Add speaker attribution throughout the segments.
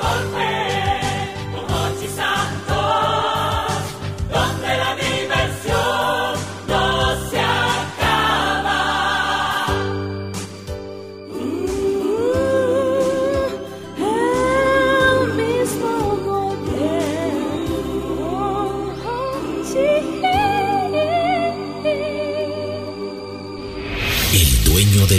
Speaker 1: golpe, con Hochi Santos, donde la diversión no se acaba.
Speaker 2: El mismo golpe con Hochi.
Speaker 3: El dueño de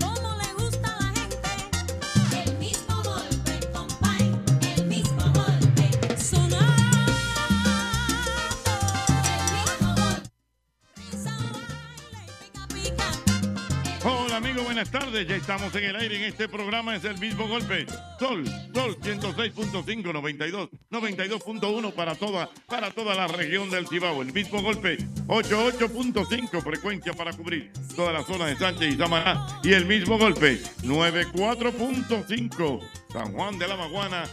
Speaker 2: Como le gusta a la gente, el mismo golpe, compay, el mismo golpe, sonando. El mismo golpe, risa, baile, pica, pica.
Speaker 4: Hola amigos, buenas tardes. Ya estamos en el aire en este programa. Es el mismo golpe. Sol, Sol 106.5, 92, 92.1 para toda, para toda la región del Cibao. El mismo golpe, 88.5 frecuencia para cubrir toda la zona de Sánchez y Samaná. Y el mismo golpe, 94.5. San Juan de la Maguana,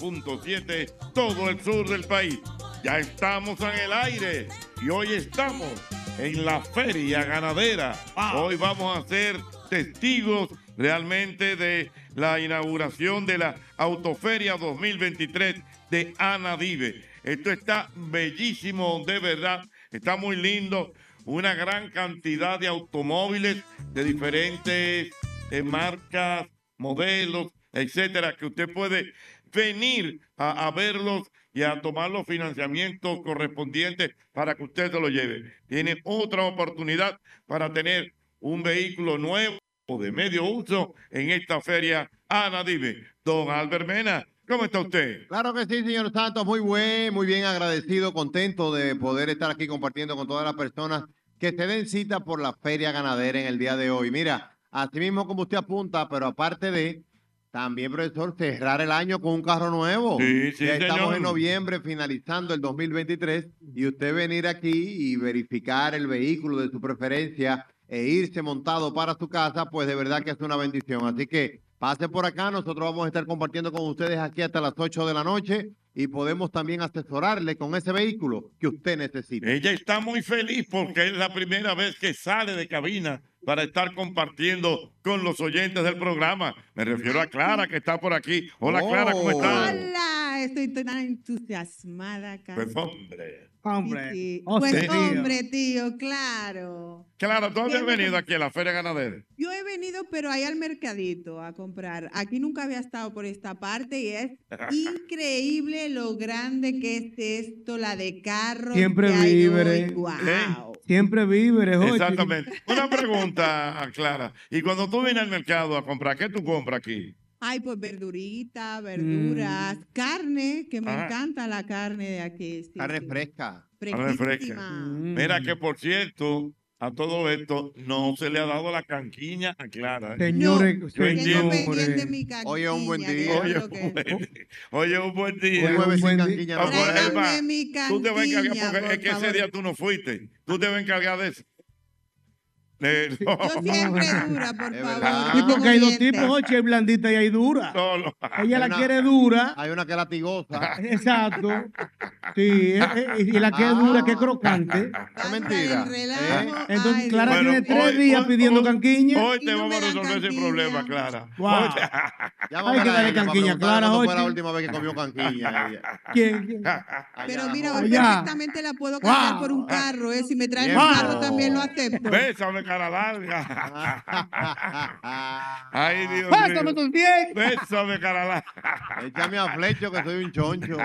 Speaker 4: 94.7. Todo el sur del país. Ya estamos en el aire y hoy estamos en la feria ganadera. Hoy vamos a ser testigos realmente de la inauguración de la Autoferia 2023 de Anadive. Esto está bellísimo, de verdad. Está muy lindo. Una gran cantidad de automóviles de diferentes eh, marcas, modelos, etcétera, que usted puede venir a, a verlos y a tomar los financiamientos correspondientes para que usted se lo lleve. Tiene otra oportunidad para tener un vehículo nuevo o de medio uso en esta feria Anadive. Don Albert Mena, ¿cómo está usted?
Speaker 5: Claro que sí, señor Santos, muy buen, muy bien agradecido, contento de poder estar aquí compartiendo con todas las personas que se den cita por la feria ganadera en el día de hoy. Mira, así mismo como usted apunta, pero aparte de también, profesor, cerrar el año con un carro nuevo.
Speaker 4: Sí, sí,
Speaker 5: ya estamos
Speaker 4: señor.
Speaker 5: en noviembre finalizando el 2023 y usted venir aquí y verificar el vehículo de su preferencia e irse montado para su casa, pues de verdad que es una bendición. Así que pase por acá, nosotros vamos a estar compartiendo con ustedes aquí hasta las 8 de la noche y podemos también asesorarle con ese vehículo que usted necesita.
Speaker 4: Ella está muy feliz porque es la primera vez que sale de cabina para estar compartiendo con los oyentes del programa. Me refiero a Clara, que está por aquí. Hola, Clara, ¿cómo estás?
Speaker 6: Oh. Hola, estoy tan entusiasmada, Carlos.
Speaker 4: Pues hombre.
Speaker 7: Hombre,
Speaker 6: Sí, sí.
Speaker 7: oh,
Speaker 6: pues
Speaker 7: sí, tío.
Speaker 6: hombre, tío, claro.
Speaker 4: Clara, ¿tú habías venido aquí a la Feria Ganadera?
Speaker 6: Yo he venido, pero ahí al mercadito a comprar. Aquí nunca había estado por esta parte y es increíble lo grande que es esto, la de carros.
Speaker 7: Siempre
Speaker 6: que hay
Speaker 7: víveres.
Speaker 6: hoy. Guau.
Speaker 7: Siempre víveres, Hochi.
Speaker 4: Exactamente. Una pregunta, Clara. Y cuando tú vienes al mercado a comprar, ¿qué tú compras aquí?
Speaker 6: Hay pues verdurita,
Speaker 7: Mm.
Speaker 6: verduras, carne, que me
Speaker 4: Ah.
Speaker 6: encanta la carne de aquí. sí,
Speaker 5: Carne
Speaker 6: sí.
Speaker 5: fresca.
Speaker 4: Carne fresca.
Speaker 6: Fresquísima.
Speaker 7: Mm.
Speaker 4: Mira que, por cierto, a todo esto no se le ha dado la canquiña a Clara. ¿eh?
Speaker 7: Señores,
Speaker 6: No,
Speaker 4: Yo
Speaker 6: Que no
Speaker 4: entiendo.
Speaker 6: pendiente
Speaker 7: señores.
Speaker 6: mi
Speaker 5: Hoy es un buen
Speaker 6: canquiña,
Speaker 5: día.
Speaker 6: que
Speaker 4: Oye,
Speaker 6: es lo
Speaker 4: un
Speaker 6: que-
Speaker 4: buen día. Oye, un buen día.
Speaker 7: Bueno,
Speaker 5: Jueves sin
Speaker 7: buen día.
Speaker 5: canquilla,
Speaker 4: Ah,
Speaker 5: no
Speaker 4: por ahí
Speaker 5: hay.
Speaker 4: va.
Speaker 6: Tráigame mi
Speaker 4: Tú te vas a encargar,
Speaker 6: canquiña,
Speaker 4: porque
Speaker 6: por
Speaker 4: es que ese
Speaker 6: favor.
Speaker 4: día tú no fuiste. Tú te vas a encargar de eso. Eh, no,
Speaker 6: Yo siempre dura, por
Speaker 5: Es
Speaker 6: favor.
Speaker 5: verdad.
Speaker 7: Sí, porque hay dos
Speaker 6: oyente.
Speaker 7: tipos, Hochi, hay blandita y hay dura.
Speaker 4: no, no.
Speaker 7: Ella la
Speaker 5: Una-
Speaker 7: quiere dura.
Speaker 5: Hay una que es latigosa.
Speaker 7: Exacto. Sí, eh, eh, y la que es dura, que es crocante.
Speaker 6: Tanta
Speaker 5: mentira,
Speaker 6: del relajo.
Speaker 5: ¿eh?
Speaker 7: Entonces,
Speaker 6: Ay,
Speaker 7: Clara
Speaker 6: Dios
Speaker 7: tiene
Speaker 6: mío.
Speaker 7: tres días pidiendo canquiña.
Speaker 4: Hoy te
Speaker 6: Y no
Speaker 4: vamos a
Speaker 6: me dan
Speaker 4: resolver ese
Speaker 6: canquiña.
Speaker 4: problema, Clara.
Speaker 7: Guau.
Speaker 4: Hoy te-
Speaker 5: Llámame
Speaker 7: Hay que
Speaker 5: a ella
Speaker 7: darle
Speaker 5: para
Speaker 7: canquiña,
Speaker 5: preguntarle
Speaker 7: Clara,
Speaker 5: cuándo fue la
Speaker 7: Hochi.
Speaker 5: última vez que comió canquilla. ella.
Speaker 7: ¿Quién? quién?
Speaker 5: Allá,
Speaker 6: Pero mira,
Speaker 5: joven.
Speaker 7: Allá.
Speaker 6: perfectamente la puedo cambiar
Speaker 7: Guau.
Speaker 6: por un carro, ¿eh? Si me traen
Speaker 5: Bien.
Speaker 6: un carro también lo acepto.
Speaker 4: Bésame, cara larga. Ay, Dios
Speaker 5: Pásame
Speaker 4: mío.
Speaker 5: tus pies.
Speaker 4: Bésame, cara larga.
Speaker 5: Échame a flecho que soy un choncho.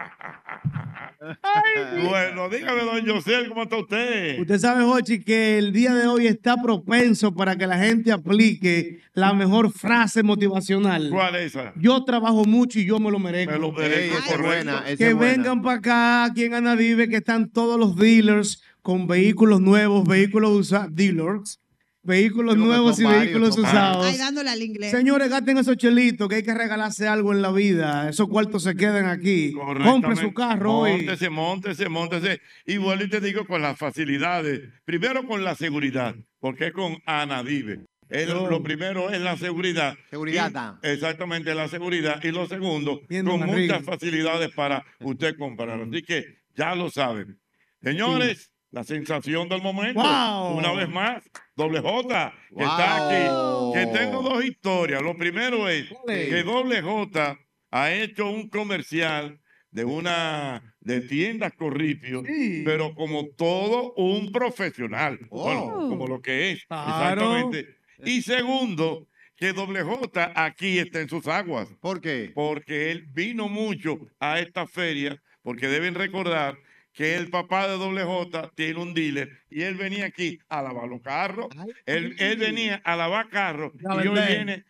Speaker 4: Bueno, dígame, don José, ¿cómo está usted?
Speaker 8: Usted sabe, Jochi, que el día de hoy está propenso para que la gente aplique la mejor frase motivacional.
Speaker 4: ¿Cuál es esa?
Speaker 8: Yo trabajo mucho y yo me lo merezco.
Speaker 4: Me lo merezco, Ey, esa es correcto. buena, esa
Speaker 8: que
Speaker 4: es buena.
Speaker 8: vengan para acá, aquí en Anadive, que están todos los dealers con vehículos nuevos, vehículos usados, dealers, vehículos nuevos y
Speaker 6: son varios,
Speaker 8: vehículos
Speaker 6: son
Speaker 8: usados.
Speaker 6: Ay, dándole al inglés.
Speaker 8: Señores, gasten esos chelitos, que hay que regalarse algo en la vida. Esos cuartos se quedan aquí. Compre su carro hoy.
Speaker 4: Móntese, móntese, móntese. Y vuelvo y te digo con las facilidades. Primero con la seguridad, porque es con Anadive. Es lo- Lo primero es la seguridad.
Speaker 5: Seguridad,
Speaker 4: Y-
Speaker 5: da.
Speaker 4: exactamente, la seguridad. Y lo segundo,
Speaker 5: Viendo
Speaker 4: con
Speaker 5: Manrique.
Speaker 4: muchas facilidades para usted comprar. Así que ya lo saben. Señores, la sensación del momento.
Speaker 2: Wow.
Speaker 4: Una vez más, doble J, que
Speaker 2: Wow.
Speaker 4: está aquí. Que tengo dos historias. Lo primero es
Speaker 2: es?
Speaker 4: que Doble J ha hecho un comercial de una de tiendas corripio,
Speaker 2: Sí.
Speaker 4: pero como todo un profesional, Bueno, como lo que es,
Speaker 2: Oh. Claro.
Speaker 4: exactamente. Y segundo, que Doble J aquí está en sus aguas.
Speaker 5: ¿Por qué?
Speaker 4: Porque él vino mucho a esta feria, porque deben recordar que el papá de Doble J tiene un dealer y él venía aquí a lavar los carros, él, él venía a lavar carros
Speaker 8: A
Speaker 4: y hoy
Speaker 8: vender.
Speaker 4: viene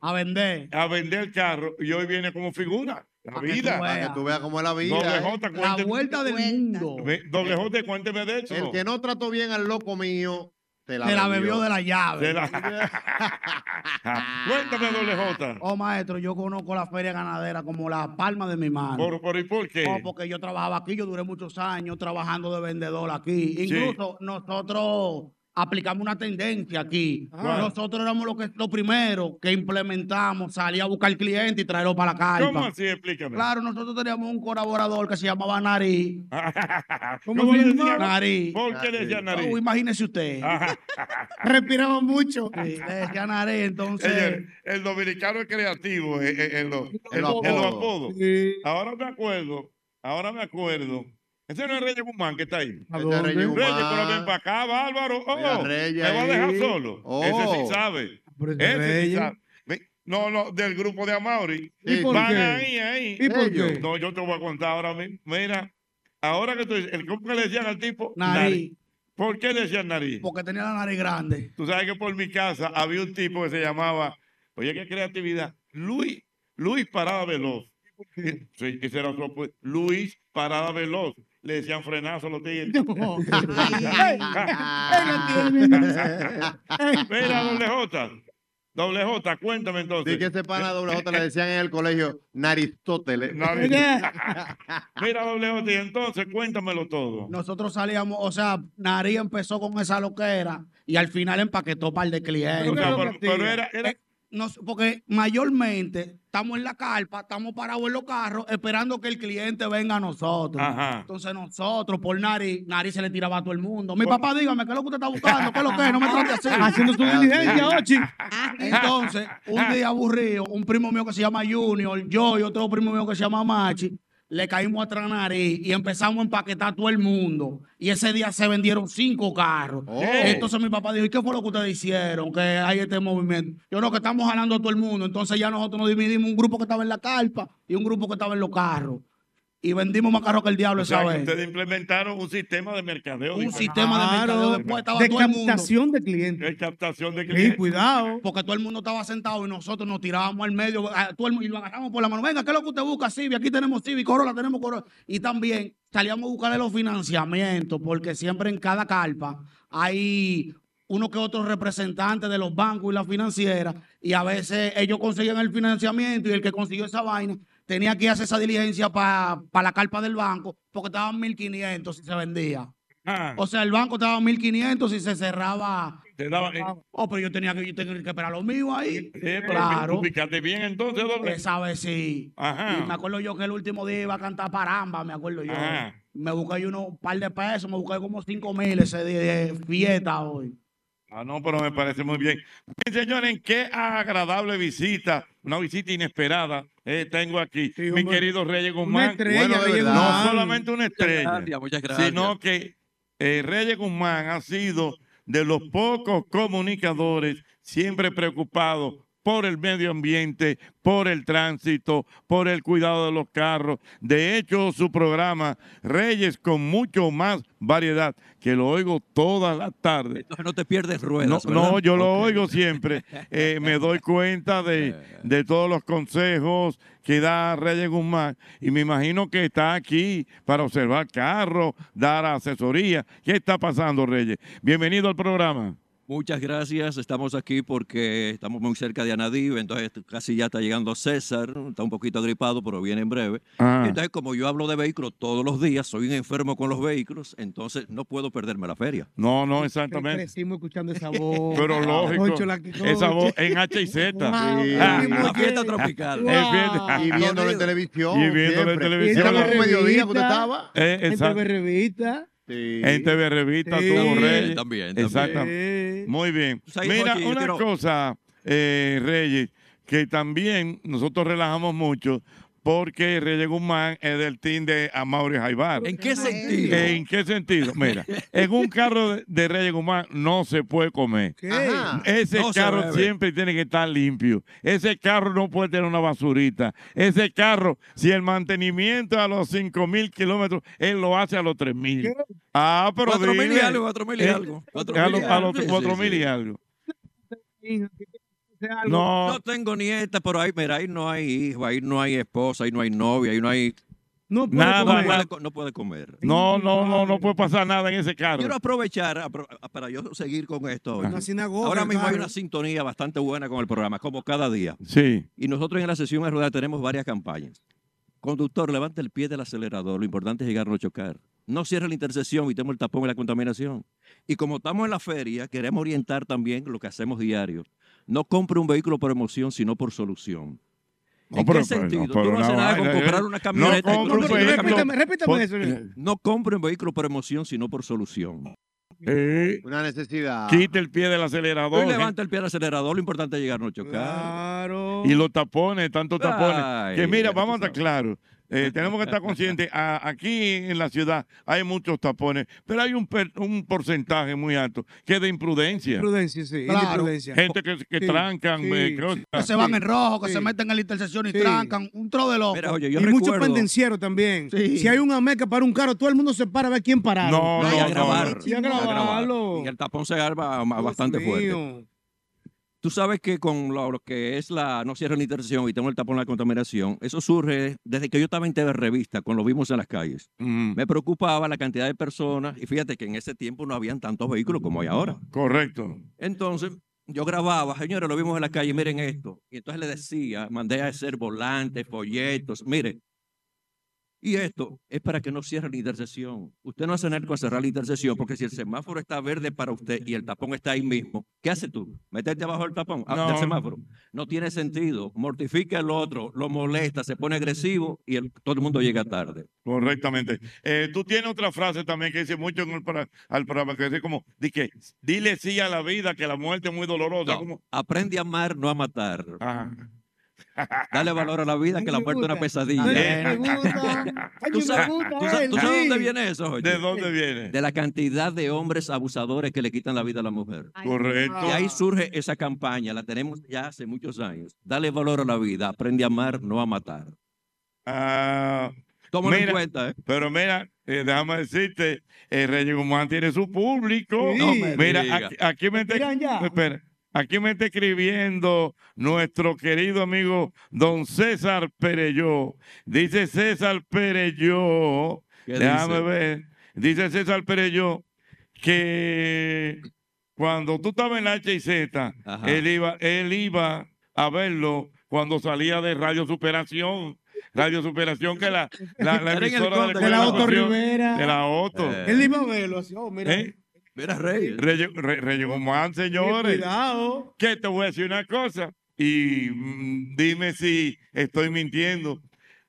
Speaker 8: a vender.
Speaker 4: A vender el carro y hoy viene como figura. La
Speaker 5: Para que tú
Speaker 4: vida.
Speaker 5: veas. Para que tú veas cómo es la vida,
Speaker 4: Doble
Speaker 5: eh.
Speaker 4: J,
Speaker 5: La
Speaker 4: cuénteme-
Speaker 5: vuelta del Vuelta. mundo.
Speaker 4: Ve, Doble J, cuénteme de eso.
Speaker 5: El que no trató bien al loco mío, te la,
Speaker 8: Se la bebió de la llave.
Speaker 4: De la- cuéntame, Doble J.
Speaker 8: Oh, maestro, yo conozco la feria ganadera como la palma de mi mano.
Speaker 4: Por, por, ¿Y por qué?
Speaker 8: Oh, porque yo trabajaba aquí, yo duré muchos años trabajando de vendedor aquí.
Speaker 4: Sí.
Speaker 8: Incluso nosotros aplicamos una tendencia aquí.
Speaker 4: ¿Cuál?
Speaker 8: Nosotros éramos lo, que, lo primero que implementamos, salir a buscar cliente y traerlo para la calle.
Speaker 4: ¿Cómo así? Explícame.
Speaker 8: Claro, nosotros teníamos un colaborador que se llamaba Nariz.
Speaker 4: ¿Cómo,
Speaker 8: se
Speaker 4: le
Speaker 8: llama?
Speaker 4: decían?
Speaker 8: Nariz.
Speaker 4: ¿Por qué le decían nariz?
Speaker 8: Oh, imagínese usted. Respiraba mucho. Sí, le decían Nariz, entonces...
Speaker 4: Oye, el, el dominicano es creativo en, en- en los, en
Speaker 8: los
Speaker 4: los- en los
Speaker 8: apodos.
Speaker 4: apodos. Ahora me acuerdo, ahora me acuerdo. Ese no es Reyes Guzmán que está ahí.
Speaker 8: ¿A Ese es Reyes dónde? Guzmán.
Speaker 4: Reyes, pero ven para acá, Bárbaro. Oh,
Speaker 8: Mira,
Speaker 4: me
Speaker 8: Reyes
Speaker 4: va a dejar
Speaker 8: ahí.
Speaker 4: solo.
Speaker 8: Oh.
Speaker 4: Ese sí sabe.
Speaker 8: Ah, Pero ese
Speaker 4: Ese sí
Speaker 8: Reyes.
Speaker 4: sabe. Ve- No, no, del grupo de Amauri.
Speaker 8: ¿Y por
Speaker 4: Van
Speaker 8: qué?
Speaker 4: ahí, ahí.
Speaker 8: ¿Y por qué?
Speaker 4: No, yo te voy a contar ahora mismo. Mira, ahora que tú dices, el- ¿cómo que le decían al tipo?
Speaker 8: Nariz.
Speaker 4: ¿Por qué le decían nariz?
Speaker 8: Porque tenía la nariz grande.
Speaker 4: Tú sabes que por mi casa había un tipo que se llamaba, oye, qué creatividad, Luis, Luis Parada Veloz. Sí, ese era su apodo, Luis Parada Veloz. Le decían frenazo a los tigres. Mira, doble J. Doble J, cuéntame entonces.
Speaker 5: Sí que ese pana doble J le decían en el colegio Naristóteles.
Speaker 4: Nariz. Mira, doble J, y entonces cuéntamelo todo.
Speaker 8: Nosotros salíamos, o sea, Nariz empezó con esa loquera y al final empaquetó par de clientes.
Speaker 4: O sea, pero- pero era-
Speaker 8: Eh, no sé, porque mayormente estamos en la carpa, estamos parados en los carros esperando que el cliente venga a nosotros.
Speaker 4: Ajá.
Speaker 8: Entonces nosotros, por Nariz, Nariz se le tiraba a todo el mundo. Mi papá, dígame, ¿qué es lo que usted está buscando? ¿Qué es lo que es? No me trate así.
Speaker 2: Haciendo su diligencia,
Speaker 8: Ochi. Entonces, un día aburrido, un primo mío que se llama Junior, yo y otro primo mío que se llama Machi, le caímos atrás a nariz y empezamos a empaquetar a todo el mundo. Y ese día se vendieron cinco carros.
Speaker 4: Oh.
Speaker 8: Entonces mi papá dijo, ¿y qué fue lo que ustedes hicieron? Que hay este movimiento. Yo no, que estamos jalando a todo el mundo. Entonces ya nosotros nos dividimos un grupo que estaba en la carpa y un grupo que estaba en los carros. Y vendimos más carros que el
Speaker 4: O
Speaker 8: diablo esa
Speaker 4: sea, que
Speaker 8: vez.
Speaker 4: ustedes implementaron un sistema de mercadeo.
Speaker 8: Un
Speaker 4: diferente.
Speaker 8: sistema de mercadeo después estaba todo el mundo.
Speaker 4: de clientes. De captación de clientes.
Speaker 8: Sí, cuidado. Porque todo el mundo estaba sentado y nosotros nos tirábamos al medio a todo el mu- y lo agarramos por la mano. Venga, ¿qué es lo que usted busca, Civi? Aquí tenemos Civi, Corolla, tenemos Corolla. Y también salíamos a buscarle los financiamientos, porque siempre en cada carpa hay uno que otro representante de los bancos y la financiera, y a veces ellos conseguían el financiamiento y el que consiguió esa vaina tenía que hacer esa diligencia para la carpa del banco, porque estaban 1.500 si se vendía.
Speaker 4: Ah.
Speaker 8: O sea, el banco estaba 1.500 y se cerraba
Speaker 4: Te daba- eh,
Speaker 8: Oh, pero yo tenía que, yo tenía que esperar lo mío ahí.
Speaker 4: eh, pero
Speaker 8: claro.
Speaker 4: ubicaste bien entonces, doble.
Speaker 8: Esa vez sí.
Speaker 4: Ajá.
Speaker 8: Y me acuerdo yo que el último día iba a cantar paramba, me acuerdo yo.
Speaker 4: Ajá.
Speaker 8: Me busqué yo uno- un par de pesos, me busqué como cinco mil ese día de fiesta hoy.
Speaker 4: Ah, no, pero me parece muy bien. Bien, señores, qué agradable visita, una visita inesperada eh, tengo aquí. Mi querido Reyes Guzmán.
Speaker 8: estrella,
Speaker 4: Bueno, de
Speaker 8: Reyes
Speaker 4: verdad.
Speaker 8: Guzmán.
Speaker 4: No solamente una estrella,
Speaker 9: gracias, muchas gracias.
Speaker 4: sino que eh, Reyes Guzmán ha sido de los pocos comunicadores siempre preocupados por el medio ambiente, por el tránsito, por el cuidado de los carros. De hecho, su programa Reyes con mucho más variedad, que lo oigo todas las tardes.
Speaker 9: Entonces no te pierdes
Speaker 4: No,
Speaker 9: ruedas.
Speaker 4: no,
Speaker 9: ¿verdad?
Speaker 4: yo lo
Speaker 9: Ok.
Speaker 4: oigo siempre. Eh, me doy cuenta de, de todos los consejos que da Reyes Guzmán y me imagino que está aquí para observar carros, dar asesoría. ¿Qué está pasando, Reyes? Bienvenido al programa.
Speaker 9: Muchas gracias. Estamos aquí porque estamos muy cerca de Anadib, entonces casi ya está llegando César, está un poquito gripado, pero viene en breve.
Speaker 4: Ah.
Speaker 9: Entonces, como yo hablo de vehículos todos los días, soy un enfermo con los vehículos, entonces no puedo perderme la feria.
Speaker 4: No, no, exactamente.
Speaker 7: Crecimos escuchando esa voz.
Speaker 4: Pero lógico,
Speaker 7: Concho, Ah, la que-
Speaker 4: esa voz eh, en H y Z.
Speaker 7: Wow,
Speaker 4: Sí.
Speaker 7: primo,
Speaker 9: La fiesta tropical.
Speaker 4: En fiesta- Ah,
Speaker 5: Y viéndolo en televisión.
Speaker 4: Y viéndolo en
Speaker 5: siempre.
Speaker 4: televisión.
Speaker 5: Estaba
Speaker 7: Estaba
Speaker 5: como mediodía que usted
Speaker 7: revista.
Speaker 5: estaba.
Speaker 4: Eh,
Speaker 7: En
Speaker 4: exacto.
Speaker 7: TV Revista.
Speaker 4: En TV Revista,
Speaker 7: Sí.
Speaker 4: tuvo
Speaker 7: También,
Speaker 4: Reyes.
Speaker 9: también, también.
Speaker 4: Exactamente.
Speaker 7: Eh,
Speaker 4: Muy bien.
Speaker 9: O sea,
Speaker 4: Mira,
Speaker 9: Jochi, yo
Speaker 4: una
Speaker 9: quiero-
Speaker 4: cosa, eh, Reyes, que también nosotros relajamos mucho porque Reyes Guzmán es del team de Amaury Jaibar.
Speaker 9: ¿En qué
Speaker 6: Ay.
Speaker 9: sentido?
Speaker 4: ¿En qué sentido? Mira, en un carro de- de Reyes Guzmán no se puede comer.
Speaker 7: ¿qué?
Speaker 5: Ajá.
Speaker 4: Ese
Speaker 9: No se
Speaker 4: carro
Speaker 9: bebe.
Speaker 4: siempre tiene que estar limpio. Ese carro no puede tener una basurita. Ese carro, si el mantenimiento a los 5 mil kilómetros, él lo hace a los 3 mil. Ah, pero
Speaker 9: Cuatro mil y
Speaker 4: dile.
Speaker 9: algo, cuatro mil y
Speaker 4: Eh,
Speaker 9: algo. Cuatro
Speaker 4: A
Speaker 9: mil
Speaker 4: los,
Speaker 9: y
Speaker 4: a
Speaker 9: algo.
Speaker 4: los
Speaker 9: Sí, sí,
Speaker 4: 4 mil
Speaker 9: sí.
Speaker 4: y algo.
Speaker 7: Hijo, que sea algo.
Speaker 4: No,
Speaker 9: No tengo nieta, pero ahí, mira, ahí no hay hijo, ahí no hay esposa, ahí no hay novia, ahí no hay...
Speaker 7: No puedo
Speaker 4: Nada,
Speaker 9: No
Speaker 7: comer.
Speaker 9: puede, co- no puede comer.
Speaker 4: no, no, no, no puede pasar nada en ese
Speaker 9: Quiero
Speaker 4: carro.
Speaker 9: aprovechar a- a- para yo seguir con esto.
Speaker 7: Una sinagoga.
Speaker 9: Ahora mismo hay
Speaker 7: claro.
Speaker 9: una sintonía bastante buena con el programa, como cada día.
Speaker 4: Sí.
Speaker 9: Y nosotros en la sesión de rueda tenemos varias campañas. Conductor, levanta el pie del acelerador. Lo importante es llegar a no chocar. No cierre la intersección, evitemos el tapón y la contaminación. Y como estamos en la feria, queremos orientar también lo que hacemos diario. No compre un vehículo por emoción, sino por solución.
Speaker 4: No,
Speaker 9: ¿En
Speaker 4: pero-
Speaker 9: qué sentido?
Speaker 4: no, pero
Speaker 9: Tú no haces
Speaker 4: una
Speaker 9: nada con
Speaker 4: vaina,
Speaker 9: comprar
Speaker 4: eh.
Speaker 9: una
Speaker 4: No
Speaker 9: camioneta. y
Speaker 4: compro
Speaker 9: tú no
Speaker 4: un
Speaker 9: tienes una
Speaker 4: vehículo.
Speaker 7: Repítame, repítame eso.
Speaker 4: Por- Pues,
Speaker 9: No compre un vehículo por emoción, sino por solución.
Speaker 4: Eh,
Speaker 5: Una necesidad.
Speaker 4: Quita el pie del
Speaker 9: Hoy
Speaker 4: acelerador. ¿eh? gente.
Speaker 9: levanta el pie del acelerador, lo importante es llegar a no chocar.
Speaker 7: Claro.
Speaker 4: Y los tapones, tantos tapones.
Speaker 9: Ay,
Speaker 4: que mira,
Speaker 9: ya tú
Speaker 4: vamos a estar
Speaker 9: sabes.
Speaker 4: claros. eh, tenemos que estar conscientes. a- aquí en la ciudad hay muchos tapones, pero hay un, per- un porcentaje muy alto que es de imprudencia.
Speaker 7: Imprudencia, sí.
Speaker 8: Claro.
Speaker 7: Imprudencia.
Speaker 4: Gente que, que
Speaker 7: Sí,
Speaker 4: trancan.
Speaker 7: sí,
Speaker 4: eh, cosas.
Speaker 8: Que se van en rojo, que
Speaker 7: Sí.
Speaker 8: se meten en la intersección y
Speaker 7: Sí.
Speaker 8: trancan. Un tro de loco.
Speaker 9: Mira, oye,
Speaker 7: Y
Speaker 9: yo
Speaker 7: muchos
Speaker 9: recuerdo...
Speaker 7: pendencieros también.
Speaker 8: Sí.
Speaker 7: Si hay un amé que para un carro, todo el mundo se para a ver quién pararon.
Speaker 4: No,
Speaker 9: No, y a
Speaker 4: no, no,
Speaker 9: grabar.
Speaker 4: no.
Speaker 7: Y a grabarlo.
Speaker 9: Y el tapón se arma ma-
Speaker 7: Dios
Speaker 9: bastante fuerte.
Speaker 7: mío.
Speaker 9: Tú sabes que con lo, lo que es la no cierre la intersección y tengo el tapón de la contaminación, eso surge desde que yo estaba en TV Revista, cuando lo vimos en las calles.
Speaker 4: Mm,
Speaker 9: Me preocupaba la cantidad de personas y fíjate que en ese tiempo no habían tantos vehículos como hay ahora.
Speaker 4: correcto.
Speaker 9: Entonces yo grababa, señores, lo vimos en la calle, miren esto. Y entonces le decía, mandé a hacer volantes, folletos, mire. Y esto es para que no cierre la intersección. Usted no hace nada con cerrar la intersección, porque si el semáforo está verde para usted y el tapón está ahí mismo, ¿qué hace tú? ¿Meterte abajo del tapón, ah, del
Speaker 4: No.
Speaker 9: semáforo? No tiene sentido. Mortifica al otro, lo molesta, se pone agresivo y el- todo el mundo llega tarde.
Speaker 4: Correctamente. Eh, tú tienes otra frase también que dice mucho en el para- al programa, que dice como, di que, dile sí a la vida, que la muerte es muy dolorosa.
Speaker 9: No,
Speaker 4: como-
Speaker 9: aprende a amar, no a matar.
Speaker 4: Ajá.
Speaker 9: Dale valor a la vida,
Speaker 7: Ay,
Speaker 9: que la
Speaker 7: me
Speaker 9: muerte es una
Speaker 7: gusta.
Speaker 9: pesadilla.
Speaker 7: Ay, me gusta. Ay,
Speaker 9: eh. ¿Tú
Speaker 7: me
Speaker 9: sabes,
Speaker 7: gusta,
Speaker 9: tú sa-
Speaker 7: él,
Speaker 9: tú sabes
Speaker 7: sí.
Speaker 9: dónde viene eso? Jorge?
Speaker 4: ¿De dónde viene?
Speaker 9: De la cantidad de hombres abusadores que le quitan la vida a la mujer.
Speaker 6: Ay,
Speaker 4: Correcto.
Speaker 9: Y ahí surge esa campaña, la tenemos ya hace muchos años. Dale valor a la vida, aprende a amar, no a matar.
Speaker 4: Ah,
Speaker 9: Tómalo
Speaker 4: Mira,
Speaker 9: en cuenta, ¿eh?
Speaker 4: Pero mira, eh, déjame decirte, eh, Reyes Guzmán tiene su público.
Speaker 7: Sí. No me
Speaker 4: mira,
Speaker 9: diga.
Speaker 4: aquí, aquí me está,
Speaker 7: Miran ya.
Speaker 4: espera, aquí me está escribiendo nuestro querido amigo don César Pereyó. Dice César Pereyó,
Speaker 9: ¿Qué
Speaker 4: déjame
Speaker 9: dice?
Speaker 4: ver, dice César Pereyó que cuando tú estabas en la H y Z,
Speaker 9: Ajá.
Speaker 4: él iba, él iba a verlo cuando salía de Radio Superación. Radio Superación, que la, la, la
Speaker 9: Era en el
Speaker 4: emisora
Speaker 9: Conde,
Speaker 7: De la
Speaker 9: Bueno,
Speaker 7: Otto
Speaker 9: pues,
Speaker 4: Constitución,
Speaker 7: Rivera.
Speaker 4: De la Otto.
Speaker 9: Eh,
Speaker 7: Él iba a verlo así. Oh, mira.
Speaker 4: ¿Eh?
Speaker 9: Mira, Reyes.
Speaker 4: Reyes Re- Reyes Guzmán, señores.
Speaker 7: Cuidado.
Speaker 4: que te voy a decir una cosa y mm, dime si estoy mintiendo.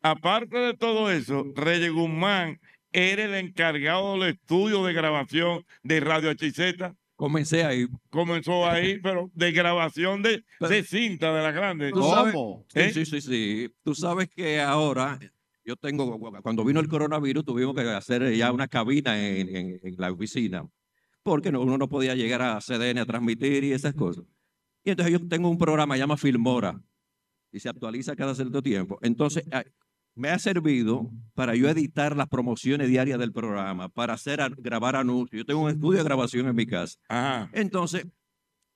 Speaker 4: Aparte de todo eso, Reyes Guzmán era el encargado del estudio de grabación de Radio Hechiceta.
Speaker 9: Comencé ahí.
Speaker 4: Comenzó ahí, pero de grabación de, de cinta de las grandes.
Speaker 9: Tú sabes-
Speaker 5: ¿Cómo?
Speaker 9: Sí,
Speaker 4: ¿Eh?
Speaker 9: sí, sí, sí. Tú sabes que ahora, yo tengo, cuando vino el coronavirus, tuvimos que hacer ya una cabina en, en- en la oficina. porque no- uno no podía llegar a CDN a transmitir y esas cosas. Y entonces yo tengo un programa que se llama Filmora y se actualiza cada cierto tiempo. Entonces, ah, me ha servido para yo editar las promociones diarias del programa, para hacer an- grabar anuncios. Yo tengo un estudio de grabación en mi casa. Entonces,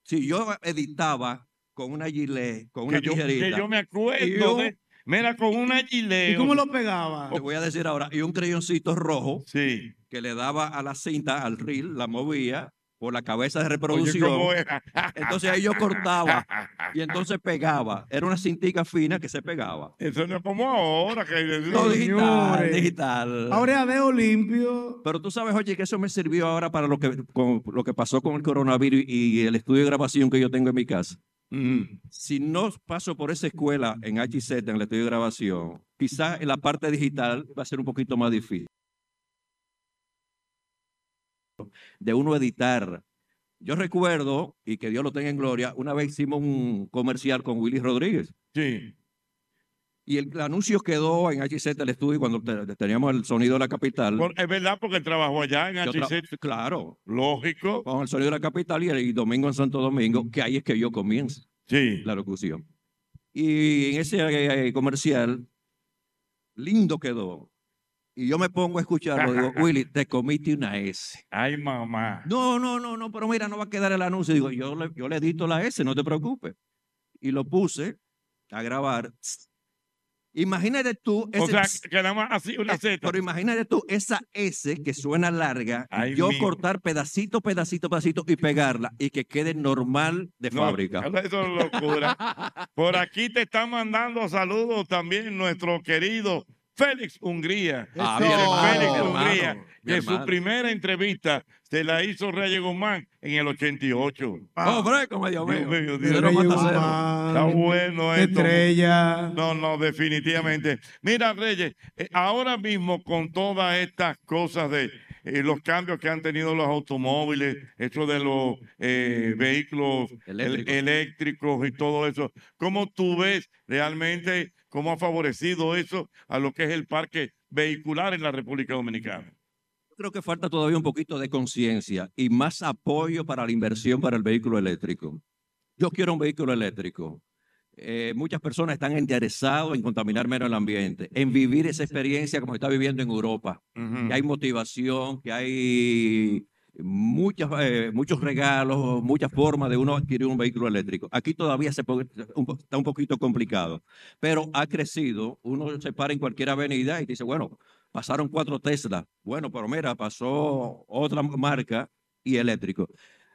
Speaker 9: si yo editaba con una gilet, con una
Speaker 4: que, yo,
Speaker 9: tijerita.
Speaker 4: que yo me acuerdo
Speaker 9: y un-
Speaker 4: de- Mira, con una gilet.
Speaker 7: pegaba?
Speaker 4: Oh,
Speaker 9: Te voy a decir ahora, y un creyoncito rojo que le daba a la cinta, al reel, la movía por la cabeza de reproducción.
Speaker 4: ¿cómo era?
Speaker 9: entonces ahí yo cortaba y entonces pegaba. Era una cintica fina que se pegaba.
Speaker 4: Eso no es como ahora. Que...
Speaker 9: No, digital,
Speaker 4: Señores.
Speaker 9: digital.
Speaker 7: Ahora veo limpio.
Speaker 9: Pero tú sabes, oye, que eso me sirvió ahora para lo que, con- lo que pasó con el coronavirus y el estudio de grabación que yo tengo en mi casa.
Speaker 4: Mm.
Speaker 9: Si no paso por esa escuela en HZ, en el estudio de grabación, quizás en la parte digital va a ser un poquito más difícil. De uno editar. Yo recuerdo, y que Dios lo tenga en gloria, una vez hicimos un comercial con Willy Rodríguez.
Speaker 4: Sí.
Speaker 9: Y el, el anuncio quedó en HZ, el estudio, cuando te- teníamos el sonido de la capital.
Speaker 4: Por- es verdad, porque trabajó allá en
Speaker 9: Yo tra-
Speaker 4: HC.
Speaker 9: Claro.
Speaker 4: Lógico.
Speaker 9: Con el sonido de la capital y, el- y domingo en Santo Domingo, que ahí es que yo comienzo la locución. Y en ese eh, comercial, lindo quedó. Y yo me pongo a escucharlo, digo, Willy, te comiste una S.
Speaker 4: Ay, mamá.
Speaker 9: No, no, no, no, pero mira, no va a quedar el anuncio. Digo, yo le, yo le edito la S, no te preocupes. Y lo puse a grabar. Imagínate tú.
Speaker 4: O sea, que
Speaker 9: nada más así una Z. Eh, Pero imagínate tú esa S que suena larga, y
Speaker 4: Ay,
Speaker 9: yo
Speaker 4: mijo.
Speaker 9: cortar pedacito, pedacito, pedacito y pegarla y que quede normal de
Speaker 4: No,
Speaker 9: fábrica.
Speaker 4: Eso es locura. Por aquí te está mandando saludos también nuestro querido Félix Hungría.
Speaker 9: Ah,
Speaker 4: Dice
Speaker 9: mi hermano,
Speaker 4: Félix
Speaker 9: mi hermano,
Speaker 4: Hungría,
Speaker 9: mi
Speaker 4: que
Speaker 9: hermano.
Speaker 4: su primera entrevista se la hizo Reyes Guzmán en el 88.
Speaker 9: Hombre, como Dios mío.
Speaker 4: Dios
Speaker 9: Cero
Speaker 4: mío.
Speaker 9: mata cero.
Speaker 4: Está bueno esto.
Speaker 7: Estrella.
Speaker 4: No, no, definitivamente. Mira, Reyes, eh, ahora mismo con todas estas cosas de eh, los cambios que han tenido los automóviles, eso de los eh, vehículos el-
Speaker 9: Eléctricos.
Speaker 4: eléctricos y todo eso, ¿cómo tú ves realmente cómo ha favorecido eso a lo que es el parque vehicular en la República Dominicana?
Speaker 9: Creo que falta todavía un poquito de conciencia y más apoyo para la inversión para el vehículo eléctrico. Yo quiero un vehículo eléctrico. Eh, muchas personas están interesadas en contaminar menos el ambiente, en vivir esa experiencia como se está viviendo en Europa. Que hay motivación, que hay muchas, eh, muchos regalos, muchas formas de uno adquirir un vehículo eléctrico. Aquí todavía se po- un po- está un poquito complicado, pero ha crecido. Uno se para en cualquier avenida y dice, bueno, pasaron cuatro Tesla. Bueno, pero mira, pasó otra marca y eléctrico.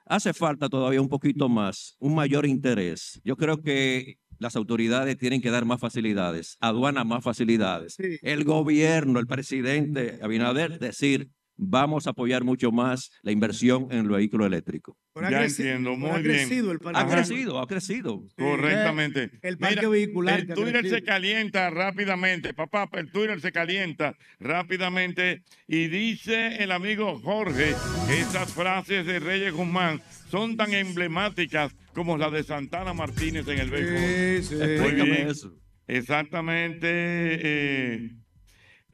Speaker 9: Hace falta todavía un poquito más, un mayor interés. Yo creo que las autoridades tienen que dar más facilidades, aduana más facilidades. El gobierno, el presidente Abinader, decir, vamos a apoyar mucho más la inversión en el vehículo eléctrico.
Speaker 7: ha
Speaker 4: ya
Speaker 7: creci-
Speaker 4: entiendo,
Speaker 7: pero
Speaker 4: muy
Speaker 7: ha
Speaker 4: bien.
Speaker 7: crecido el parque.
Speaker 9: Ha crecido, ha crecido.
Speaker 4: Correctamente.
Speaker 7: El parque vehicular.
Speaker 4: El
Speaker 7: que ha
Speaker 4: Twitter se
Speaker 7: crecido.
Speaker 4: calienta rápidamente, papá, el Twitter se calienta rápidamente y dice el amigo Jorge que esas frases de Reyes Guzmán son tan emblemáticas como la de Santana Martínez en el béisbol.
Speaker 7: sí.
Speaker 4: Muy
Speaker 7: Explícame
Speaker 4: bien.
Speaker 7: eso.
Speaker 4: Exactamente. eh,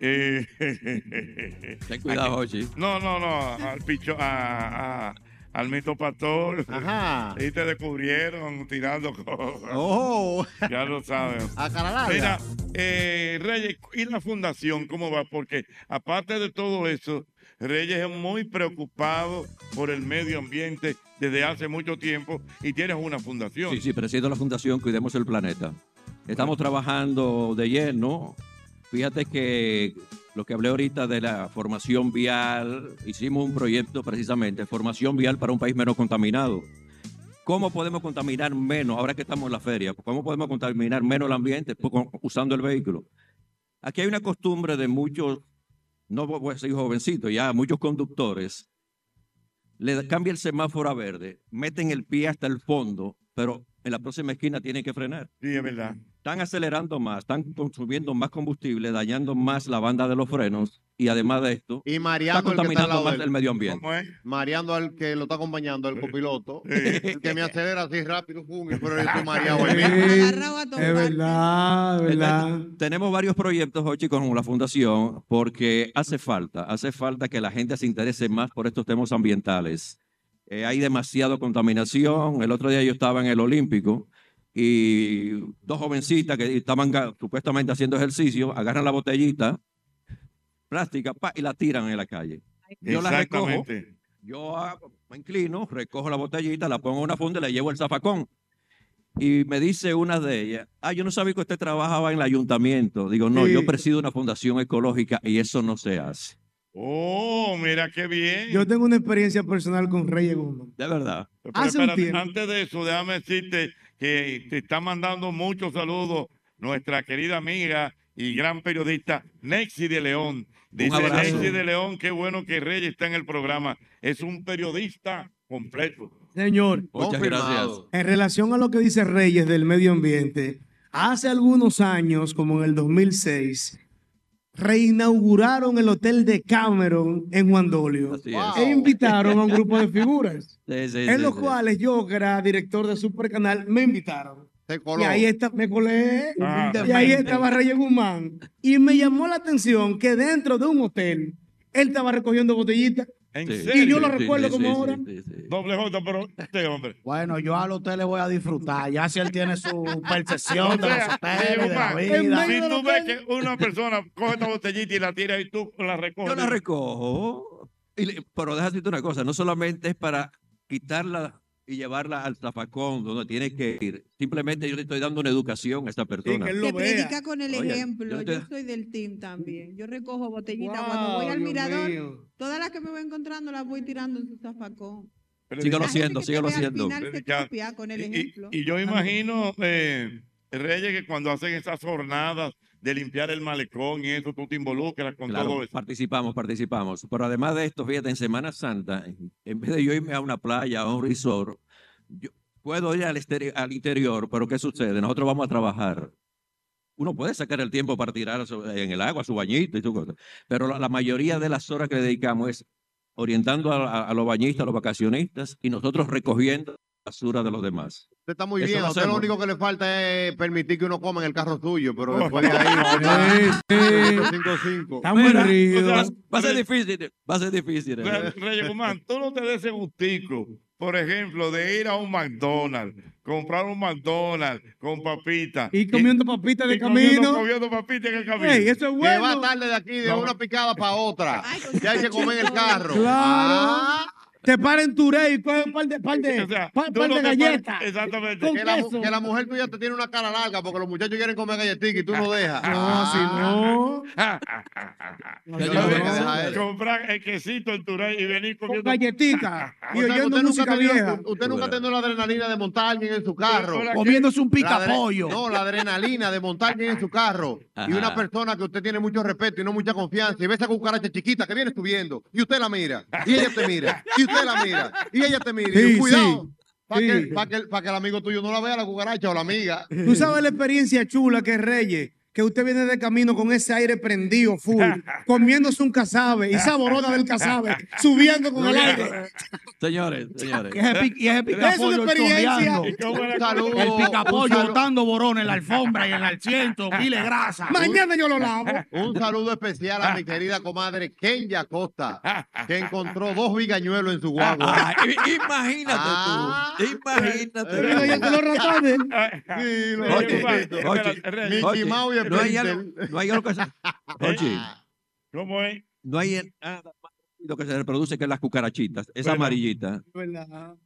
Speaker 4: eh,
Speaker 9: Ten cuidado, Ochi.
Speaker 4: No, no, no, al picho, a- a- al mito pastor.
Speaker 5: Ajá.
Speaker 4: Y te descubrieron tirando cosas.
Speaker 5: Oh.
Speaker 4: Ya lo sabes.
Speaker 5: A cara larga.
Speaker 4: Mira, eh, Reyes, ¿y la fundación cómo va? Porque aparte de todo eso, Reyes es muy preocupado por el medio ambiente desde hace mucho tiempo y tienes una fundación.
Speaker 9: Sí, sí, presido la Fundación Cuidemos el Planeta. Estamos trabajando de lleno. Fíjate que lo que hablé ahorita de la formación vial, hicimos un proyecto precisamente, formación vial para un país menos contaminado. ¿Cómo podemos contaminar menos, ahora que estamos en la feria, cómo podemos contaminar menos el ambiente Pues con- usando el vehículo? Aquí hay una costumbre de muchos, no voy a decir jovencitos, ya muchos conductores, le da- cambia el semáforo a verde, meten el pie hasta el fondo, pero en la próxima esquina tienen que frenar.
Speaker 4: Sí, es verdad.
Speaker 9: Están acelerando más, están consumiendo más combustible, dañando más la banda de los frenos y además de esto,
Speaker 5: Y
Speaker 9: está
Speaker 5: mareando al que está al
Speaker 9: contaminando
Speaker 5: lado
Speaker 9: más
Speaker 5: de él.
Speaker 9: el medio ambiente.
Speaker 4: eh.
Speaker 5: eh. Mareando al que lo está acompañando, el copiloto. El que me acelera así rápido, pum, y pero yo estoy mareado. ahí mismo.
Speaker 7: Es verdad, es Ah, verdad.
Speaker 9: Entonces, Eh, tenemos varios proyectos, Jochi, con la fundación, porque hace falta, hace falta que la gente se interese más por estos temas ambientales. eh, hay demasiada contaminación. El otro día yo estaba en el Olímpico y dos jovencitas que estaban ga- supuestamente haciendo ejercicio agarran la botellita plástica pa, y la tiran en la calle. Yo la recojo,
Speaker 4: Exactamente.
Speaker 9: yo ah, me inclino, recojo la botellita, la pongo en una funda y le llevo el zafacón. Y me dice una de ellas, ah, yo no sabía que usted trabajaba en el ayuntamiento. Digo, no,
Speaker 7: Sí.
Speaker 9: yo presido una fundación ecológica y eso no se hace.
Speaker 4: Oh, mira qué bien.
Speaker 7: Yo tengo una experiencia personal con Reyes Gómez.
Speaker 9: De verdad.
Speaker 4: Pero
Speaker 7: Hace un
Speaker 4: espérate,
Speaker 7: tiempo.
Speaker 4: antes de eso, déjame decirte que te está mandando muchos saludos nuestra querida amiga y gran periodista Nexi de León. Dice
Speaker 9: abrazo.
Speaker 4: Nexi de León, qué bueno que Reyes está en el programa. Es un periodista completo.
Speaker 7: Señor,
Speaker 9: Muchas gracias.
Speaker 7: en relación a lo que dice Reyes del medio ambiente, hace algunos años, como en el 2006, reinauguraron el Hotel de Cameron en Juan Dolio
Speaker 9: Así es.
Speaker 7: e invitaron a un grupo de figuras,
Speaker 9: Sí, sí, sí,
Speaker 7: en los
Speaker 9: sí.
Speaker 7: cuales yo, que era director de Supercanal, me invitaron.
Speaker 5: Se
Speaker 7: Y
Speaker 5: coló.
Speaker 7: ahí está, me colé,
Speaker 4: Ah.
Speaker 7: y ahí estaba Reyes Guzmán. Y me llamó la atención que dentro de un hotel, él estaba recogiendo botellitas.
Speaker 4: En
Speaker 9: Sí.
Speaker 4: serio.
Speaker 7: Y yo lo recuerdo como ahora.
Speaker 9: sí, sí.
Speaker 4: Doble J, pero este hombre.
Speaker 8: Bueno, yo al hotel le voy a disfrutar. Ya si él tiene su percepción de los
Speaker 4: sea,
Speaker 8: hoteles, de la
Speaker 4: Guzmán,
Speaker 8: vida.
Speaker 4: Si
Speaker 7: medio
Speaker 4: tú
Speaker 7: del
Speaker 4: ves que una persona coge esta botellita y la tira y tú la recoges.
Speaker 9: Yo la recojo, y le- pero déjate decirte una cosa, no solamente es para quitarla y llevarla al zapacón donde tiene que ir, simplemente yo le estoy dando una educación a esta
Speaker 7: Y
Speaker 9: persona.
Speaker 7: que él lo
Speaker 6: Que
Speaker 7: vea.
Speaker 6: predica con el
Speaker 9: Oye,
Speaker 6: ejemplo.
Speaker 9: yo te-
Speaker 6: Yo soy del team también. Yo recojo botellitas cuando
Speaker 7: Wow,
Speaker 6: voy al
Speaker 7: Dios
Speaker 6: mirador.
Speaker 7: mío.
Speaker 6: Todas las que me voy encontrando las voy tirando en su zafacón.
Speaker 4: Pero
Speaker 9: Sígalo
Speaker 6: La gente
Speaker 9: haciendo,
Speaker 6: que te
Speaker 9: sígalo
Speaker 6: ve al
Speaker 9: haciendo.
Speaker 6: final se
Speaker 4: Ya.
Speaker 6: copia con el
Speaker 4: Y- y-
Speaker 6: ejemplo.
Speaker 4: Y, yo imagino, eh, Reyes, que cuando hacen esas jornadas de limpiar el malecón y eso, tú te involucras con
Speaker 9: Claro,
Speaker 4: todo eso.
Speaker 9: participamos, participamos. Pero además de esto, fíjate, en Semana Santa, en vez de yo irme a una playa, a un resort, yo puedo ir al, exteri- al interior, pero ¿qué sucede? Nosotros vamos a trabajar. Uno puede sacar el tiempo para tirar a su- en el agua, su bañito y su cosa, pero la, la mayoría de las horas que le dedicamos es orientando a, a- a los bañistas, a los vacacionistas y nosotros recogiendo basura de los demás.
Speaker 5: Usted está muy
Speaker 9: Eso
Speaker 5: bien.
Speaker 9: lo
Speaker 5: A usted lo
Speaker 9: hacemos.
Speaker 5: único que le falta es permitir que uno coma en el carro suyo, pero después de ahí.
Speaker 7: Sí, sí.
Speaker 5: 555.
Speaker 7: Está muy
Speaker 9: Mira,
Speaker 7: río.
Speaker 4: o sea,
Speaker 9: Va a ser difícil, va a ser difícil.
Speaker 4: Re- Reyes Guzmán, tú no te des ese gustico, por ejemplo, de ir a un McDonald's, comprar un McDonald's con papita.
Speaker 7: y comiendo papitas de
Speaker 4: y comiendo-
Speaker 7: camino.
Speaker 4: comiendo papita en el camino.
Speaker 7: Ey, eso es
Speaker 5: Que
Speaker 7: bueno.
Speaker 5: va tarde de aquí, de
Speaker 4: No.
Speaker 5: una picada para otra.
Speaker 6: Ay, con
Speaker 5: Ya hay que comer en el carro.
Speaker 7: Claro.
Speaker 5: Ah,
Speaker 7: Te paran en Turey y cogen un par de, par de,
Speaker 4: O sea,
Speaker 7: par,
Speaker 4: tú
Speaker 7: par
Speaker 4: no
Speaker 7: de
Speaker 4: te pares-
Speaker 7: galletas.
Speaker 4: Exactamente.
Speaker 7: Con
Speaker 5: que, la, mu-
Speaker 7: queso.
Speaker 5: que la mujer tuya te tiene una cara larga porque los muchachos quieren comer galletitas y tú
Speaker 4: Ah.
Speaker 5: no dejas.
Speaker 7: No, si no.
Speaker 5: no.
Speaker 7: yo
Speaker 5: Yo
Speaker 7: no
Speaker 5: no
Speaker 7: dejo.
Speaker 4: Comprar el quesito en Turay y venir
Speaker 7: Con
Speaker 4: comiendo
Speaker 7: galletitas y
Speaker 5: O sea, usted
Speaker 7: oyendo
Speaker 5: nunca
Speaker 7: música
Speaker 5: ha tenido-
Speaker 7: vieja.
Speaker 5: Usted nunca ha tenido la adrenalina de montar a alguien en su carro.
Speaker 4: Pero, pero,
Speaker 8: Comiéndose un
Speaker 5: La adre-
Speaker 8: picapollo.
Speaker 5: No, la adrenalina de montar a alguien en su carro. Y
Speaker 9: Ajá.
Speaker 5: una persona que usted tiene mucho respeto y no mucha confianza. Y ve esa cucaracha chiquita que viene subiendo. Y usted la mira. Y ella te mira. Y usted la mira. Y ella te mira. y
Speaker 7: Sí,
Speaker 5: yo, cuidado.
Speaker 7: sí.
Speaker 5: Para
Speaker 7: Sí.
Speaker 5: que, pa' que- pa' que el amigo tuyo no la vea la cucaracha o la amiga.
Speaker 7: Tú sabes la experiencia chula que es Reyes, que usted viene de camino con ese aire prendido, full, comiéndose un cazabe y saborona del cazabe, subiendo con el aire.
Speaker 9: Señores, señores.
Speaker 8: Y ese, pi- y ese picapollo
Speaker 7: experiencia.
Speaker 8: chorreando.
Speaker 4: y cómo era-
Speaker 5: Un saludo.
Speaker 8: El
Speaker 5: un
Speaker 8: picapollo
Speaker 5: saludo-
Speaker 8: botando borón en la alfombra y en el asiento, pile grasa.
Speaker 7: Mañana yo lo lavo.
Speaker 5: Un saludo especial a mi querida comadre Kenya Costa, que encontró dos vigañuelos en su guagua.
Speaker 9: Ah, i- imagínate
Speaker 5: Ah.
Speaker 9: tú. Imagínate.
Speaker 7: Pero yo con los ratones.
Speaker 5: Sí, lo-
Speaker 9: Oye,
Speaker 5: Espérate,
Speaker 9: oye,
Speaker 4: espérate,
Speaker 5: Mickey
Speaker 9: oye,
Speaker 5: Mouse y el
Speaker 9: no hay
Speaker 5: Pincel.
Speaker 9: algo, no hay algo que se, Oye,
Speaker 4: Ah. ¿Cómo es?
Speaker 9: no hay nada más lo que se reproduce que las cucarachitas, esa
Speaker 4: Bueno.
Speaker 9: amarillita,
Speaker 7: ¿Verdad?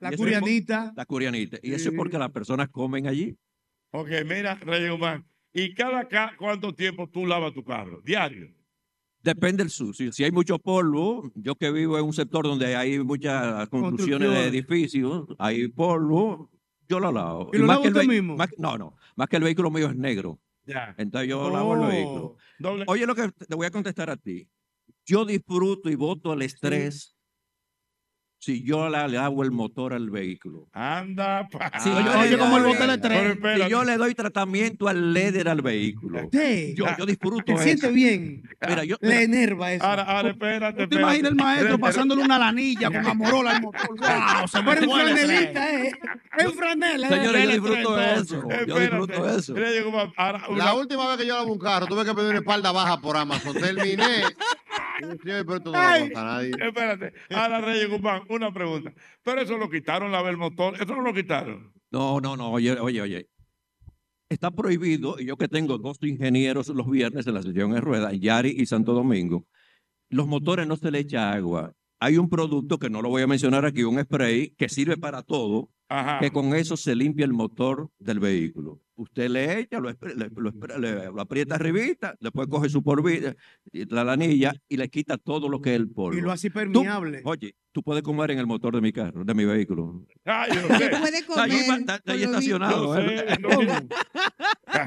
Speaker 7: La
Speaker 9: Eso-
Speaker 7: curianita.
Speaker 9: las curianitas. Y eso es
Speaker 7: Sí.
Speaker 9: porque las personas comen allí.
Speaker 4: Ok, mira, Reyes Guzmán. ¿Y cada ca- cuánto tiempo tú lavas tu carro? Diario.
Speaker 9: Depende del sucio. Si hay mucho polvo, yo que vivo en un sector donde hay muchas construcciones de
Speaker 7: Construcciones.
Speaker 9: edificios, hay polvo, yo lo lavo.
Speaker 7: ¿Y lo
Speaker 9: más
Speaker 7: lava
Speaker 9: que el
Speaker 7: usted
Speaker 9: ve-
Speaker 7: mismo?
Speaker 9: más- no, no. Más que el vehículo mío es negro.
Speaker 4: Ya.
Speaker 9: Entonces yo lavo el
Speaker 7: Oh.
Speaker 9: vehículo.
Speaker 4: Ah. Doble.
Speaker 9: Oye, lo que te voy a contestar a ti. Yo disfruto y voto el estrés si yo la- le hago el motor al vehículo.
Speaker 4: Anda, pa.
Speaker 9: Si
Speaker 5: Ah,
Speaker 9: yo
Speaker 5: oye,
Speaker 9: le
Speaker 5: como el
Speaker 9: doy-
Speaker 5: bote de
Speaker 4: Pero
Speaker 8: tren.
Speaker 9: si
Speaker 4: espérate.
Speaker 9: yo le doy tratamiento al leder al vehículo.
Speaker 7: Sí.
Speaker 9: Yo, yo disfruto
Speaker 7: Te
Speaker 9: eso.
Speaker 7: siente bien.
Speaker 9: Mira, yo-
Speaker 7: Le enerva eso.
Speaker 4: Ahora, ahora, espérate,
Speaker 8: ¿Tú te
Speaker 4: espérate.
Speaker 8: imaginas el
Speaker 4: Re-
Speaker 8: maestro
Speaker 4: re-
Speaker 8: pasándole una lanilla con amorola al motor? ¡Wow! Se me
Speaker 7: Pero en
Speaker 8: fue el tren.
Speaker 7: franelita, ¿eh? En franela. ¿eh?
Speaker 9: Señores, yo
Speaker 7: Dele
Speaker 9: disfruto
Speaker 7: tres,
Speaker 9: eso. Yo
Speaker 4: Espérate.
Speaker 9: disfruto eso.
Speaker 4: Reyes Guzmán, ahora, una-
Speaker 5: La última vez que yo lavo un carro, tuve que pedir una espalda baja por Amazon. Terminé
Speaker 4: Ay, Espérate, Ana Reyes Guzmán, una pregunta. Pero eso lo quitaron, la del motor, eso no lo quitaron.
Speaker 9: No, no, no, oye, oye, oye. Está prohibido, y yo que tengo dos ingenieros los viernes en la sesión de rueda, en Yari y Santo Domingo, los motores no se le echa agua. Hay un producto que no lo voy a mencionar aquí, un spray que sirve para todo,
Speaker 4: Ajá.
Speaker 9: que con eso se limpia el motor del vehículo. Usted le echa, lo, espre- le- lo espre- le- lo aprieta arribita, después coge su polvito, la lanilla y le quita todo lo que es el polvo.
Speaker 7: Y lo hace permeable.
Speaker 9: Oye, tú puedes comer en el motor de mi carro, de mi vehículo.
Speaker 4: Ay, Ah, yo
Speaker 6: Se puede comer.
Speaker 9: Está ahí, está ahí
Speaker 6: con lo
Speaker 9: estacionado,
Speaker 4: Yo sé,
Speaker 9: ¿eh?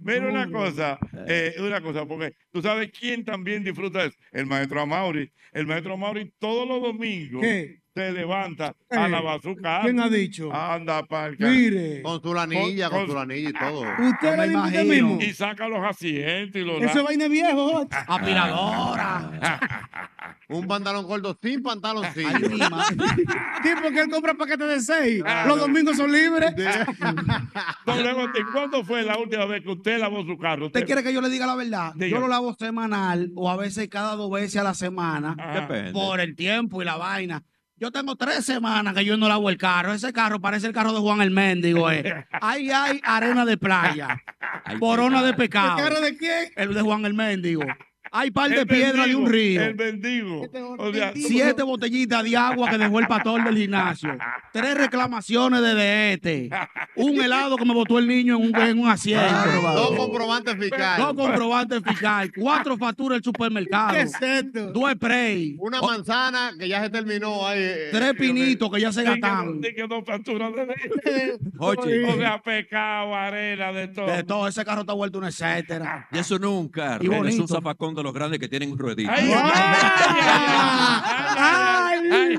Speaker 4: Mira una cosa, eh, una cosa, porque tú sabes quién también disfruta eso. El maestro Amauri. El maestro Amauri todos los domingos
Speaker 7: ¿Qué?
Speaker 4: se levanta a
Speaker 7: Eh,
Speaker 4: lavar su casa.
Speaker 7: ¿Quién ha dicho?
Speaker 4: Anda, parca.
Speaker 7: Mire. Ah,
Speaker 5: Con su lanilla, con, su lanilla y todo.
Speaker 7: Usted
Speaker 8: me
Speaker 7: lo invita
Speaker 8: imagino.
Speaker 7: mismo.
Speaker 4: Y saca los asientos y los.
Speaker 7: Eso es vaina viejo. Jorge.
Speaker 8: Aspiradora.
Speaker 5: Un pantalón gordo sin pantaloncillo.
Speaker 8: Ay, mi madre.
Speaker 7: Tipo que él compra paquetes de seis. Los domingos son libres.
Speaker 4: Doble botín. ¿Cuándo fue la última vez que usted lavó su carro?
Speaker 8: ¿Usted quiere que yo le diga la verdad?
Speaker 4: Diga.
Speaker 8: Yo lo lavo semanal o a veces cada dos veces a la semana.
Speaker 4: Ajá.
Speaker 9: Depende.
Speaker 8: por el tiempo y la vaina. Yo tengo tres semanas que yo no lavo el carro. Ese carro parece el carro de Juan el Mendigo. Eh. Ahí hay arena de playa,
Speaker 9: Ay,
Speaker 8: corona de
Speaker 9: qué
Speaker 8: pecado.
Speaker 7: ¿El carro de quién?
Speaker 8: El de Juan el Mendigo. Hay par de
Speaker 4: El
Speaker 8: piedra de
Speaker 4: mendigo,
Speaker 8: un río.
Speaker 4: El mendigo.
Speaker 5: Este
Speaker 4: O sea,
Speaker 8: Siete botellitas de agua que dejó el pastor del gimnasio. Tres reclamaciones de DET. Un helado que me botó el niño en un, en un
Speaker 7: Ah,
Speaker 5: Dos
Speaker 8: asiento.
Speaker 5: comprobantes fiscales.
Speaker 8: Dos comprobantes fiscales. Cuatro facturas del supermercado.
Speaker 7: ¿Qué es esto?
Speaker 8: Dos spray.
Speaker 5: Una manzana que ya se terminó. Ahí, eh,
Speaker 8: Tres pinitos que ya se
Speaker 4: di que no-
Speaker 8: gastaron.
Speaker 4: di que no facturas de
Speaker 9: pecado. Oye,
Speaker 4: O sea, pecado, arena, de todo.
Speaker 8: De todo, ese carro está vuelto un etcétera.
Speaker 9: y eso no es un carro,
Speaker 8: Y
Speaker 9: es
Speaker 8: bonito.
Speaker 9: un zafacón de los grandes que tienen un ruedito.
Speaker 4: Ay,
Speaker 7: ¡Ay,
Speaker 4: ay, ay, ay, ay, ay,
Speaker 7: mi
Speaker 5: De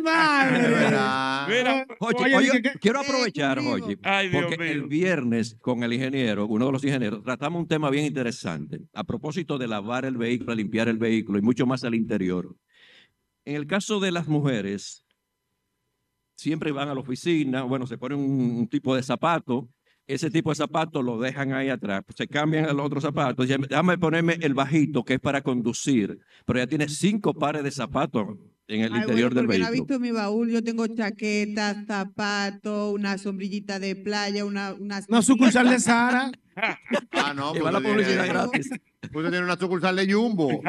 Speaker 7: madre!
Speaker 5: verdad.
Speaker 4: Mira,
Speaker 9: Eh, Oye,
Speaker 7: Oye,
Speaker 9: oye,
Speaker 7: dije que-
Speaker 9: quiero aprovechar,
Speaker 6: Qué
Speaker 9: oye,
Speaker 4: Ay, Dios
Speaker 9: porque
Speaker 4: mío.
Speaker 9: el viernes con el ingeniero, uno de los ingenieros, tratamos un tema bien interesante a propósito de lavar el vehículo, limpiar el vehículo y mucho más al interior. En el caso de las mujeres, siempre van a la oficina, bueno, se ponen un, un tipo de zapato, ese tipo de zapato lo dejan ahí atrás, se cambian al otro zapato, dicen, déjame ponerme el bajito que es para conducir, pero ya tiene cinco pares de zapatos en el
Speaker 6: Ay,
Speaker 9: interior
Speaker 6: bueno,
Speaker 9: del
Speaker 6: porque no ha
Speaker 9: vehículo.
Speaker 6: visto mi baúl. Yo tengo chaquetas, zapatos, una sombrillita de playa, una, una
Speaker 7: Una sucursal de Sara.
Speaker 5: Ah, no,
Speaker 9: Y va
Speaker 5: pues
Speaker 9: la
Speaker 5: usted
Speaker 9: publicidad
Speaker 5: tiene-
Speaker 9: gratis.
Speaker 5: Usted tiene una sucursal de Jumbo.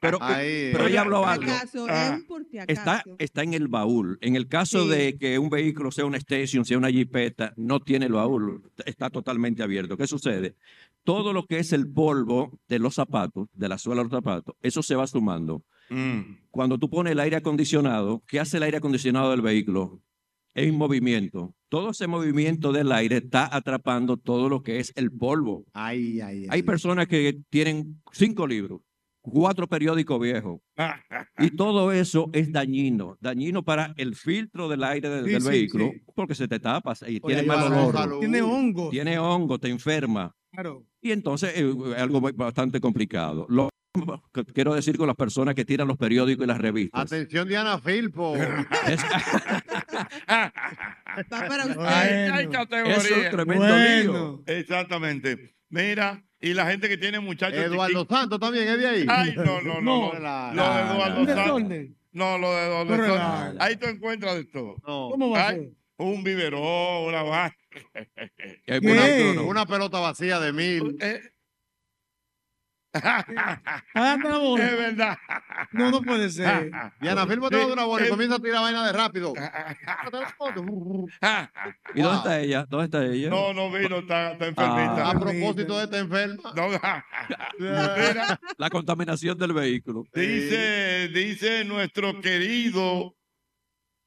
Speaker 9: Pero,
Speaker 5: Ahí. eh,
Speaker 9: pero ella habló
Speaker 6: Por si
Speaker 9: algo.
Speaker 6: acaso,
Speaker 4: Ah.
Speaker 6: es un por si
Speaker 9: Está,
Speaker 6: acaso.
Speaker 9: está en el baúl. En el caso
Speaker 6: Sí.
Speaker 9: de que un vehículo sea una station, sea una jipeta, no tiene el baúl, está totalmente abierto. ¿Qué sucede? Todo lo que es el polvo de los zapatos, de la suela de los zapatos, eso se va sumando.
Speaker 4: Mm.
Speaker 9: Cuando tú pones el aire acondicionado, ¿qué hace el aire acondicionado del vehículo? En movimiento. Todo ese movimiento del aire está atrapando todo lo que es el polvo.
Speaker 5: Ay, ay,
Speaker 9: Hay personas que tienen cinco libros, cuatro periódicos viejos,
Speaker 4: Ah,
Speaker 9: y todo eso es dañino, dañino para el filtro del aire del,
Speaker 7: Sí,
Speaker 9: del
Speaker 7: sí,
Speaker 9: vehículo,
Speaker 7: sí.
Speaker 9: porque se te tapa y tiene
Speaker 5: ay,
Speaker 9: mal
Speaker 5: salud,
Speaker 9: olor,
Speaker 5: salud.
Speaker 7: Tiene hongos.
Speaker 9: tiene hongo, te enferma.
Speaker 7: Claro.
Speaker 9: Y entonces eh, es algo ba- bastante complicado. Lo que quiero decir con las personas que tiran los periódicos y las revistas.
Speaker 5: Atención, Diana Filpo.
Speaker 9: Es,
Speaker 6: Va para usted.
Speaker 7: Bueno.
Speaker 4: hay
Speaker 9: es un
Speaker 4: categoría.
Speaker 9: tremendo lío.
Speaker 7: Bueno.
Speaker 4: Exactamente. Mira, y la gente que tiene muchachos.
Speaker 5: Eduardo
Speaker 4: chiquitos.
Speaker 5: Santos también es de ahí.
Speaker 4: Ay, no, no, no.
Speaker 7: No.
Speaker 4: no.
Speaker 5: La- Ah,
Speaker 4: Lo
Speaker 9: no,
Speaker 4: de
Speaker 7: Un
Speaker 4: Eduardo
Speaker 9: no.
Speaker 4: Santos.
Speaker 7: desorden.
Speaker 4: No, lo de Eduardo
Speaker 7: Pero
Speaker 4: Santos.
Speaker 9: nada.
Speaker 4: Ahí tú encuentras de todo.
Speaker 5: No.
Speaker 7: ¿Cómo va a
Speaker 4: Ay,
Speaker 7: ser?
Speaker 4: un biberón, una vaina.
Speaker 9: Es
Speaker 7: ¿Qué?
Speaker 9: bueno,
Speaker 7: no.
Speaker 5: Una pelota vacía de mil.
Speaker 4: Eh,
Speaker 7: Adelante la
Speaker 4: Es
Speaker 7: bola.
Speaker 4: verdad.
Speaker 7: No, no puede ser.
Speaker 5: Diana Filpo te va a dar una bola y
Speaker 4: Eh,
Speaker 5: comienza a tirar vaina de rápido.
Speaker 9: ¿Y dónde está ella? ¿Dónde está ella?
Speaker 4: No, no vino, está, está
Speaker 5: A
Speaker 9: Ah.
Speaker 4: enfermita.
Speaker 5: propósito de esta enferma.
Speaker 4: No, mira,
Speaker 9: La contaminación del vehículo.
Speaker 4: Dice, dice nuestro querido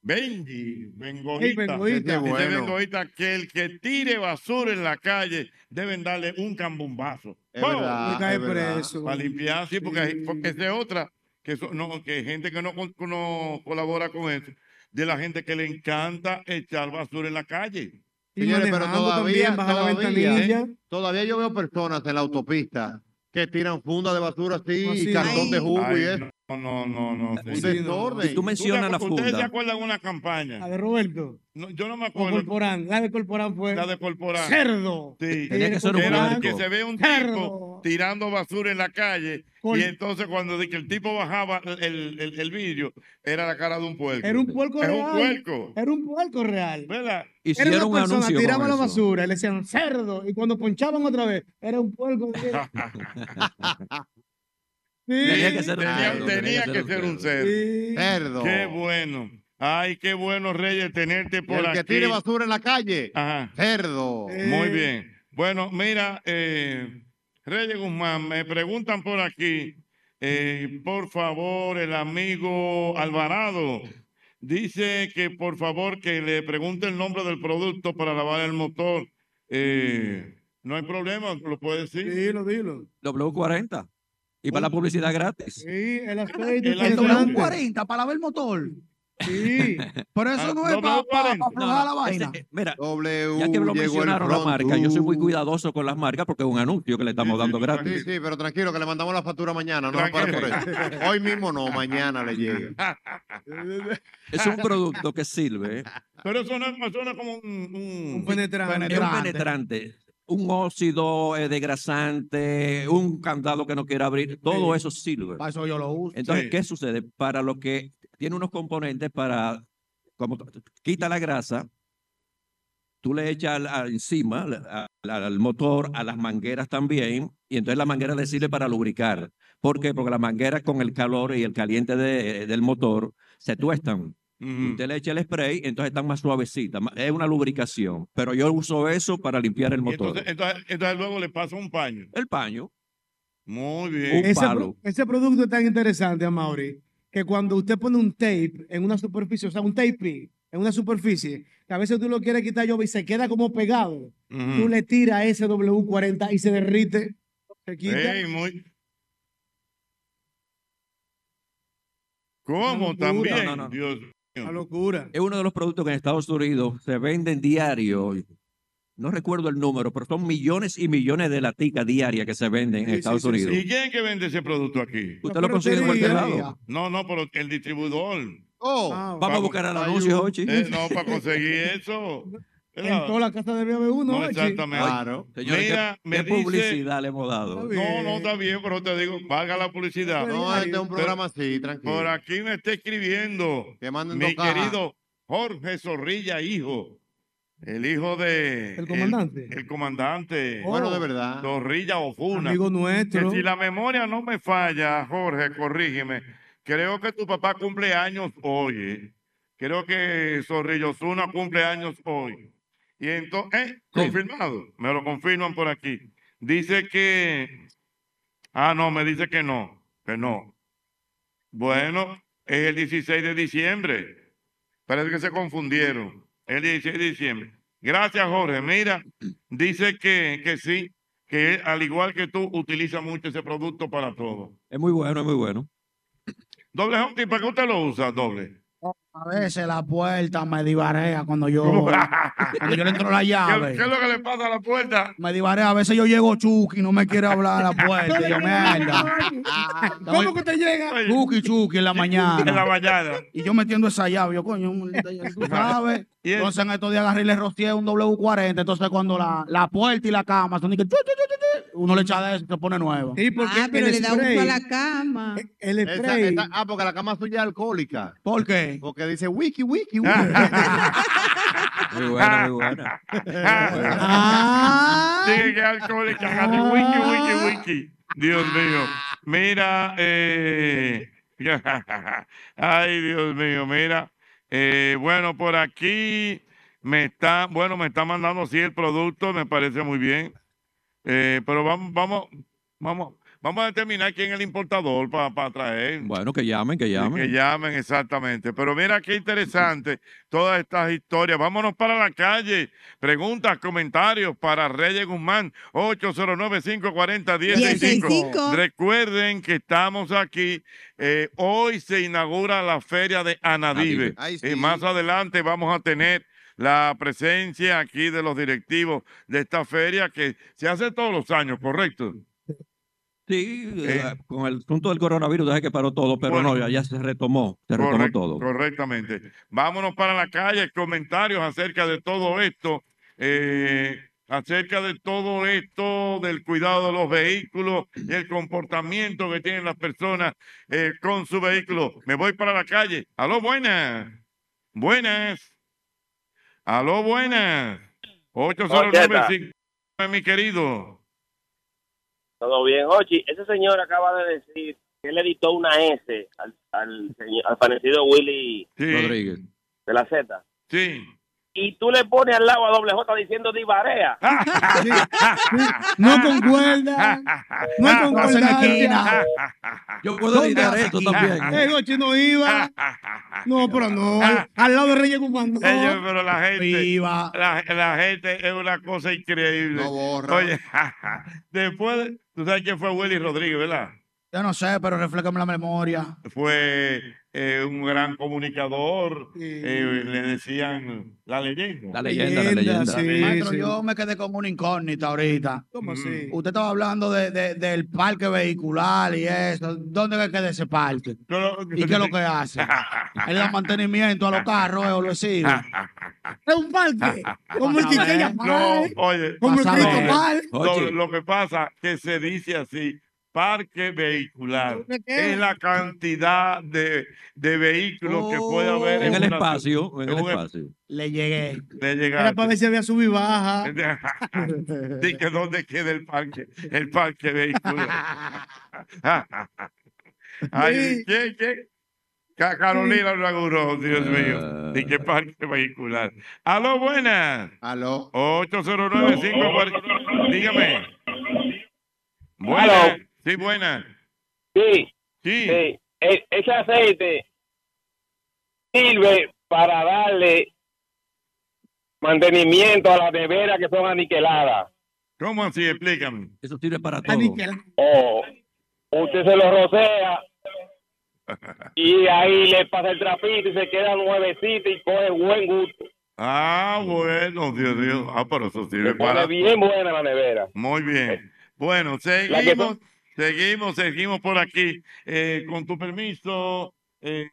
Speaker 4: Benji, Bengoita.
Speaker 7: Ey, Bengoita.
Speaker 4: Dice
Speaker 5: Qué bueno.
Speaker 4: Bengoita que el que tire basura en la calle deben darle un cambombazo.
Speaker 5: Es
Speaker 4: ¡Pum!
Speaker 5: verdad.
Speaker 7: Me cae
Speaker 5: es verdad.
Speaker 7: preso.
Speaker 4: Para limpiar, sí, porque, hay-
Speaker 7: Sí.
Speaker 4: porque esa es otra, que, eso- no, que hay gente que no, con- no colabora con eso, de la gente que le encanta echar basura en la calle.
Speaker 7: Y
Speaker 5: Señores, pero
Speaker 7: manejando
Speaker 5: todavía-
Speaker 7: también, baja la
Speaker 5: todavía,
Speaker 7: ventanilla.
Speaker 5: Todavía yo veo personas en la autopista que tiran fundas de basura así
Speaker 7: Así,
Speaker 5: y cartón
Speaker 6: ¿no?
Speaker 5: de jugo
Speaker 4: Ay,
Speaker 5: y eso.
Speaker 4: No, no, no.
Speaker 7: Un desorden.
Speaker 9: Y tú mencionas la
Speaker 4: ¿Ustedes se
Speaker 9: funda.
Speaker 4: acuerdan de una campaña?
Speaker 7: La de Roberto.
Speaker 4: No, yo no me
Speaker 7: O
Speaker 4: acuerdo.
Speaker 7: Corporán. La de Corporán fue.
Speaker 4: La de Corporán.
Speaker 7: Cerdo.
Speaker 4: Sí.
Speaker 7: Tenía que ser un
Speaker 4: Era
Speaker 7: blanco.
Speaker 4: que se ve un tipo
Speaker 7: Cerdo.
Speaker 4: tirando basura en la calle
Speaker 7: Col-
Speaker 4: y entonces cuando de que el tipo bajaba el, el, el vidrio era la cara de un puerco.
Speaker 7: Era un puerco
Speaker 4: Era
Speaker 7: real.
Speaker 4: un puerco.
Speaker 7: Era un puerco real.
Speaker 4: ¿Verdad?
Speaker 7: era una persona, tiraba la basura y le decían cerdo. Y cuando ponchaban otra vez, era un puerco.
Speaker 4: Ah, Tenía que
Speaker 7: ser un cerdo,
Speaker 4: Tenía que ser un cerdo.
Speaker 5: Cerdo.
Speaker 4: Qué bueno. Ay, qué bueno, Reyes, tenerte por
Speaker 5: el
Speaker 4: aquí.
Speaker 5: que tire basura en la calle.
Speaker 4: Ajá.
Speaker 5: Cerdo.
Speaker 4: Muy bien. Bueno, mira, eh, Reyes Guzmán, me preguntan por aquí, eh, por favor, el amigo Alvarado dice que por favor que le pregunte el nombre del producto para lavar el motor. Eh, no hay problema, lo puede decir.
Speaker 7: Dilo, dilo.
Speaker 9: W40. Y
Speaker 4: Oh.
Speaker 9: para la publicidad gratis.
Speaker 7: Sí, el aceite.
Speaker 4: El
Speaker 7: El
Speaker 4: aceite.
Speaker 8: Un 40 para ver el motor.
Speaker 7: Sí.
Speaker 8: Pero eso no es para aflojar la vaina.
Speaker 9: Ese- eh, mira,
Speaker 5: W
Speaker 9: ya que lo
Speaker 5: llegó el
Speaker 9: mencionaron la
Speaker 5: front.
Speaker 9: marca, yo soy muy cuidadoso con las marcas porque es un anuncio que le estamos dando
Speaker 5: Sí,
Speaker 9: gratis.
Speaker 5: sí, pero tranquilo, que le mandamos la factura mañana. No se pare por eso. Hoy mismo no, mañana le llega.
Speaker 9: Es un producto que sirve.
Speaker 4: Pero eso no es eso no es como un, un-
Speaker 7: Un penetrante.
Speaker 9: Es un penetrante, un óxido eh, desgrasante, un candado que no quiere abrir, todo eso sirve.
Speaker 8: Para eso yo lo uso.
Speaker 9: Entonces,
Speaker 4: Sí.
Speaker 9: ¿qué sucede? Para lo que tiene unos componentes para, como t- quita la grasa, tú le echas al- al- encima al- al- al motor, a las mangueras también, y entonces la manguera le sirve para lubricar. ¿Por qué? Porque las mangueras con el calor y el caliente de- del motor se tuestan.
Speaker 4: Ujú.
Speaker 9: Usted le echa el spray, entonces están más suavecitas. ma- Es una lubricación. Pero yo uso eso para limpiar el
Speaker 4: Y
Speaker 9: motor.
Speaker 4: Entonces, entonces, entonces luego le pasa un paño.
Speaker 9: el paño.
Speaker 4: Muy
Speaker 9: Un
Speaker 4: bien.
Speaker 7: Ese,
Speaker 9: palo.
Speaker 7: pro- ese producto es tan interesante, Amaury, que cuando usted pone un tape en una superficie, o sea, un taping en una superficie, que a veces tú lo quieres quitar yo y se queda como pegado, tú
Speaker 4: Ujú.
Speaker 7: le tiras ese W40 y se derrite, se quita.
Speaker 4: Ey, muy... ¿Cómo?
Speaker 7: locura.
Speaker 4: También.
Speaker 9: No, no, no.
Speaker 4: Dios
Speaker 7: Una locura.
Speaker 9: Es uno de los productos que en Estados Unidos se venden diario. No recuerdo el número, pero son millones y millones de laticas diarias que se venden en
Speaker 7: Sí, sí,
Speaker 9: Estados
Speaker 7: sí, sí.
Speaker 9: Unidos.
Speaker 4: ¿Y quién es que vende ese producto aquí?
Speaker 9: Usted lo consigue en cualquier lado.
Speaker 4: No, no, pero el distribuidor.
Speaker 5: Oh,
Speaker 7: Ah,
Speaker 9: Vamos a buscar el anuncio, Jochi.
Speaker 4: Eh, no, para conseguir eso.
Speaker 7: en toda la casa debe haber uno.
Speaker 4: No,
Speaker 7: oye.
Speaker 4: exactamente.
Speaker 5: claro.
Speaker 9: Señores, ¿qué-
Speaker 4: Mira,
Speaker 9: ¿qué,
Speaker 4: me dice-
Speaker 9: publicidad le hemos dado?
Speaker 7: Está
Speaker 4: No, no, está bien, pero te digo, valga la publicidad.
Speaker 5: No, este es un programa así, tranquilo.
Speaker 4: Por aquí me está escribiendo
Speaker 5: Que manden
Speaker 4: mi
Speaker 5: dos cajas.
Speaker 4: querido Jorge Zorrilla, hijo. El hijo de...
Speaker 7: El comandante.
Speaker 4: El, el comandante.
Speaker 5: Bueno, de verdad.
Speaker 4: Zorrilla o Funa.
Speaker 7: Amigo
Speaker 4: Que
Speaker 7: nuestro.
Speaker 4: si la memoria no me falla, Jorge, corrígeme. Creo que tu papá cumple años hoy. ¿eh? Creo que Zorrillosuna cumple años hoy. Y entonces, ¿eh? confirmado, me lo confirman por aquí. Dice que, ah, no, me dice que no, que no. Bueno, es el 16 de diciembre. Parece que se confundieron. El 16 de diciembre. Gracias, Jorge. Mira, dice que, que sí, que al igual que tú, utiliza mucho ese producto para todo.
Speaker 9: Es muy bueno, es muy bueno.
Speaker 4: Doble Humpty, ¿para qué usted lo usa, doble?
Speaker 8: A veces la puerta me divarea cuando yo, cuando yo le entro la
Speaker 4: ¿Qué,
Speaker 8: llave.
Speaker 4: qué es lo que le pasa a la puerta?
Speaker 8: Me divarea. A veces yo llego Chucky, no me quiere hablar a la puerta. y yo, mierda.
Speaker 7: Ah, ¿Cómo que te llega?
Speaker 4: Oye,
Speaker 8: Chucky, Chucky en la
Speaker 4: En la
Speaker 8: mañana.
Speaker 4: mañana.
Speaker 8: Y yo metiendo esa llave. Yo, coño, tú sabes.
Speaker 4: Y el-
Speaker 8: Entonces en estos días agarré y le rosteé un W40. Entonces cuando la, la puerta y la cama son de que chu, chu, chu, chu, chu, uno le echa de eso y se pone nueva.
Speaker 7: Sí, porque
Speaker 6: Ah, pero
Speaker 7: el
Speaker 6: le da
Speaker 7: spray-
Speaker 6: uso a la cama.
Speaker 7: El
Speaker 5: Esa-
Speaker 7: spray.
Speaker 5: esa- ah, porque la cama suya es alcohólica.
Speaker 8: ¿Por qué?
Speaker 5: Porque dice wiki, wiki, wiki.
Speaker 9: Muy bueno, muy bueno.
Speaker 7: Ah,
Speaker 4: Dije que es alcohólica, casi wiki, wiki, wiki. Dios mío. Mira, eh... ay, Dios mío, mira. eh, bueno, por aquí me está, bueno, me está mandando sí el producto, me parece muy bien. Eh, pero vamos, vamos, vamos, vamos a determinar quién es el importador para traer.
Speaker 9: Bueno, que llamen, que
Speaker 4: Sí, Que
Speaker 9: llamen.
Speaker 4: llamen, exactamente. Pero mira qué interesante todas estas historias. Vámonos para la calle. Preguntas, comentarios para Reyes Guzmán, 809-540-105.
Speaker 6: 105.
Speaker 4: Recuerden que estamos aquí. eh, hoy se inaugura la feria de Anadive.
Speaker 9: Anadive.
Speaker 5: Ay,
Speaker 4: Y
Speaker 5: sí.
Speaker 4: más adelante vamos a tener la presencia aquí de los directivos de esta feria que se hace todos los años, ¿correcto?
Speaker 9: Sí, eh, con el asunto del coronavirus, deja que paró todo, pero no, ya, ya se retomó, se retomó
Speaker 4: Correct-
Speaker 9: todo.
Speaker 4: Correctamente. Vámonos para la calle, comentarios acerca de todo esto, eh, acerca de todo esto, del cuidado de los vehículos y el comportamiento que tienen las personas eh, con su vehículo. Me voy para la calle. Aló, buenas. Buenas. Aló, buenas. 809 mi querido.
Speaker 10: Todo bien. Ochi, ese señor acaba de decir que él editó una S al, al, señor- al parecido Willy
Speaker 9: Rodríguez.
Speaker 10: de la Z.
Speaker 4: Sí.
Speaker 10: Y tú le pones al lado a doble J diciendo divarea.
Speaker 4: Ah.
Speaker 7: No concuerda. No concuerda.
Speaker 9: Yo puedo editar esto también.
Speaker 7: Eh, Gochi no
Speaker 4: Ah.
Speaker 7: iba. No, pero no. Al, al lado de Reyes Guzmán. no.
Speaker 4: Ellos, pero la gente, la, la gente es una cosa increíble. Oye, después, tú sabes quién fue Willy Rodríguez, ¿verdad?
Speaker 8: Yo no sé, pero refléjame la memoria.
Speaker 4: Fue eh, un gran comunicador, eh, le decían la leyenda.
Speaker 9: La
Speaker 8: leyenda, la leyenda. Maestro, yo me quedé con una incógnita ahorita.
Speaker 7: ¿Cómo así?
Speaker 8: Usted estaba hablando de, de- del parque vehicular y eso. ¿Dónde queda ese parque? ¿Y qué es lo que hace? ¿Él da mantenimiento a los carros eh, o lo exhibe?
Speaker 7: Es un parque. Como el
Speaker 4: Ah, ¿eh?
Speaker 7: Quiqueya
Speaker 4: No,
Speaker 7: Park.
Speaker 4: oye,
Speaker 7: Como el Pasado. Cristo
Speaker 4: no,
Speaker 7: Pal.
Speaker 4: lo, lo que pasa que se dice así, parque vehicular,
Speaker 7: ¿De qué?
Speaker 4: es la cantidad de, de vehículos que puede haber
Speaker 9: Oh. en el
Speaker 4: una-
Speaker 9: espacio, en el
Speaker 4: un-
Speaker 9: espacio.
Speaker 8: Le llegué.
Speaker 4: de llegar.
Speaker 7: Era para ver si había subido y baja.
Speaker 4: Dije que dónde queda el parque, el parque vehicular. Ay, ¿qué, qué? Ca- Carolina Lagurón, Dios mío. Dije que parque vehicular. Aló, buenas.
Speaker 5: Aló.
Speaker 4: 809-540. pues, Dígame. Buenas. Sí, buenas.
Speaker 10: Sí.
Speaker 4: Sí.
Speaker 10: Eh, e- ese aceite sirve para darle mantenimiento a las neveras que son aniquiladas.
Speaker 4: ¿Cómo así? Explícame.
Speaker 9: Eso sirve para todo.
Speaker 10: O usted se lo rocea y ahí le pasa el trapito y se queda nuevecito y coge buen gusto.
Speaker 4: Ah, bueno, Dios mío. Ah, pero eso sirve
Speaker 10: Pone
Speaker 4: para.
Speaker 10: bien buena la nevera. Eh,
Speaker 4: Muy bien. Bueno, seguimos, seguimos, seguimos por aquí. Eh, con tu permiso, eh,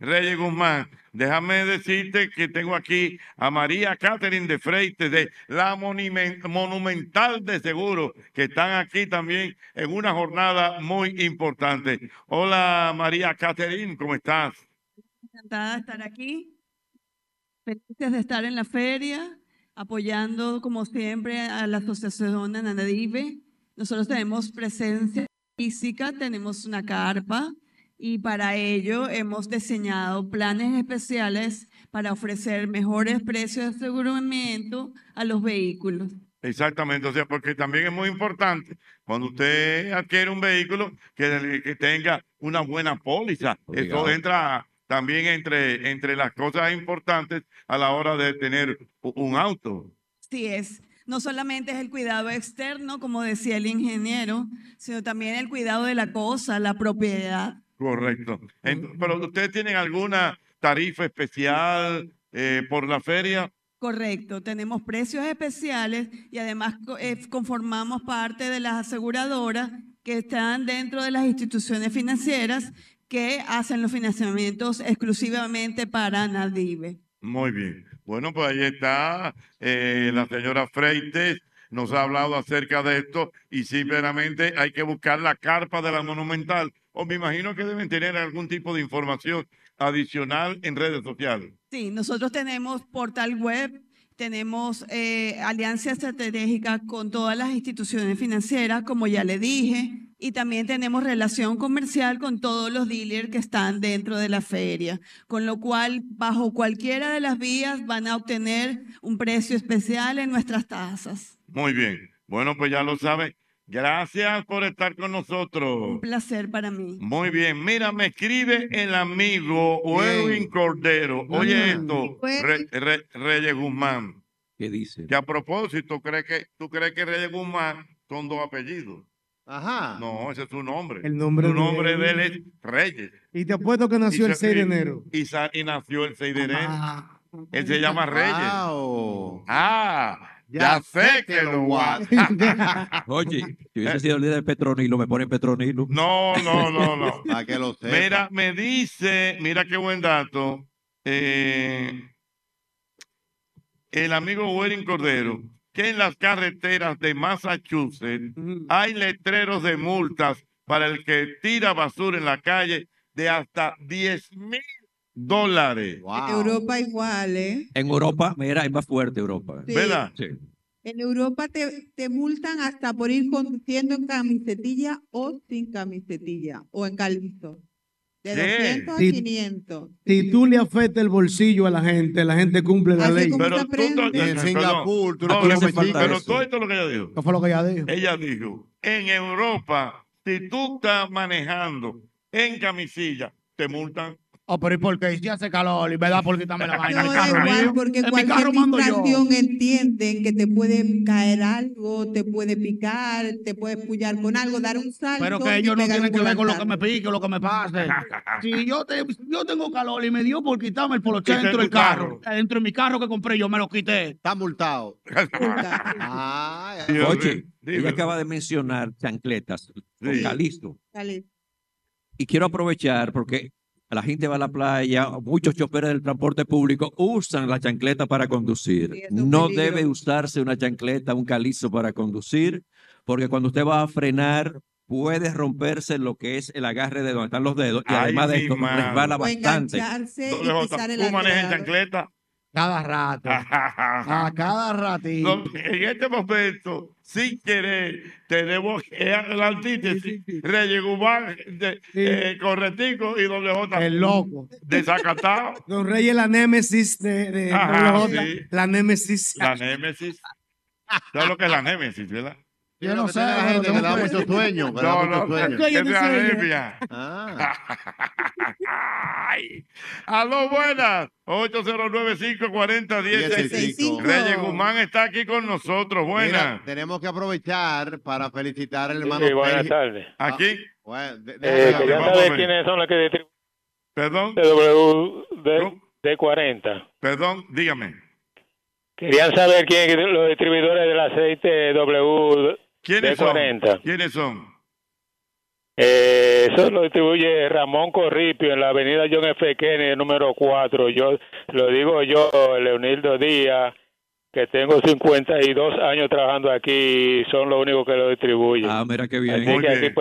Speaker 4: Reyes Guzmán, déjame decirte que tengo aquí a María Catherine de Freites de la Monimen- Monumental de Seguros, que están aquí también en una jornada muy importante. Hola, María Catherine, ¿cómo estás?
Speaker 11: encantada de estar aquí, felices de estar en la feria, apoyando como siempre a la Asociación Ananadive. Nosotros tenemos presencia física, tenemos una carpa y para ello hemos diseñado planes especiales para ofrecer mejores precios de aseguramiento a los vehículos.
Speaker 4: Exactamente, o sea, porque también es muy importante cuando usted adquiere un vehículo que, que tenga una buena póliza.
Speaker 9: Obligado.
Speaker 4: Eso entra también entre, entre las cosas importantes a la hora de tener u- un auto.
Speaker 11: Así es. No solamente es el cuidado externo, como decía el ingeniero, sino también el cuidado de la cosa, la propiedad.
Speaker 4: Correcto. Ent- pero ustedes tienen alguna tarifa especial eh, por la feria.
Speaker 11: Correcto, tenemos precios especiales y además co- eh, conformamos parte de las aseguradoras que están dentro de las instituciones financieras que hacen los financiamientos exclusivamente para Nadive.
Speaker 4: Muy bien. Bueno, pues ahí está eh, la señora Freites. Nos ha hablado acerca de esto y simplemente hay que buscar la carpa de la Monumental. O me imagino que deben tener algún tipo de información adicional en redes sociales.
Speaker 11: Sí, nosotros tenemos portal web, tenemos eh, alianza estratégica con todas las instituciones financieras, como ya le dije, y también tenemos relación comercial con todos los dealers que están dentro de la feria, con lo cual bajo cualquiera de las vías van a obtener un precio especial en nuestras tasas.
Speaker 4: Muy bien. Bueno, pues ya lo saben. Gracias por estar con nosotros.
Speaker 11: Un placer para mí.
Speaker 4: Muy bien. Mira, me escribe el amigo Erwin Cordero. Oye esto, Re- Re- Reyes Guzmán.
Speaker 9: ¿Qué dice?
Speaker 4: Que a propósito, ¿crees que, ¿tú crees que Reyes Guzmán son dos apellidos?
Speaker 5: Ajá.
Speaker 4: No, ese es su nombre.
Speaker 7: El nombre
Speaker 4: su
Speaker 7: de
Speaker 4: nombre
Speaker 7: él.
Speaker 4: de él es Reyes.
Speaker 7: Y te apuesto que nació
Speaker 4: Y
Speaker 7: el
Speaker 4: se-
Speaker 7: 6 de
Speaker 4: y-
Speaker 7: enero.
Speaker 4: Y, sa- y nació el 6 de enero.
Speaker 7: Ah.
Speaker 4: Él se llama Reyes.
Speaker 5: Wow.
Speaker 4: Ah, Ya sé que lo guardo.
Speaker 9: Oye, si hubiese sido el día de Petronilo, me ponen Petronilo.
Speaker 4: Eh. No, no, no, no.
Speaker 5: Para que lo sepa.
Speaker 4: Mira, me dice, mira qué buen dato. eh, el amigo Werin Cordero, que en las carreteras de Massachusetts hay letreros de multas para el que tira basura en la calle de hasta 10 mil dólares.
Speaker 5: ah,
Speaker 6: Europa igual, ¿eh?
Speaker 9: En Europa, mira, es más fuerte Europa.
Speaker 6: Sí. ¿Verdad?
Speaker 9: Sí.
Speaker 6: En Europa te, te multan hasta por ir conduciendo en camisetilla o sin camisetilla o en calzón. De
Speaker 7: ¿Qué?
Speaker 6: 200 a
Speaker 7: Sí.
Speaker 6: 500.
Speaker 7: Si tú le afecta el bolsillo a la gente, la gente cumple la ley.
Speaker 4: Pero tú no-
Speaker 7: en
Speaker 4: perdón.
Speaker 7: Singapur, tú
Speaker 4: No,
Speaker 7: no
Speaker 4: pero-
Speaker 7: comes chicle.
Speaker 4: Pero todo esto es lo que ella dijo.
Speaker 7: ¿Qué fue lo que ella dijo?
Speaker 4: Ella dijo, en Europa, si tú estás manejando en camisilla, te multan.
Speaker 8: Oh, pero ¿y por qué? Si hace calor, y me da por quitarme la vaina.
Speaker 6: No,
Speaker 8: mi
Speaker 6: da
Speaker 8: carro es
Speaker 6: igual,
Speaker 8: mío.
Speaker 6: porque
Speaker 8: En mi
Speaker 6: cualquier
Speaker 8: carro mando yo.
Speaker 6: distracción entienden que te puede caer algo, te puede picar, te puede pullar con algo, dar un salto.
Speaker 8: Pero que
Speaker 6: y
Speaker 8: ellos no
Speaker 6: pegar
Speaker 8: tienen
Speaker 6: un
Speaker 8: que ver con lo que
Speaker 6: volantazo.
Speaker 8: me pique o lo que me pase. Si yo, te- yo tengo calor y me dio por quitarme el poloche
Speaker 5: Quita en
Speaker 8: dentro
Speaker 5: tu
Speaker 8: del carro, dentro de mi carro que compré, yo me lo quité.
Speaker 5: Está multado.
Speaker 9: Oye, ella acaba de mencionar chancletas con Calisto.
Speaker 6: Dale.
Speaker 9: Y quiero aprovechar porque la gente va a la playa, muchos choferes del transporte público usan la chancleta para conducir.
Speaker 12: Sí, es un
Speaker 9: No
Speaker 12: peligro.
Speaker 9: debe usarse una chancleta, un calizo para conducir, porque cuando usted va a frenar puede romperse lo que es el agarre de donde están los dedos y
Speaker 4: Ay,
Speaker 9: además de
Speaker 4: mi
Speaker 9: esto
Speaker 4: madre.
Speaker 9: resbala
Speaker 4: O
Speaker 9: bastante.
Speaker 6: engancharse
Speaker 4: Doble J, ¿Tú manejas en chancleta?
Speaker 8: Cada rato.
Speaker 4: A
Speaker 8: cada ratito.
Speaker 4: en este momento, sin querer, tenemos eh, la antítesis, Reyes Guzmán, de- eh, Corretico y Doble J.
Speaker 7: El loco.
Speaker 4: Desacatado.
Speaker 7: Don Reyes, la némesis de, de
Speaker 4: Ajá,
Speaker 7: WJ,
Speaker 4: sí.
Speaker 7: La némesis.
Speaker 4: La Némesis. ¿Sabes lo que es la Némesis, verdad?
Speaker 5: Yo no sé. La gente que le da mucho sueño. Que le da
Speaker 4: No,
Speaker 5: mucho
Speaker 4: no,
Speaker 5: sueño.
Speaker 4: que es de anemia.
Speaker 5: Ah.
Speaker 4: Ay. Aló, buenas. 809-540-1065.
Speaker 5: 1065.
Speaker 4: Reyes Guzmán está aquí con nosotros. Buenas.
Speaker 5: Mira, tenemos que aprovechar para felicitar al hermano.
Speaker 4: Sí, buenas
Speaker 5: tardes.
Speaker 4: Ah, Aquí.
Speaker 5: Ah, Bueno, de-
Speaker 10: Eh,
Speaker 5: déjame
Speaker 10: quería
Speaker 5: hablar.
Speaker 10: saber quiénes son los que distribuyen.
Speaker 4: Perdón.
Speaker 10: de 40
Speaker 4: Perdón, dígame.
Speaker 10: Querían saber quiénes son los distribuidores del aceite
Speaker 4: ¿Quiénes son?
Speaker 10: WD40.
Speaker 4: ¿Quiénes son?
Speaker 10: Eh, eso lo distribuye Ramón Corripio en la avenida John F. Kennedy, número 4. Yo lo digo yo, Leonildo Díaz, que tengo 52 años trabajando aquí y son los únicos que lo distribuyen. Ah,
Speaker 9: mira qué
Speaker 10: bien.
Speaker 5: Muy bien.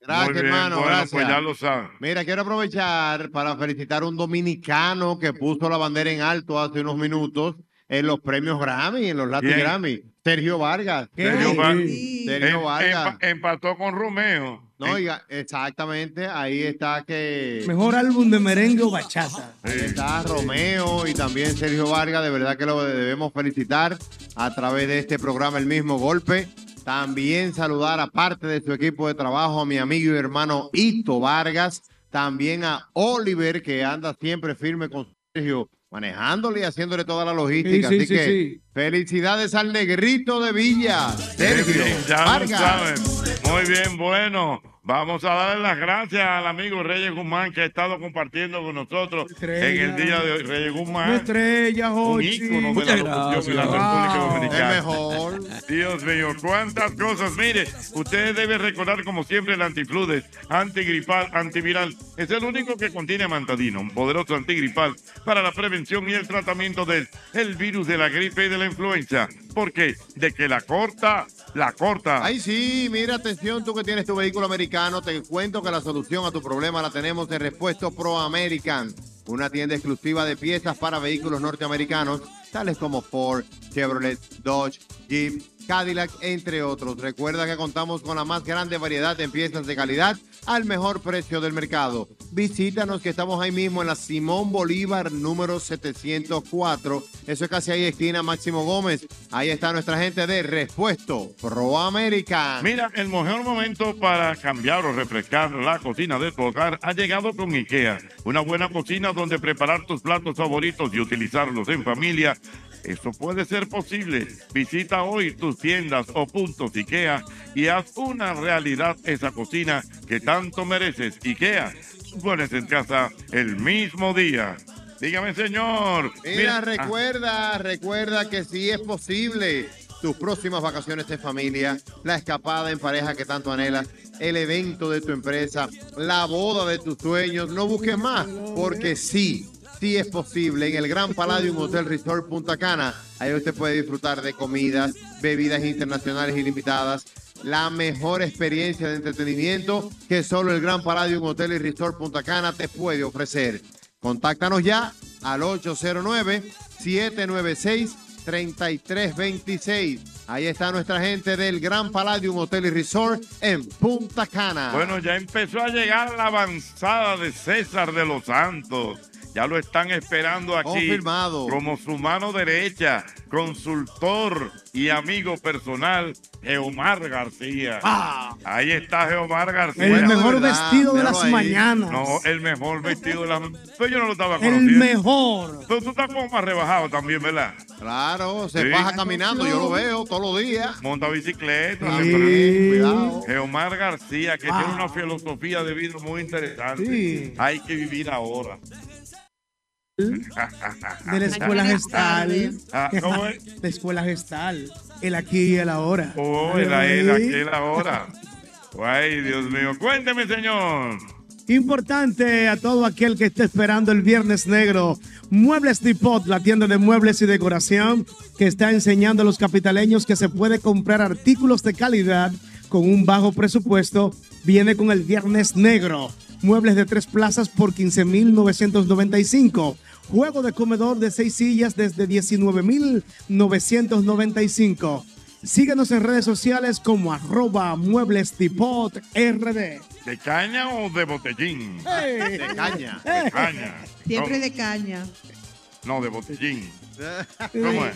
Speaker 5: Gracias,
Speaker 10: Muy bien,
Speaker 5: hermano.
Speaker 10: bueno,
Speaker 5: gracias.
Speaker 10: pues ya lo
Speaker 4: saben.
Speaker 5: Mira, quiero aprovechar para felicitar a un dominicano que puso la bandera en alto hace unos minutos en los premios Grammy, en los Latin
Speaker 4: ¿Quién?
Speaker 5: Grammy. Sergio Vargas.
Speaker 4: Sergio Vargas.
Speaker 5: Sergio
Speaker 4: Em-
Speaker 5: Vargas.
Speaker 4: empa- empató con Romeo.
Speaker 5: No, oiga, exactamente, ahí está que...
Speaker 7: Mejor álbum de merengue o bachata.
Speaker 5: Ahí está Romeo y también Sergio Vargas, de verdad que lo debemos felicitar a través de este programa El mismo golpe. También saludar a parte de su equipo de trabajo, a mi amigo y hermano Ito Vargas, también a Oliver que anda siempre firme con Sergio, manejándole y haciéndole toda la logística.
Speaker 7: Sí, sí,
Speaker 5: Así
Speaker 7: sí,
Speaker 5: que
Speaker 7: sí.
Speaker 5: felicidades al negrito de Villa, Sergio
Speaker 4: Ya lo
Speaker 5: Vargas.
Speaker 4: saben. Muy bien, bueno. Vamos a darle las gracias al amigo Reyes Guzmán que ha estado compartiendo con nosotros en el día de hoy. Reyes Guzmán.
Speaker 7: Una estrella,
Speaker 4: un
Speaker 7: Jochi. Ah,
Speaker 4: ícono de la locución en la República Dominicana. Dios mío, cuántas cosas. Mire, usted debe recordar, como siempre, el antifludes, antigripal, antiviral. Es el único que contiene amantadino, un poderoso antigripal para la prevención y el tratamiento del el virus de la gripe y de la influenza. Porque de que la corta, la corta.
Speaker 5: Ay, sí, mira, atención, tú que tienes tu vehículo americano, te cuento que la solución a tu problema la tenemos en Repuesto Pro American, una tienda exclusiva de piezas para vehículos norteamericanos, tales como Ford, Chevrolet, Dodge, Jeep, Cadillac, entre otros. Recuerda que contamos con la más grande variedad en piezas de calidad al mejor precio del mercado. Visítanos que estamos ahí mismo en la Simón Bolívar número 704. Eso es casi ahí esquina Máximo Gómez. Ahí está nuestra gente de Repuesto Pro American.
Speaker 4: Mira, el mejor momento para cambiar o refrescar la cocina de tu hogar ha llegado con IKEA. Una buena cocina donde preparar tus platos favoritos y utilizarlos en familia. Eso puede ser posible. Visita hoy tus tiendas o puntos IKEA y haz una realidad esa cocina que tanto mereces. IKEA, tú pones en casa el mismo día. Dígame, señor.
Speaker 5: Mira,
Speaker 4: Ah,
Speaker 5: recuerda, recuerda que si es posible tus próximas vacaciones en familia, la escapada en pareja que tanto anhelas, el evento de tu empresa, la boda de tus sueños, no busques más, porque sí, sí es posible. En el Gran Palladium Hotel Resort Punta Cana, ahí usted puede disfrutar de comidas, bebidas internacionales ilimitadas, la mejor experiencia de entretenimiento que solo el Gran Palladium Hotel y Resort Punta Cana te puede ofrecer. Contáctanos ya al 809-796-3326. Ahí está nuestra gente del Gran Palladium Hotel y Resort en Punta Cana.
Speaker 4: Bueno, ya empezó a llegar la avanzada de César de los Santos. Ya lo están esperando aquí.
Speaker 5: Confirmado.
Speaker 4: Como su mano derecha, consultor y amigo personal, Geomar García.
Speaker 7: Ah.
Speaker 4: Ahí está Geomar García.
Speaker 7: El mejor vestido de las
Speaker 4: Míralo ahí.
Speaker 7: mañanas.
Speaker 4: No, el mejor vestido de las mañanas. Yo no lo estaba
Speaker 7: El
Speaker 4: conociendo.
Speaker 7: mejor.
Speaker 4: Tú, tú estás como más rebajado también, ¿verdad?
Speaker 5: Claro, se
Speaker 4: Sí.
Speaker 5: baja caminando, yo lo veo todos los días.
Speaker 4: Monta bicicleta.
Speaker 5: Sí.
Speaker 4: siempre-
Speaker 5: Cuidado.
Speaker 4: Geomar García, que tiene una filosofía de vida muy interesante.
Speaker 7: Ah. Sí.
Speaker 4: Hay que vivir ahora.
Speaker 7: De la escuela gestal.
Speaker 4: Ah, ¿cómo es?
Speaker 7: La escuela gestal. El aquí y el ahora.
Speaker 4: Oh, era él, aquel ahora. Ay, Dios mío. Cuénteme, señor.
Speaker 7: Importante a todo aquel que esté esperando el Viernes Negro. Muebles Depot, la tienda de muebles y decoración, que está enseñando a los capitaleños que se puede comprar artículos de calidad con un bajo presupuesto, viene con el Viernes Negro. Muebles de tres plazas por 15,995. Juego de comedor de seis sillas desde 19,995. Síguenos en redes sociales como arroba muebles Depot RD.
Speaker 4: ¿De caña o de botellín?
Speaker 7: Ey.
Speaker 5: De caña.
Speaker 4: De caña. Oh.
Speaker 6: Siempre de caña.
Speaker 4: No, no, de botellín. ¿Cómo es?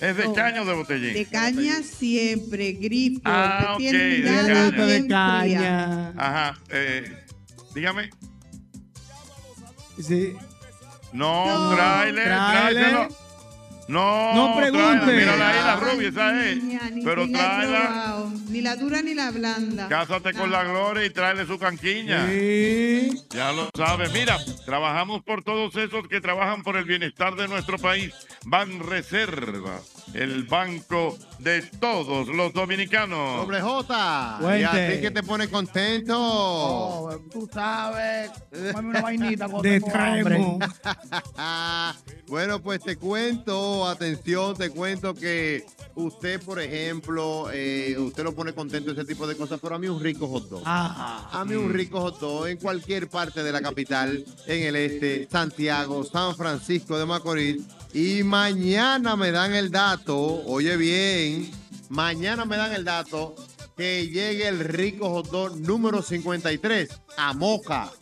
Speaker 4: ¿Es de
Speaker 6: No.
Speaker 4: caña o de botellín?
Speaker 6: De caña siempre, grifo.
Speaker 4: Ah,
Speaker 6: te
Speaker 4: ok.
Speaker 6: tienen
Speaker 4: de
Speaker 6: nada
Speaker 4: caña.
Speaker 6: bien fría.
Speaker 4: Ajá. eh, dígame.
Speaker 7: Sí.
Speaker 4: No,
Speaker 7: No,
Speaker 4: tráele,
Speaker 7: tráele.
Speaker 4: tráeselo. No,
Speaker 7: No
Speaker 4: tráela,
Speaker 7: pregunte.
Speaker 4: Mírala ahí, la
Speaker 7: Ay,
Speaker 4: rubia, esa es.
Speaker 6: Niña, ni
Speaker 4: Pero
Speaker 6: si la he
Speaker 4: tráela,
Speaker 6: probado. Ni la dura ni la blanda.
Speaker 4: cásate con la gloria y tráele su canquiña. Ya lo sabes. Mira, trabajamos por todos esos que trabajan por el bienestar de nuestro país. Van Reserva, el banco de todos los dominicanos.
Speaker 5: Doble J. Y
Speaker 4: Fuente.
Speaker 5: así que te pone contento.
Speaker 8: Oh, Tú sabes, come una vainita con
Speaker 5: De
Speaker 8: hambre.
Speaker 5: bueno, pues te cuento, atención, te cuento que usted, por ejemplo, eh, usted lo pone contento ese tipo de cosas, pero a mí un rico hot dog.
Speaker 8: Ah,
Speaker 5: A mí un rico hot dog en cualquier parte de la capital, en el este, Santiago, San Francisco de Macorís. Y mañana me dan el dato, oye bien, mañana me dan el dato que llegue el rico hot dog número 53 a Moca.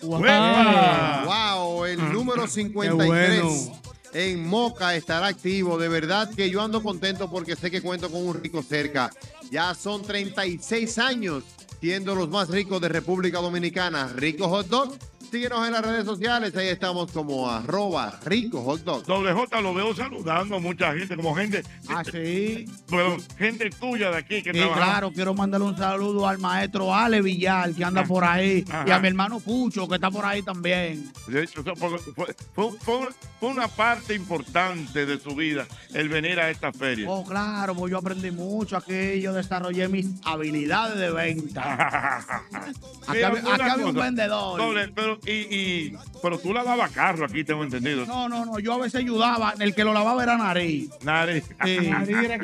Speaker 2: ¡Uepa!
Speaker 5: ¡Wow!
Speaker 4: Mm.
Speaker 5: El número 53
Speaker 7: bueno.
Speaker 5: en Moca estará activo. De verdad que yo ando contento porque sé que cuento con un rico cerca. Ya son 36 años siendo los más ricos de República Dominicana. Rico Hot Dog. Síguenos en las redes sociales. Ahí estamos como arroba rico hot dog.
Speaker 4: Doble J lo veo saludando a mucha gente, como gente.
Speaker 8: Ah, sí.
Speaker 4: Pero gente tuya de aquí que
Speaker 8: Y
Speaker 4: trabaja.
Speaker 8: claro, quiero mandarle un saludo al maestro Ale Villar, que anda por ahí, y
Speaker 4: Ah. Ajá.
Speaker 8: a mi hermano Pucho, que está por ahí también.
Speaker 4: De hecho, eso fue, fue- fue- fue- fue una parte importante de su vida el venir a esta feria.
Speaker 8: Oh, claro, pues yo aprendí mucho aquí, yo desarrollé mis habilidades de venta. Aquí
Speaker 4: Mira,
Speaker 8: había-
Speaker 4: una
Speaker 8: aquí había un
Speaker 4: cosa,
Speaker 8: vendedor.
Speaker 4: doble, pero, y, y- pero tú lavabas carro aquí, tengo entendido.
Speaker 8: No, no, no, yo a veces ayudaba, el que lo lavaba era Nariz.
Speaker 4: Nariz.
Speaker 8: Sí. Y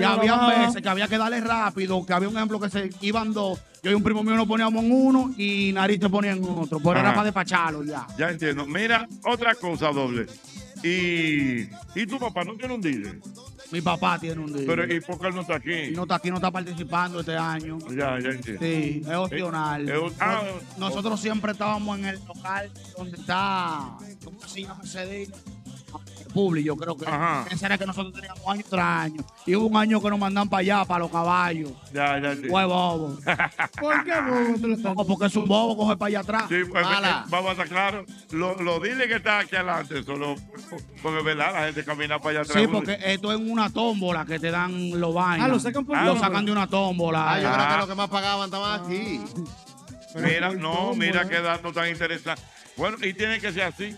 Speaker 8: había veces que había que darle rápido, que había un ejemplo que se iban dos. Yo y un primo mío nos poníamos en uno y nariz te ponía en otro. Pero era
Speaker 4: Ajá.
Speaker 8: para despacharlo ya.
Speaker 4: Ya entiendo. Mira, otra cosa, doble. Y, y tu papá no tiene un dealer.
Speaker 8: Mi papá tiene un dealer.
Speaker 4: Pero ¿y por qué él no está aquí?
Speaker 8: Y no está aquí, no está participando este año.
Speaker 4: Ya, ya entiendo.
Speaker 8: Sí, es opcional.
Speaker 4: Eh, eh, ah,
Speaker 8: Nos- Nosotros siempre estábamos en el local donde está. ¿Cómo se llama ese día? Publi, yo creo que.
Speaker 4: Ajá.
Speaker 8: Ese era que nosotros teníamos año tras año. Y hubo un año que nos mandan para allá, para los caballos.
Speaker 4: Ya, ya entiendo.
Speaker 8: Fue bobo. ¿Por qué bobo te lo estás Porque es un bobo, coge para allá atrás.
Speaker 4: Sí, pues,
Speaker 8: Mala.
Speaker 4: eh, vamos a estar claro. Lo, lo dile que está aquí adelante, solo porque verdad la gente camina para allá atrás.
Speaker 8: Sí, porque esto es una tómbola que te dan los baños.
Speaker 4: Ah, lo sacan por
Speaker 8: Lo
Speaker 4: tómbola.
Speaker 8: sacan de una tómbola.
Speaker 4: Ah, yo creo que lo
Speaker 5: que más pagaban estaban aquí.
Speaker 4: Mira, no, mira qué dato tan interesante. Bueno, y tiene que ser así.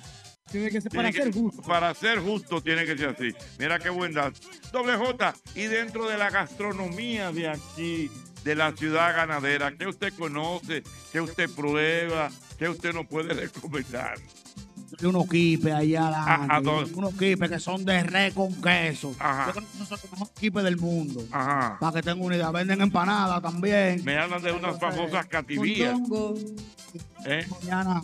Speaker 7: Tiene que ser
Speaker 4: Tiene
Speaker 7: para
Speaker 4: que-
Speaker 7: ser justo.
Speaker 4: Para ser justo tiene que ser así. Mira qué buen dato. Doble J, y dentro de la gastronomía de aquí, de la ciudad ganadera, ¿qué usted conoce? ¿Qué usted prueba? ¿Qué usted nos puede recomendar?
Speaker 8: Hay unos quipes allá adelante.
Speaker 4: ¿a dónde?
Speaker 8: Unos quipes que son de re con queso. Yo creo que esos son los mejores quipes del mundo. Para que tengan una idea. Venden empanadas también.
Speaker 4: Me hablan de unas famosas cativías. ¿Eh?
Speaker 8: Mañana.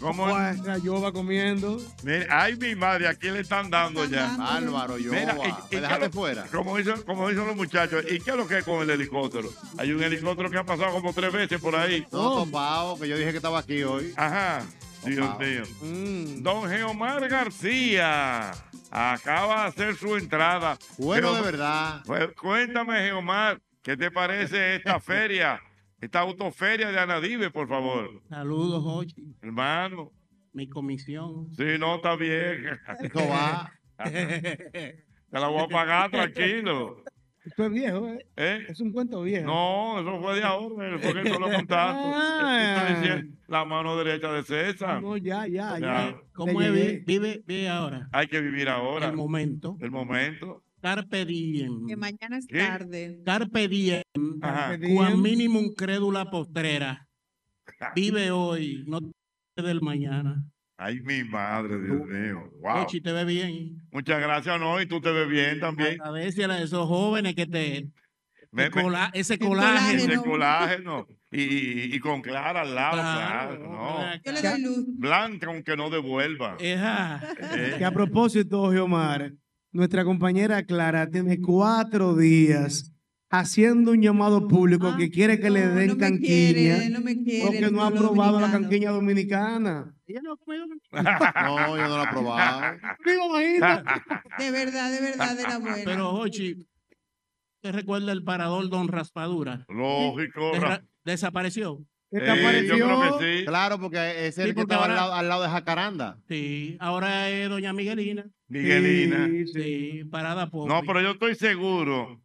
Speaker 4: ¿Cómo es?
Speaker 7: La yoba comiendo.
Speaker 4: Mira, ay, mi madre, aquí le están dando ya.
Speaker 5: Álvaro, yo,
Speaker 4: Mira,
Speaker 5: va,
Speaker 4: y-
Speaker 5: me
Speaker 4: y
Speaker 5: dejaste
Speaker 4: qué lo-
Speaker 5: fuera.
Speaker 4: Como dicen, como dicen los muchachos, ¿y qué es lo que es con el helicóptero? Hay un helicóptero que ha pasado como tres veces por ahí.
Speaker 5: No, topao, que yo dije que estaba aquí hoy.
Speaker 4: Ajá. Dios mío. Don Geomar García acaba de hacer su entrada.
Speaker 5: Bueno,
Speaker 4: Geomar-
Speaker 5: de verdad.
Speaker 4: Pues, cuéntame, Geomar, ¿qué te parece esta feria? Esta autoferia de Anadive, por favor.
Speaker 12: Saludos, Jochi.
Speaker 4: Hermano.
Speaker 12: Mi comisión.
Speaker 4: Sí, no, está bien.
Speaker 12: Eso va.
Speaker 4: Te la voy a pagar, tranquilo.
Speaker 7: Esto es viejo, ¿eh?
Speaker 4: ¿Eh?
Speaker 7: Es un cuento viejo.
Speaker 4: No, eso fue de ahora, fue que tú lo contaste.
Speaker 7: Ah.
Speaker 4: Esto decía la mano derecha de César.
Speaker 7: No, ya, ya, ya.
Speaker 12: ¿Cómo
Speaker 7: Le
Speaker 12: es?
Speaker 7: llegué.
Speaker 12: Vi- Vive, vive ahora.
Speaker 4: Hay que vivir ahora.
Speaker 12: El momento.
Speaker 4: El momento.
Speaker 12: Carpe diem.
Speaker 6: Que mañana es
Speaker 12: ¿Qué?
Speaker 6: tarde.
Speaker 12: Carpe diem.
Speaker 6: Carpe diem.
Speaker 12: Cuan minimum crédula postrera. Vive hoy, no te del mañana.
Speaker 4: Ay, mi madre, Dios mío. Wow.
Speaker 12: Jochi, te ve bien.
Speaker 4: Muchas gracias, no, y tú te ves bien también.
Speaker 12: A veces a esos jóvenes que te...
Speaker 4: Me- me-
Speaker 12: cola- ese colágeno.
Speaker 4: Ese colágeno. Y, y- y con Clara al lado,
Speaker 12: Claro,
Speaker 4: claro, no.
Speaker 6: Yo le doy luz.
Speaker 4: Blanca, aunque no devuelva. Eh,
Speaker 7: Que a propósito, Geomar, nuestra compañera Clara tiene cuatro días haciendo un llamado público
Speaker 6: Ah,
Speaker 7: que quiere que le den canquiña
Speaker 6: quiere, no me quiere
Speaker 7: porque
Speaker 6: el
Speaker 7: no ha
Speaker 6: pueblo
Speaker 7: probado la
Speaker 6: dominicano.
Speaker 7: canquiña dominicana.
Speaker 12: Ella no ha comido
Speaker 5: No, yo no la he probado.
Speaker 7: Digo, bajito.
Speaker 6: De verdad, de verdad, de la buena.
Speaker 12: Ah, Pero, Jochi, ¿te recuerda el parador Don Raspadura?
Speaker 4: Lógico.
Speaker 12: Desra- desapareció.
Speaker 5: Claro, porque es el
Speaker 12: Sí,
Speaker 5: que
Speaker 12: porque
Speaker 5: estaba al,
Speaker 12: ahora-
Speaker 5: lado, al lado de Jacaranda.
Speaker 12: Sí, ahora es doña Miguelina.
Speaker 4: Miguelina.
Speaker 12: Sí, parada por.
Speaker 4: No, pero yo estoy seguro,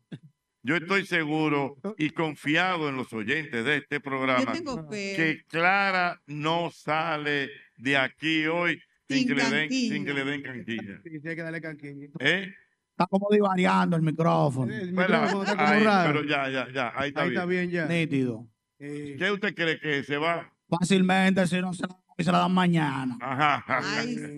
Speaker 4: yo estoy seguro y confiado en los oyentes de este programa
Speaker 6: tengo fe.
Speaker 4: que Clara no sale de aquí hoy sin,
Speaker 7: Sin
Speaker 4: que, le den,
Speaker 7: canquiña.
Speaker 4: sin que le den canquilla.
Speaker 7: Sí, sí, hay que darle canquiña.
Speaker 4: ¿Eh?
Speaker 8: Está como divariando el micrófono.
Speaker 7: El
Speaker 4: Bueno,
Speaker 7: micrófono está como
Speaker 4: ahí,
Speaker 7: raro.
Speaker 4: pero ya, ya, ya, ahí está,
Speaker 7: Ahí está bien ya.
Speaker 8: Nítido.
Speaker 4: ¿Qué usted cree que se va?
Speaker 8: Fácilmente, si no se la, se la dan mañana.
Speaker 4: Ajá.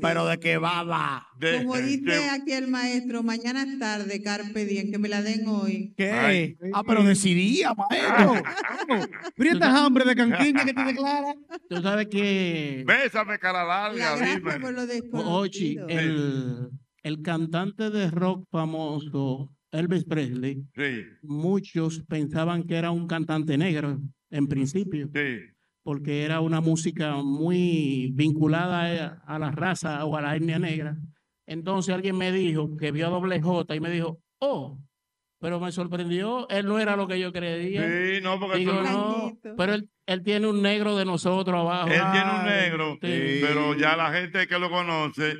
Speaker 8: Pero de que va, va.
Speaker 4: De-
Speaker 6: Como dice aquí el maestro, mañana es tarde, Carpe Diem, que me la den hoy.
Speaker 8: ¿Qué? Ah, pero decidía,
Speaker 12: Ah.
Speaker 8: maestro.
Speaker 4: Ah,
Speaker 7: Prieta hambre de canquiña que tiene Clara.
Speaker 12: Tú sabes que.
Speaker 4: Bésame, cara larga, dime.
Speaker 12: Oh, Ochi, el, el cantante de rock famoso, Elvis Presley,
Speaker 4: Sí.
Speaker 12: muchos pensaban que era un cantante negro en principio. Porque era una música muy vinculada a a la raza o a la etnia negra. Entonces alguien me dijo que vio a doble J y me dijo, oh, pero me sorprendió, él no era lo que yo creía.
Speaker 4: Sí, no, porque
Speaker 12: Digo,
Speaker 4: tú-
Speaker 12: no, pero él, él tiene un negro de nosotros abajo.
Speaker 4: Él tiene un
Speaker 12: Ay,
Speaker 4: negro,
Speaker 12: sí.
Speaker 4: pero ya la gente que lo conoce,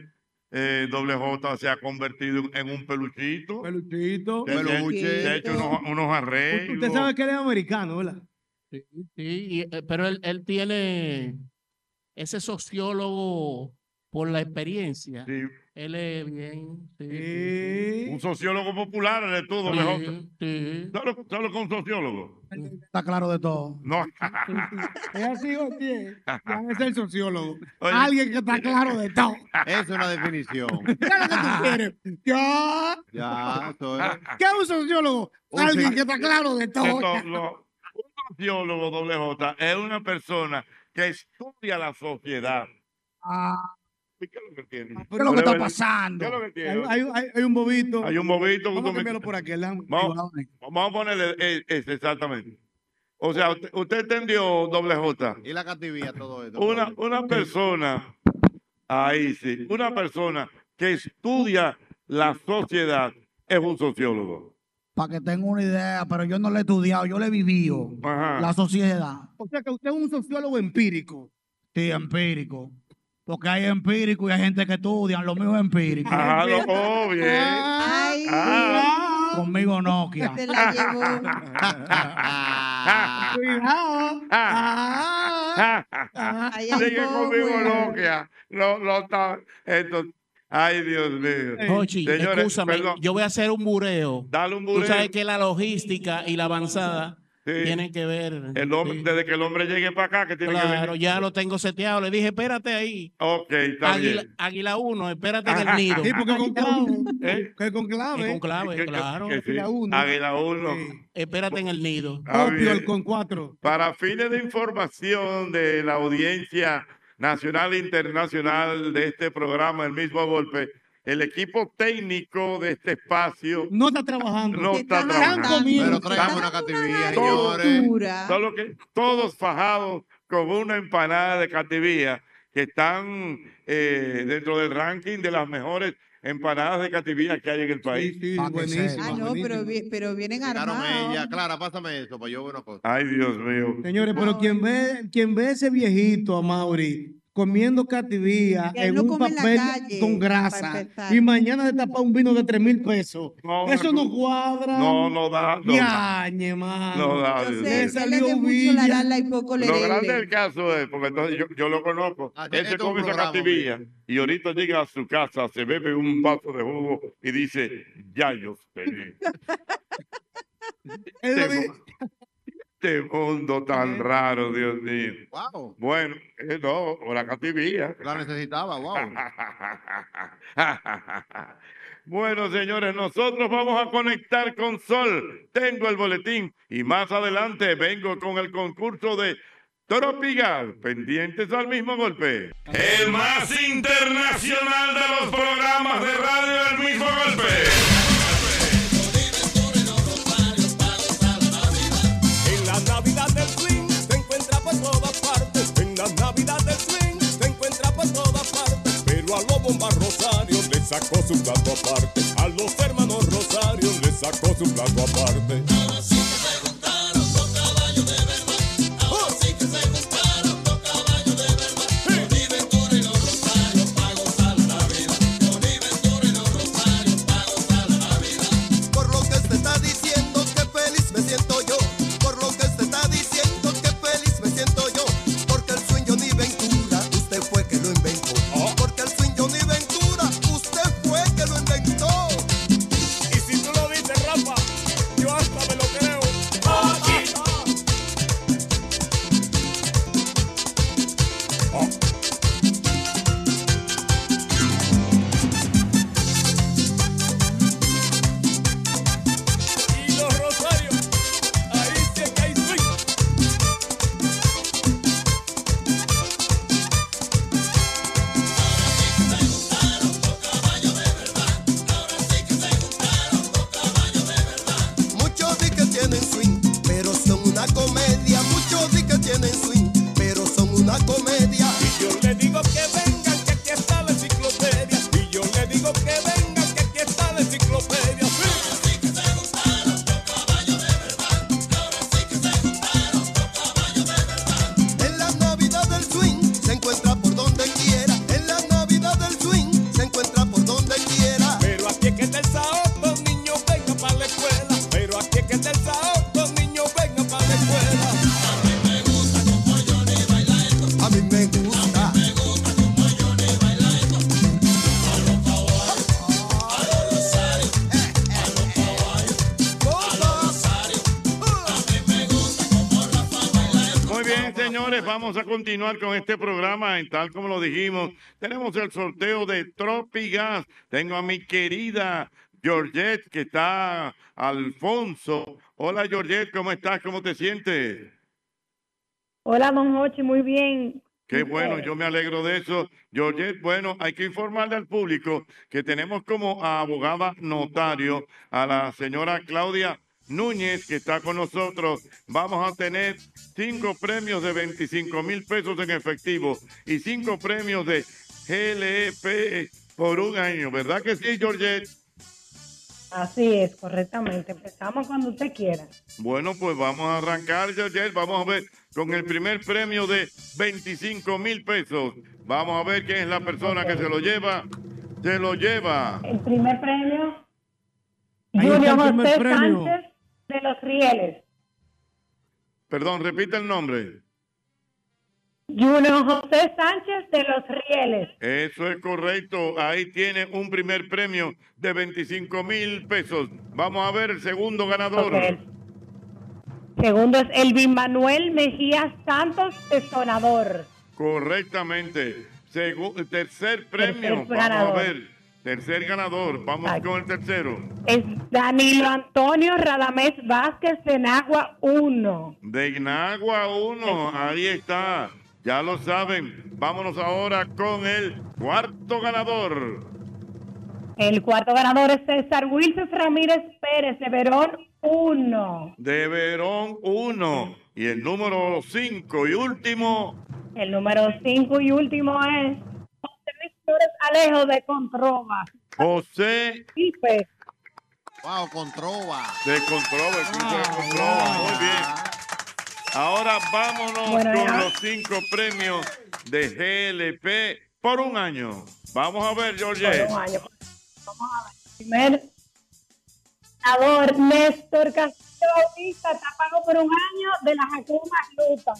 Speaker 4: eh, Doble J se ha convertido en un peluchito.
Speaker 7: Peluchito.
Speaker 4: Se,
Speaker 7: Peluche.
Speaker 4: se ha hecho unos, unos arreglos.
Speaker 7: Usted sabe que él es americano, ¿verdad?
Speaker 12: Sí, sí, y, eh, pero él, él tiene ese sociólogo por la experiencia. Él es bien. sí, sí, sí.
Speaker 4: Un sociólogo popular eres tú, Doble J. ¿Sabes lo- sabes lo que es un sociólogo?
Speaker 8: Está claro de todo.
Speaker 4: No.
Speaker 7: Es así, Jochi. Ya es el sociólogo.
Speaker 4: Oye.
Speaker 7: Alguien que está claro de todo.
Speaker 5: Es una definición.
Speaker 7: ¿Qué es lo que
Speaker 4: Ah.
Speaker 7: tú quieres? Ya.
Speaker 5: Ya, eso es.
Speaker 7: ¿Qué es un sociólogo? Alguien que está claro de todo.
Speaker 4: Esto, lo- un sociólogo, Doble J, es una persona que estudia la sociedad.
Speaker 8: Ah,
Speaker 4: ¿Y ¿Qué es lo que tiene?
Speaker 8: ¿Qué es lo que está
Speaker 4: Doble-
Speaker 8: pasando?
Speaker 4: ¿Qué es lo que
Speaker 7: Hay,
Speaker 4: tiene?
Speaker 7: hay- hay- hay un bobito.
Speaker 4: Hay un bobito.
Speaker 7: Vamos a
Speaker 4: un
Speaker 7: cambiarlo
Speaker 4: bobito.
Speaker 7: por aquí. déjame-
Speaker 4: Vamos, vamos a ponerle eh, ese, exactamente. O sea, usted, usted entendió, doble J.
Speaker 5: Y la cativía, todo esto.
Speaker 4: Una, una persona, ahí sí, una persona que estudia la sociedad es un sociólogo.
Speaker 8: para que tenga una idea, pero yo no la he estudiado, yo la he vivido.
Speaker 4: Ajá.
Speaker 8: La sociedad.
Speaker 7: O sea que usted es un sociólogo empírico.
Speaker 8: Sí,
Speaker 4: Mm.
Speaker 8: empírico. Porque hay empírico y hay gente que estudian, lo mío es empírico.
Speaker 4: Ajá, lo- oh, bien.
Speaker 8: Ay.
Speaker 4: Ah.
Speaker 8: Conmigo Nokia.
Speaker 4: Se la llevó.
Speaker 8: Cuidado. Ah.
Speaker 6: Ahí hay
Speaker 4: Sigue conmigo,
Speaker 6: Bowie.
Speaker 4: Loquia. No, no está. Esto. Ay, Dios mío.
Speaker 12: Jochi, excúsame,
Speaker 4: perdón.
Speaker 12: yo voy a hacer un bureo.
Speaker 4: Dale un bureo.
Speaker 12: Tú sabes que la logística y la avanzada
Speaker 4: Sí.
Speaker 12: tienen que ver.
Speaker 4: El hombre, Desde que el hombre llegue para acá, que tiene que
Speaker 12: Claro,
Speaker 4: venir.
Speaker 12: ya lo tengo seteado. Le dije, espérate ahí.
Speaker 4: Ok, está
Speaker 12: Águila,
Speaker 4: bien. Ah,
Speaker 12: águila 1, espérate en el nido.
Speaker 4: Sí, porque con ¿Eh?
Speaker 12: clave.
Speaker 7: Que con clave.
Speaker 12: con clave, claro.
Speaker 4: Que sí, Águila 1.
Speaker 12: Espérate en el nido.
Speaker 4: Ah, bien.
Speaker 7: con cuatro.
Speaker 4: Para fines de información de la audiencia nacional e internacional de este programa, el mismo golpe, el equipo técnico de este espacio
Speaker 7: No está trabajando.
Speaker 4: no está trabajando.
Speaker 5: Pero traigamos una cativilla,
Speaker 4: Todos,
Speaker 5: señores.
Speaker 4: solo que todos fajados como una empanada de cativía que están eh, dentro del ranking de las mejores empanadas de cativía que hay en el país.
Speaker 6: Ah, no, pero, vi- pero vienen
Speaker 5: Claro,
Speaker 6: armados.
Speaker 5: ella. Clara, pásame eso pues, para yo ver
Speaker 6: pues,
Speaker 5: una cosa.
Speaker 4: Ay, Dios mío.
Speaker 7: Señores, pero quien ve, quien ve ese viejito a Mauri comiendo cativía
Speaker 4: Que él
Speaker 7: en
Speaker 4: no
Speaker 7: un
Speaker 4: come en la
Speaker 7: papel
Speaker 4: calle,
Speaker 7: con
Speaker 4: para
Speaker 7: grasa
Speaker 4: empezar.
Speaker 7: y mañana se tapa un vino de 3 mil pesos.
Speaker 4: No,
Speaker 7: Eso
Speaker 4: no.
Speaker 7: no cuadra.
Speaker 4: No, no da. No da.
Speaker 7: Yañe, mano.
Speaker 4: No da, Yo Dios sé, mío.
Speaker 7: Le
Speaker 4: usted
Speaker 7: salió
Speaker 6: de mucho
Speaker 7: Villa.
Speaker 6: la lala y poco le
Speaker 4: Lo
Speaker 6: debe.
Speaker 4: grande del caso es, porque entonces yo, yo lo conozco, él se
Speaker 6: este es
Speaker 4: come
Speaker 6: un
Speaker 4: esa
Speaker 6: programa,
Speaker 4: cativilla y ahorita llega a su casa, se bebe un vaso de jugo y dice, ya yo feliz. este, mu- este mundo tan raro, Dios mío.
Speaker 5: Wow.
Speaker 4: Bueno, eh, no, o la cativilla.
Speaker 5: La necesitaba, wow.
Speaker 4: Bueno, señores, nosotros vamos a conectar con Sol. Tengo el boletín y más adelante vengo con el concurso de Tropical. Pendientes al mismo golpe.
Speaker 2: El más internacional de los programas de radio El mismo golpe.
Speaker 13: En la Navidad del swing se encuentra por todas partes. En la Navidad del swing se encuentra por todas partes. Pero a los bombas Rosario le sacó su plato aparte. A los hermanos Rosario le sacó su plato aparte.
Speaker 2: Ahora sí que se juntaron dos caballos de verdad. Tony Ventura y los Rosarios para gozar la vida. Tony Ventura y los Rosarios para gozar la vida.
Speaker 13: Por lo que se está diciendo que feliz me siento yo. Por lo que se está diciendo que feliz me siento yo. Porque el swing Johnny Ventura, usted fue que lo inventó. Porque el swing Johnny Ventura, usted fue que lo inventó. Y si tú lo dices, Rafa, yo hasta me lo creo. Y los rosarios, ahí se cae swing. Muchos di que tienen swing, pero son una comedia. Muchos di que tienen swing, pero son una comedia. Y yo le digo que vengan, que aquí está la enciclopedia. Y yo le digo que vengan, que aquí está la enciclopedia. En la Navidad del swing se encuentra por donde quiera. En la Navidad del swing se encuentra por donde quiera. Pero aquí es que está el sábado, niño, venga para la escuela. Pero aquí es que está el sábado, niño, venga para la escuela. A mí me gusta como yo ni baila esto. A mí me gusta.
Speaker 4: Muy bien, señores, vamos a continuar con este programa. En tal como lo dijimos, tenemos el sorteo de Tropigas. Tengo a mi querida Georgette, que está Alfonso. Hola, Georgette, ¿cómo estás? ¿Cómo te sientes?
Speaker 14: Hola, don Hochi, muy bien.
Speaker 4: Qué bueno, yo me alegro de eso. Georgette, bueno, hay que informarle al público que tenemos como abogada notario a la señora Claudia Núñez, que está con nosotros. Vamos a tener cinco premios de 25 mil pesos en efectivo y cinco premios de GLP E por un año. ¿Verdad que sí, Georgette?
Speaker 14: Así es, correctamente. Empezamos cuando usted quiera.
Speaker 4: Bueno, pues vamos a arrancar, Georgette. Vamos a ver con el primer premio de 25 mil pesos. Vamos a ver quién es la persona que se lo lleva. Se lo lleva.
Speaker 14: El primer premio,
Speaker 4: Ahí está el
Speaker 14: Julio
Speaker 4: primer
Speaker 14: José
Speaker 4: premio.
Speaker 14: Sánchez de los Rieles.
Speaker 4: Perdón, repite el nombre.
Speaker 14: Julio José Sánchez de Los Rieles.
Speaker 4: Eso es correcto. Ahí tiene un primer premio de 25 mil pesos. Vamos a ver el segundo ganador.
Speaker 14: Ok. Segundo es Elvin Manuel Mejía Santos de Sonador.
Speaker 4: Correctamente. Segu- tercer premio.
Speaker 14: Tercer
Speaker 4: Vamos a
Speaker 14: ganador.
Speaker 4: ver. Tercer ganador. Vamos con el tercero.
Speaker 14: Es Danilo Antonio Radamés Vázquez de Nagua 1.
Speaker 4: De Inagua 1. Ahí está. Ya lo saben. Vámonos ahora con el cuarto ganador.
Speaker 14: El cuarto ganador es César Wilson Ramírez Pérez de Verón 1.
Speaker 4: De Verón 1. Y el número 5 y último.
Speaker 14: El número 5 y último es José Luis Flores Alejo de pues, Controva.
Speaker 4: José
Speaker 14: Pipe.
Speaker 5: Wow, Controva.
Speaker 4: de Controva. el cruce de Controva.
Speaker 14: Ah.
Speaker 4: Muy bien. Ahora vámonos
Speaker 5: Bueno,
Speaker 4: con
Speaker 5: ya.
Speaker 4: los cinco premios de GLP por un año. Vamos a ver, George.
Speaker 14: Por un año. Primer ganador, Néstor Castillo Bautista, está pago por un año de la Jacuma Lupa.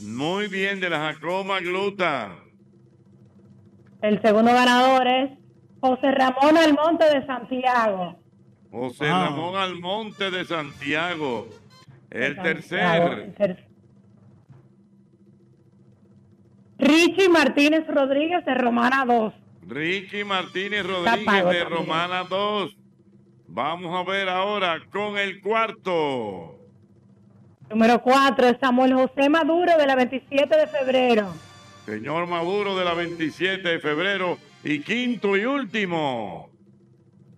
Speaker 4: Muy bien, de la Jacoma Gluta.
Speaker 14: El segundo ganador es José Ramón Almonte de Santiago.
Speaker 4: José
Speaker 14: Wow.
Speaker 4: Ramón Almonte de Santiago. El
Speaker 14: Santiago,
Speaker 4: tercer.
Speaker 14: el tercer. Richie Martínez Rodríguez de Romana 2.
Speaker 4: Ricky Martínez
Speaker 14: pago
Speaker 4: Rodríguez de
Speaker 14: también.
Speaker 4: Romana 2. Vamos a ver ahora con el cuarto.
Speaker 14: Número 4 es Samuel José Maduro de la 27 de febrero.
Speaker 4: Señor Maduro de la 27 de febrero. Y quinto y último.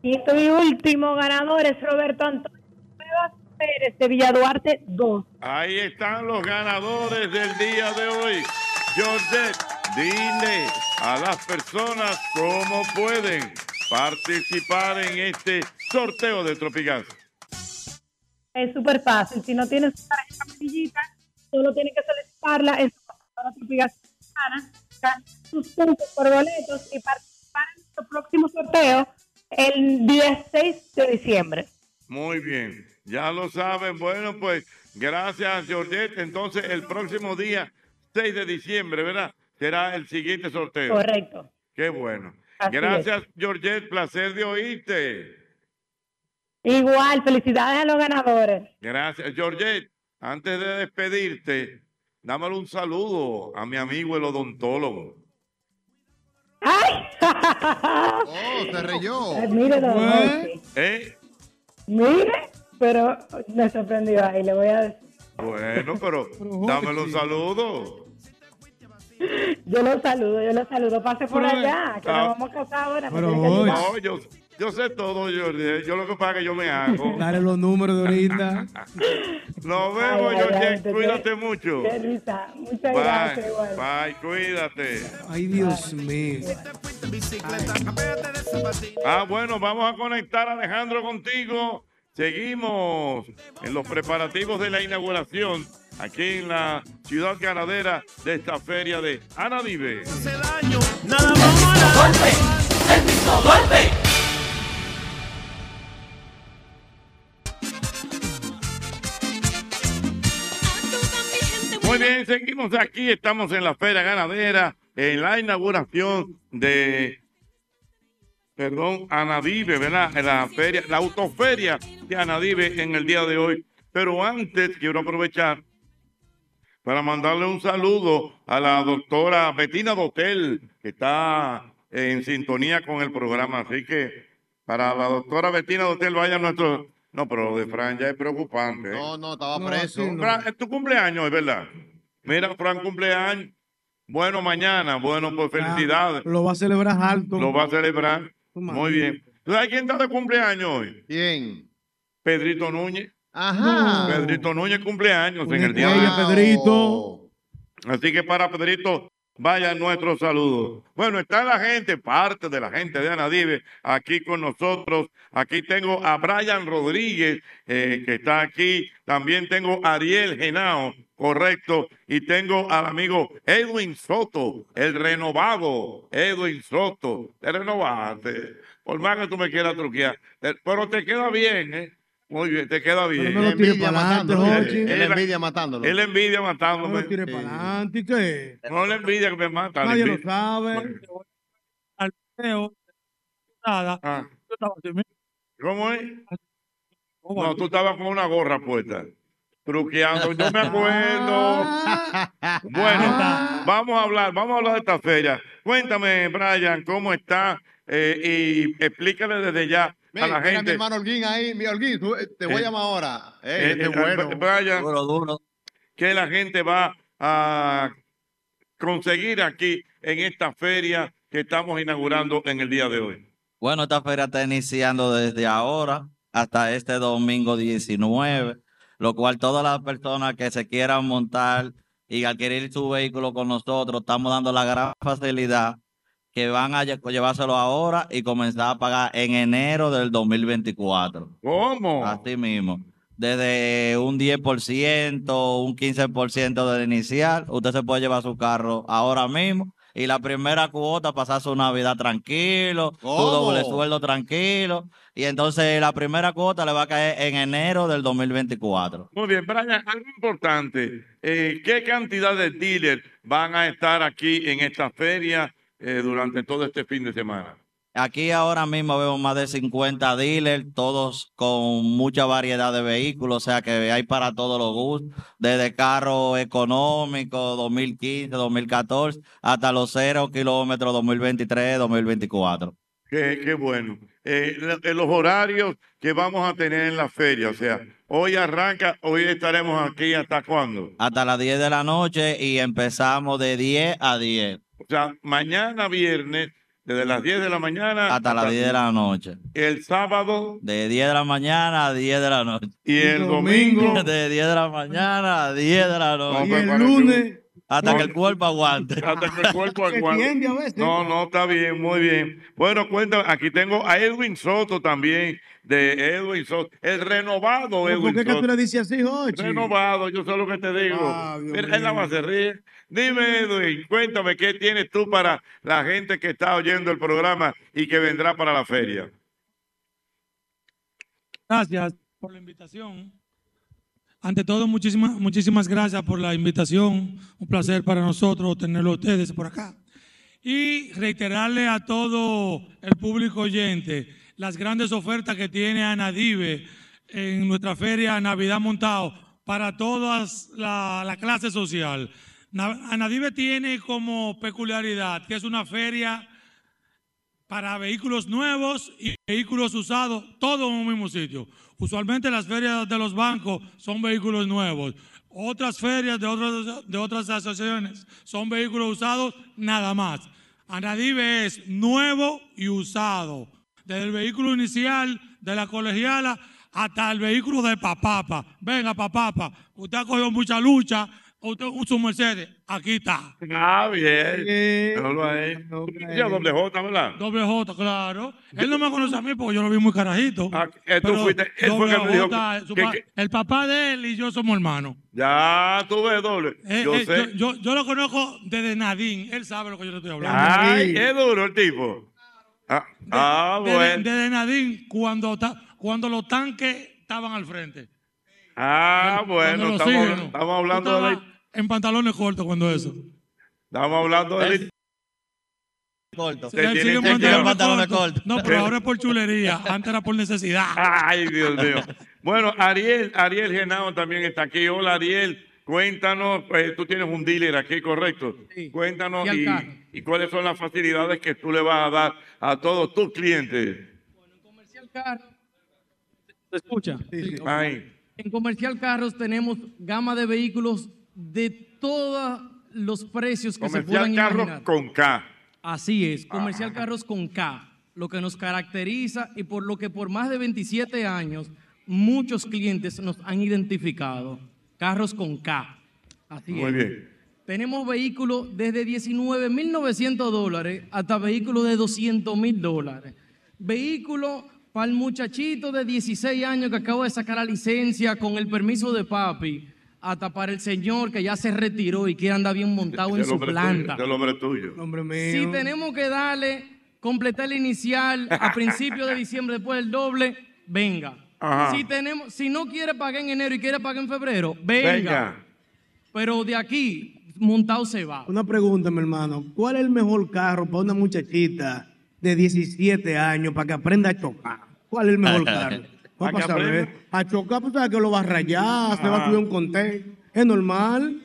Speaker 14: Quinto y último ganador es Roberto Antonio Cuevas Pérez de Villaduarte 2.
Speaker 4: Ahí están los ganadores del día de hoy. Georgette, dile a las personas cómo pueden participar en este sorteo de Tropical.
Speaker 14: Es súper fácil. Si no tienes una tarjeta amarillita, solo tienes que solicitarla en su computadora Tropigas Dominicana, ganar sus puntos por boletos y participar en nuestro próximo sorteo el 16 de diciembre.
Speaker 4: Muy bien, ya lo saben. Bueno, pues gracias, Georgette. Entonces, el próximo día 6 de diciembre, ¿verdad? Será el siguiente sorteo.
Speaker 14: Correcto.
Speaker 4: Qué bueno.
Speaker 14: Así es.
Speaker 4: gracias, Georgette. Placer de oírte.
Speaker 14: Igual, felicidades a los ganadores.
Speaker 4: Gracias, Georgette. Antes de despedirte, dámale un saludo a mi amigo el odontólogo.
Speaker 5: Oh, se reyó.
Speaker 14: Ay, mire, don Jorge.
Speaker 4: ¿Eh?
Speaker 14: Mire, pero me sorprendió ahí, le voy a decir.
Speaker 4: Bueno, pero dámele un saludo.
Speaker 14: Yo lo saludo, yo lo saludo. Pase por
Speaker 4: Pero,
Speaker 14: allá, que
Speaker 4: ah,
Speaker 14: nos vamos a casar ahora. me tiene que ayudar.
Speaker 4: No, yo, yo sé todo, Georgette. Yo lo que pasa es que yo me hago.
Speaker 7: Dale los números de ahorita.
Speaker 4: Nos vemos,
Speaker 7: ay, ay,
Speaker 4: Georgette.
Speaker 7: te-
Speaker 4: Cuídate mucho.
Speaker 7: te-
Speaker 14: Risa, muchas gracias.
Speaker 4: Bye,
Speaker 14: igual.
Speaker 4: bye, cuídate.
Speaker 7: Ay, Dios mío.
Speaker 4: Ah, bueno, vamos a conectar Alejandro contigo. Seguimos en los preparativos de la inauguración aquí en la ciudad ganadera de esta feria de Anadive. Muy bien, seguimos aquí, estamos en la feria ganadera, en la inauguración de, perdón, Anadive, ¿verdad? En la feria, la autoferia de Anadive en el día de hoy. Pero antes quiero aprovechar para mandarle un saludo a la doctora Betina Dotel, que está en sintonía con el programa. Así que para la doctora Betina Dotel vaya nuestro... No, pero lo de Fran ya es preocupante. ¿eh?
Speaker 5: No, no, estaba preso.
Speaker 4: Fran, es tu cumpleaños, es verdad. Mira, Fran, cumpleaños. Bueno, mañana. Bueno, pues felicidades.
Speaker 7: Lo va a celebrar alto.
Speaker 4: Lo va a celebrar. Muy bien. ¿Tú sabes quién está de cumpleaños hoy?
Speaker 5: ¿Quién?
Speaker 4: Pedrito Núñez.
Speaker 5: Ajá.
Speaker 4: Pedrito Núñez cumpleaños en el día de
Speaker 7: Oye,
Speaker 4: hoy.
Speaker 7: Pedrito.
Speaker 4: Así que para Pedrito, vaya nuestro saludo. Bueno, está la gente, parte de la gente de Anadive, aquí con nosotros. Aquí tengo a Brian Rodríguez, eh, que está aquí. También tengo a Ariel Genao, correcto. Y tengo al amigo Edwin Soto, el renovado. Edwin Soto, te renovaste. Por más que tú me quieras truquear. eh, Pero te queda bien, ¿eh? Muy bien, te queda bien.
Speaker 7: no lo tire envidia pa'lante, matándolo. Jochi.
Speaker 4: Él-
Speaker 7: Es
Speaker 5: la
Speaker 4: él-
Speaker 5: envidia matándolo.
Speaker 4: Es la envidia matándome.
Speaker 7: No tire para adelante, ¿qué?
Speaker 4: No es la envidia que me mata. la
Speaker 7: Nadie lo
Speaker 4: envidia.
Speaker 7: sabe.
Speaker 15: al video, nada. Yo estaba así, mira,
Speaker 4: ¿Cómo es? No, tú estabas con una gorra puesta. Truqueando. Yo me acuerdo. Bueno,
Speaker 5: Ah.
Speaker 4: vamos a hablar, vamos a hablar de esta feria. Cuéntame, Brian, cómo está Eh, y explícale desde ya
Speaker 5: Mira,
Speaker 4: a la
Speaker 5: mira mi
Speaker 4: gente.
Speaker 5: hermano Holguín ahí. Mi Holguín, tú- te voy a
Speaker 4: Eh,
Speaker 5: llamar ahora.
Speaker 4: eh,
Speaker 5: Eh, este
Speaker 4: eh,
Speaker 5: bueno.
Speaker 4: Brian, que la gente va a conseguir aquí en esta feria que estamos inaugurando en el día de hoy.
Speaker 16: Bueno, esta feria está iniciando desde ahora hasta este domingo 19, lo cual todas las personas que se quieran montar y adquirir su vehículo con nosotros, estamos dando la gran facilidad que van a lle- llevárselo ahora y comenzar a pagar en enero del 2024.
Speaker 4: ¿Cómo?
Speaker 16: Así mismo. Desde un 10%, un 15% del inicial, usted se puede llevar su carro ahora mismo y la primera cuota pasar su Navidad tranquilo, su
Speaker 17: ¿Cómo?
Speaker 16: doble sueldo tranquilo. Y entonces la primera cuota le va a caer en enero del 2024.
Speaker 4: Muy bien, Brian, algo importante. Eh, ¿Qué cantidad de dealers van a estar aquí en esta feria eh, durante todo este fin de semana?
Speaker 16: Aquí ahora mismo vemos más de 50 dealers, todos con mucha variedad de vehículos, o sea que hay para todos los gustos, desde carros económicos 2015, 2014, hasta los cero kilómetros 2023, 2024.
Speaker 4: Qué, qué bueno. Eh, la- eh, los horarios que vamos a tener en la feria, o sea, hoy arranca, hoy estaremos aquí hasta cuándo.
Speaker 16: Hasta las 10 de la noche y empezamos de 10 a 10.
Speaker 4: O sea, mañana viernes, desde las 10 de la mañana
Speaker 16: Hasta las 10 de la noche.
Speaker 4: El sábado.
Speaker 16: De 10 de la mañana a 10 de la noche.
Speaker 4: Y el domingo.
Speaker 16: De 10 de la mañana a 10 de la noche.
Speaker 4: Y el lunes.
Speaker 16: Hasta que el cuerpo aguante.
Speaker 4: Hasta que el cuerpo
Speaker 16: Se
Speaker 4: aguante.
Speaker 16: tiende a veces.
Speaker 4: No, no, está bien, muy bien. Bueno, cuéntame, aquí tengo a Edwin Soto también, de Edwin Soto, el renovado
Speaker 7: Pero ¿Por
Speaker 4: Edwin
Speaker 7: qué que tú le
Speaker 4: Soto.
Speaker 7: dices así, Jochi?
Speaker 4: Renovado, yo sé lo que te digo. Mira, él la va a hacer reír. Dime, Edwin, cuéntame qué tienes tú para la gente que está oyendo el programa y que vendrá para la feria.
Speaker 15: Gracias por la invitación. Ante todo, muchísimas, muchísimas gracias por la invitación. Un placer para nosotros tenerlo a ustedes por acá. Y reiterarle a todo el público oyente las grandes ofertas que tiene Anadive en nuestra feria Navidad Montado para todas la, la clase social. Na- Anadive tiene como peculiaridad que es una feria para vehículos nuevos y vehículos usados, todo en un mismo sitio. Usualmente las ferias de los bancos son vehículos nuevos. Otras ferias de, otros- de otras asociaciones son vehículos usados nada más. Anadive es nuevo y usado. Desde el vehículo inicial de la colegiala hasta el vehículo de papapa. Venga, papapa, usted ha cogido mucha lucha, usted su Mercedes, aquí está.
Speaker 4: Ah, bien. Pero lo hay. Ya, doble J, ¿verdad?
Speaker 15: Doble J, claro. Él no me conoce a mí porque yo lo vi muy carajito.
Speaker 4: eh, tú
Speaker 15: Pero
Speaker 4: fuiste- él fue
Speaker 15: doble
Speaker 4: que me dijo
Speaker 15: J,
Speaker 4: que-
Speaker 15: su
Speaker 4: que-
Speaker 15: pa-
Speaker 4: que-
Speaker 15: El papá de él y yo somos hermanos.
Speaker 4: Ya, tú ves doble.
Speaker 15: Eh,
Speaker 4: yo
Speaker 15: eh,
Speaker 4: sé.
Speaker 15: yo, yo lo conozco desde Nadine. Él sabe lo que yo le estoy hablando.
Speaker 4: Ay, qué duro el tipo. Ah, ah,
Speaker 15: Desde-
Speaker 4: bueno.
Speaker 15: Desde Nadine, cuando, ta- cuando los tanques estaban al frente.
Speaker 4: Ah, bueno,
Speaker 15: Cuando los
Speaker 4: estamos,
Speaker 15: siguen, ¿no?
Speaker 4: estamos hablando
Speaker 15: Tú
Speaker 4: de la,
Speaker 15: estabas En pantalones cortos cuando eso.
Speaker 4: estamos hablando de la-
Speaker 16: Corto.
Speaker 4: Te
Speaker 15: Él
Speaker 4: tienen-
Speaker 15: sigue en
Speaker 4: te tienen
Speaker 15: pantalones
Speaker 4: pantalones
Speaker 15: cortos.
Speaker 4: cortos.
Speaker 15: No, pero ahora es por chulería. Antes era por necesidad.
Speaker 4: Ay, Dios mío. Bueno, Ariel, Ariel Genao también está aquí. Hola, Ariel. Cuéntanos, pues, tú tienes un dealer aquí, correcto. Cuéntanos
Speaker 18: Y al
Speaker 4: y,
Speaker 18: carro.
Speaker 4: y cuáles son las facilidades que tú le vas a dar a todos tus clientes.
Speaker 18: Comercial Car- ¿Se escucha?
Speaker 4: Ay,
Speaker 18: En Comercial Carros tenemos gama de vehículos de todos los precios que se
Speaker 4: comercial Ah.
Speaker 18: puedan
Speaker 4: carros
Speaker 18: imaginar.
Speaker 4: con K.
Speaker 18: Así es, Comercial Carros con K, lo que nos caracteriza y por lo que por más de 27 años muchos clientes nos han identificado. Carros con K. Así
Speaker 4: Muy
Speaker 18: es.
Speaker 4: bien.
Speaker 18: Tenemos vehículos desde 19.900 dólares hasta vehículos de 200.000 dólares. Vehículo para el muchachito de 16 años que acaba de sacar la licencia con el permiso de papi, hasta para el señor que ya se retiró y quiere andar bien montado en
Speaker 4: Del
Speaker 18: su
Speaker 4: hombre,
Speaker 18: planta.
Speaker 4: tuyo, del hombre tuyo.
Speaker 18: Si tenemos que darle, completar el inicial a principios de diciembre después del doble, venga.
Speaker 4: Ajá.
Speaker 18: Si, tenemos, si no quiere pagar en enero y quiere pagar en febrero, venga.
Speaker 7: Venga.
Speaker 18: Pero de aquí, montado se va.
Speaker 7: Una pregunta, mi hermano. ¿Cuál es el mejor carro para una muchachita de 17 años para que aprenda a chocar? ¿Cuál es el mejor carro?
Speaker 2: Para
Speaker 7: Vamos
Speaker 2: que
Speaker 7: a saber. A chocar, pues sabes que lo va a rayar, se va a
Speaker 2: Ah.
Speaker 7: subir un contén. Es normal.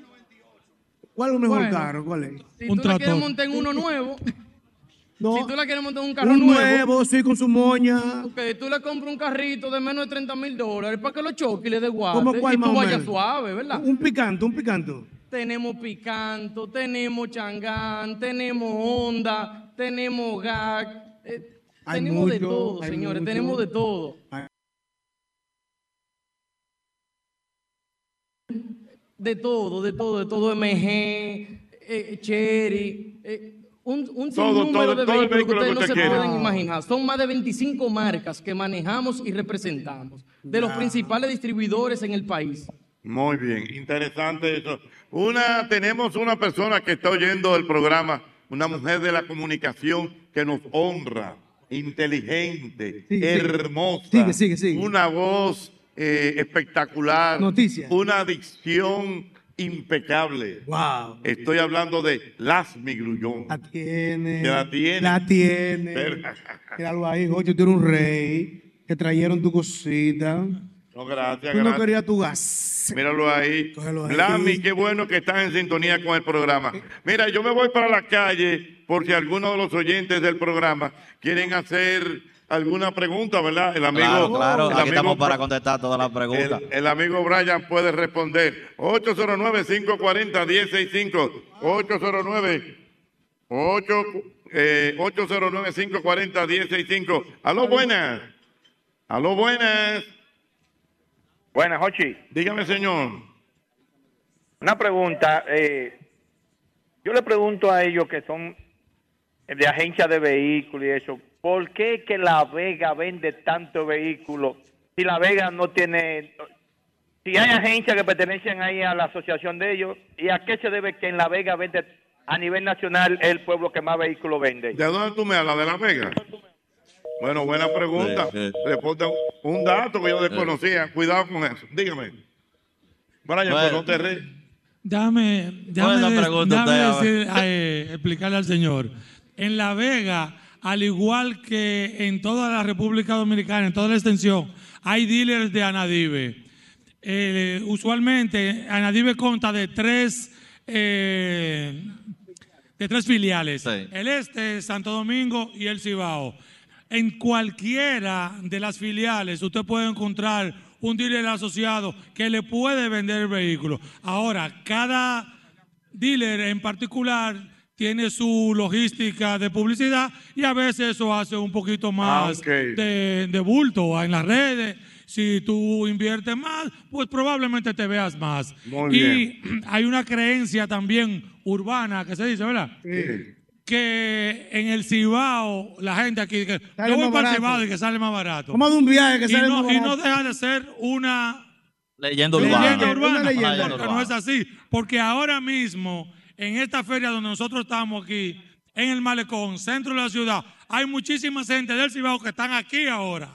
Speaker 7: ¿Cuál es el mejor
Speaker 18: Bueno,
Speaker 7: carro? ¿Cuál es?
Speaker 18: Si tú la quieres montar en uno nuevo, si tú la quieres montar en un carro
Speaker 7: un
Speaker 18: nuevo,
Speaker 7: nuevo, sí, con su moña.
Speaker 18: ok, tú le compras un carrito de menos de 30 mil dólares para que lo choque y le dé guate
Speaker 7: ¿Cómo cuál
Speaker 18: Ah, y
Speaker 7: más
Speaker 18: tú
Speaker 7: o
Speaker 18: vayas
Speaker 7: menos?
Speaker 18: suave, ¿verdad?
Speaker 7: Un picanto, un picanto.
Speaker 18: Tenemos Picanto, tenemos Changán, tenemos Honda, tenemos GAC, eh,
Speaker 7: Hay
Speaker 18: tenemos de
Speaker 7: mucho,
Speaker 18: todo,
Speaker 7: hay
Speaker 18: señores,
Speaker 7: mucho.
Speaker 18: tenemos de todo. De todo, de todo, de todo, MG, eh, Cherry, eh, un, un
Speaker 4: Todo,
Speaker 18: sinnúmero
Speaker 4: todo,
Speaker 18: de
Speaker 4: todo el
Speaker 18: vehículos que
Speaker 4: vehículo
Speaker 18: ustedes
Speaker 4: que
Speaker 18: no
Speaker 4: usted
Speaker 18: se
Speaker 4: quiera.
Speaker 18: pueden imaginar. Son más de 25 marcas que manejamos y representamos, de los
Speaker 4: Ya.
Speaker 18: principales distribuidores en el país.
Speaker 4: Muy bien, interesante eso. Una, tenemos una persona que está oyendo el programa, una mujer de la comunicación que nos honra, inteligente, hermosa, una voz eh, espectacular, una dicción impecable.
Speaker 7: Wow.
Speaker 4: Estoy hablando de Lasmi Grullón. La
Speaker 7: tiene.
Speaker 4: La tiene.
Speaker 7: La tiene.
Speaker 4: Pero-
Speaker 7: Míralo ahí, oye, tú eres un rey. Te trajeron tu cosita.
Speaker 4: No, gracias,
Speaker 7: Tú no
Speaker 4: gracias. Ah.
Speaker 7: querías tu gas.
Speaker 4: Míralo ahí.
Speaker 7: ahí.
Speaker 4: Lami, qué bueno que estás en sintonía con el programa. Mira, yo me voy para la calle por si alguno de los oyentes del programa quieren hacer alguna pregunta, ¿verdad? El amigo,
Speaker 16: Claro, claro,
Speaker 4: el
Speaker 16: aquí
Speaker 4: amigo
Speaker 16: estamos para contestar todas las preguntas.
Speaker 4: el, el amigo Brian puede responder. 809-540-1065. 809. 8, eh, 809-540-1065. Aló, buenas. Aló, buenas.
Speaker 17: Buenas, Hochi.
Speaker 4: Dígame, señor.
Speaker 17: Una pregunta. eh, yo le pregunto a ellos que son de agencia de vehículos y eso, ¿por qué que La Vega vende tanto vehículo si La Vega no tiene... Si hay agencias que pertenecen ahí a la asociación de ellos, ¿y a qué se debe que en La Vega vende a nivel nacional el pueblo que más vehículos vende?
Speaker 4: ¿De dónde tú me hablas? ¿De Las Vegas? Bueno, buena pregunta. Responda un dato que yo desconocía. Cuidado con eso. Dígame. Brian, pues no te re-
Speaker 15: Déjame, déjame
Speaker 4: Buena
Speaker 15: de-
Speaker 4: pregunta
Speaker 15: déjame
Speaker 4: usted,
Speaker 15: decir, eh, explicarle al señor. En La Vega, al igual que en toda la República Dominicana, en toda la extensión, hay dealers de Anadive. Eh, usualmente, Anadive conta de tres, eh, de tres filiales. El este, Santo Domingo y el Cibao. En cualquiera de las filiales usted puede encontrar un dealer asociado que le puede vender el vehículo. Ahora, cada dealer en particular tiene su logística de publicidad y a veces eso hace un poquito más
Speaker 4: Ah, ok.
Speaker 15: de, de bulto en las redes. Si tú inviertes más, pues probablemente te veas más.
Speaker 4: Muy
Speaker 15: y hay una creencia también urbana que se dice, ¿verdad? que en el Cibao, la gente aquí, que
Speaker 7: Sale
Speaker 15: yo voy
Speaker 7: más
Speaker 15: para el
Speaker 7: barato.
Speaker 15: Cibao y que sale más barato.
Speaker 7: Vamos de un viaje que
Speaker 15: y
Speaker 7: sale
Speaker 15: no,
Speaker 7: más
Speaker 15: Y no
Speaker 7: barato.
Speaker 15: deja de ser una
Speaker 16: Leyenda urbana.
Speaker 15: leyenda urbana,
Speaker 16: Una leyenda
Speaker 15: porque
Speaker 16: urbana.
Speaker 15: no es así. Porque ahora mismo, en esta feria donde nosotros estamos aquí, en el Malecón, centro de la ciudad, hay muchísima gente del Cibao que están aquí ahora,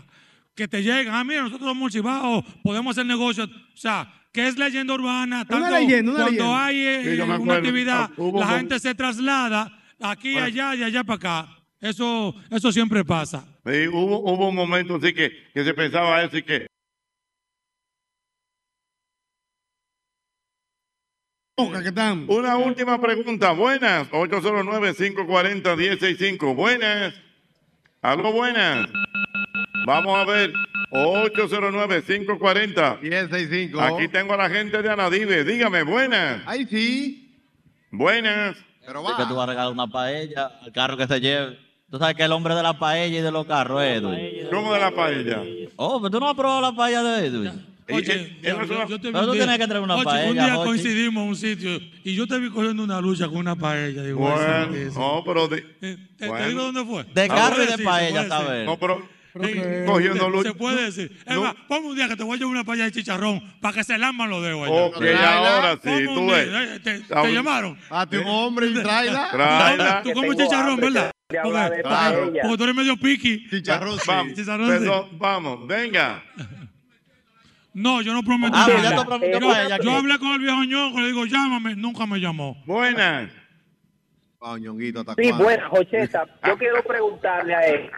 Speaker 15: que te llegan, ah, mira, nosotros somos Cibao, podemos hacer negocios, o sea... que es leyenda urbana?
Speaker 7: Una
Speaker 15: Tanto
Speaker 7: leyenda, una
Speaker 15: cuando
Speaker 7: leyenda.
Speaker 15: hay eh,
Speaker 7: Sí, yo
Speaker 15: una
Speaker 7: me acuerdo. Ah,
Speaker 15: actividad,
Speaker 7: Hubo
Speaker 15: la
Speaker 7: con-
Speaker 15: gente se traslada aquí,
Speaker 4: Bueno.
Speaker 15: allá, y allá para acá. Eso, eso siempre pasa.
Speaker 4: Sí, hubo, hubo un momento así que, que se pensaba eso y que. Una última pregunta. Buenas. 809-540-165. Buenas. Algo buenas. Vamos a ver. 809-540-165. Aquí tengo a la gente de Anadive. Dígame, buenas.
Speaker 5: Ahí sí.
Speaker 4: Buenas.
Speaker 16: Así que tú vas a regalar una paella al carro que se lleve. Tú sabes que el hombre de la paella y de los carros es Edwin.
Speaker 4: ¿Cómo de la paella? eh,
Speaker 16: Oh, pero tú no has probado la paella de Edwin.
Speaker 7: eh,
Speaker 15: Oye, yo- yo- yo te vi
Speaker 16: Pero tú
Speaker 15: un día-
Speaker 16: tienes que traer una
Speaker 15: Oye, Un
Speaker 16: paella,
Speaker 15: día
Speaker 16: Jochi.
Speaker 15: coincidimos en un sitio y yo te vi cogiendo una lucha con una paella. Digo,
Speaker 4: Bueno,
Speaker 15: ese- ese.
Speaker 4: no, pero de-
Speaker 15: te,
Speaker 4: bueno.
Speaker 15: digo dónde fue.
Speaker 4: De
Speaker 15: Se
Speaker 4: carro
Speaker 15: puede
Speaker 4: y de
Speaker 15: decir,
Speaker 4: paella,
Speaker 15: se puede
Speaker 4: está
Speaker 15: decir.
Speaker 4: bien. No, pero-
Speaker 15: Sí,
Speaker 4: cogiendo
Speaker 15: se-
Speaker 4: lucha.
Speaker 15: Se puede decir. Es más, ponme un día que te voy a llevar una paella de chicharrón para que se lamban los dedos. allá.
Speaker 4: Ok, ahora sí,
Speaker 15: Ponme un
Speaker 4: tú
Speaker 15: día,
Speaker 4: ves.
Speaker 15: eh, Te, te
Speaker 4: Ahora-
Speaker 15: llamaron. Eh,
Speaker 5: Hazte un hombre y tráela.
Speaker 4: Tráela.
Speaker 15: Tú comes chicharrón, ¿verdad? Porque, porque- porque tú eres medio piqui.
Speaker 4: Chicharrón, vamos.
Speaker 15: Chicharrón, sí.
Speaker 4: Perdón, vamos, venga.
Speaker 15: No, yo no prometo
Speaker 2: Ah,
Speaker 15: nada.
Speaker 2: ya te prometió
Speaker 15: yo,
Speaker 2: para ella
Speaker 15: yo
Speaker 2: que-
Speaker 15: hablé con el viejo ñonco, le digo, llámame, nunca me llamó.
Speaker 4: Buenas.
Speaker 5: Wow, Ñonguito, ¿hasta
Speaker 15: Sí,
Speaker 5: cuándo?
Speaker 15: bueno,
Speaker 17: Jocheta,
Speaker 4: ah.
Speaker 17: yo quiero preguntarle a él.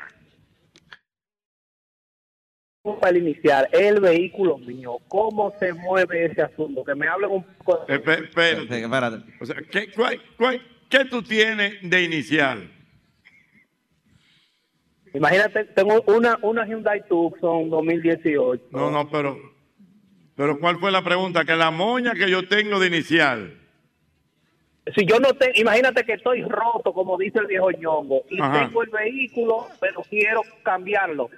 Speaker 17: Para iniciar, el vehículo mío, ¿cómo se mueve ese asunto? Que me hablen un poco.
Speaker 4: Espe- Espérate. Eh, O sea, ¿qué, cuál- cuál- qué tú tienes de inicial?
Speaker 17: Imagínate, tengo una, una Hyundai Tucson 2018.
Speaker 4: No, no, pero. Pero ¿cuál fue la pregunta? Que la moña que yo tengo de inicial.
Speaker 17: Si yo no tengo, imagínate que estoy roto, como dice el viejo ñongo, y
Speaker 4: Ajá.
Speaker 17: tengo el vehículo, pero quiero cambiarlo.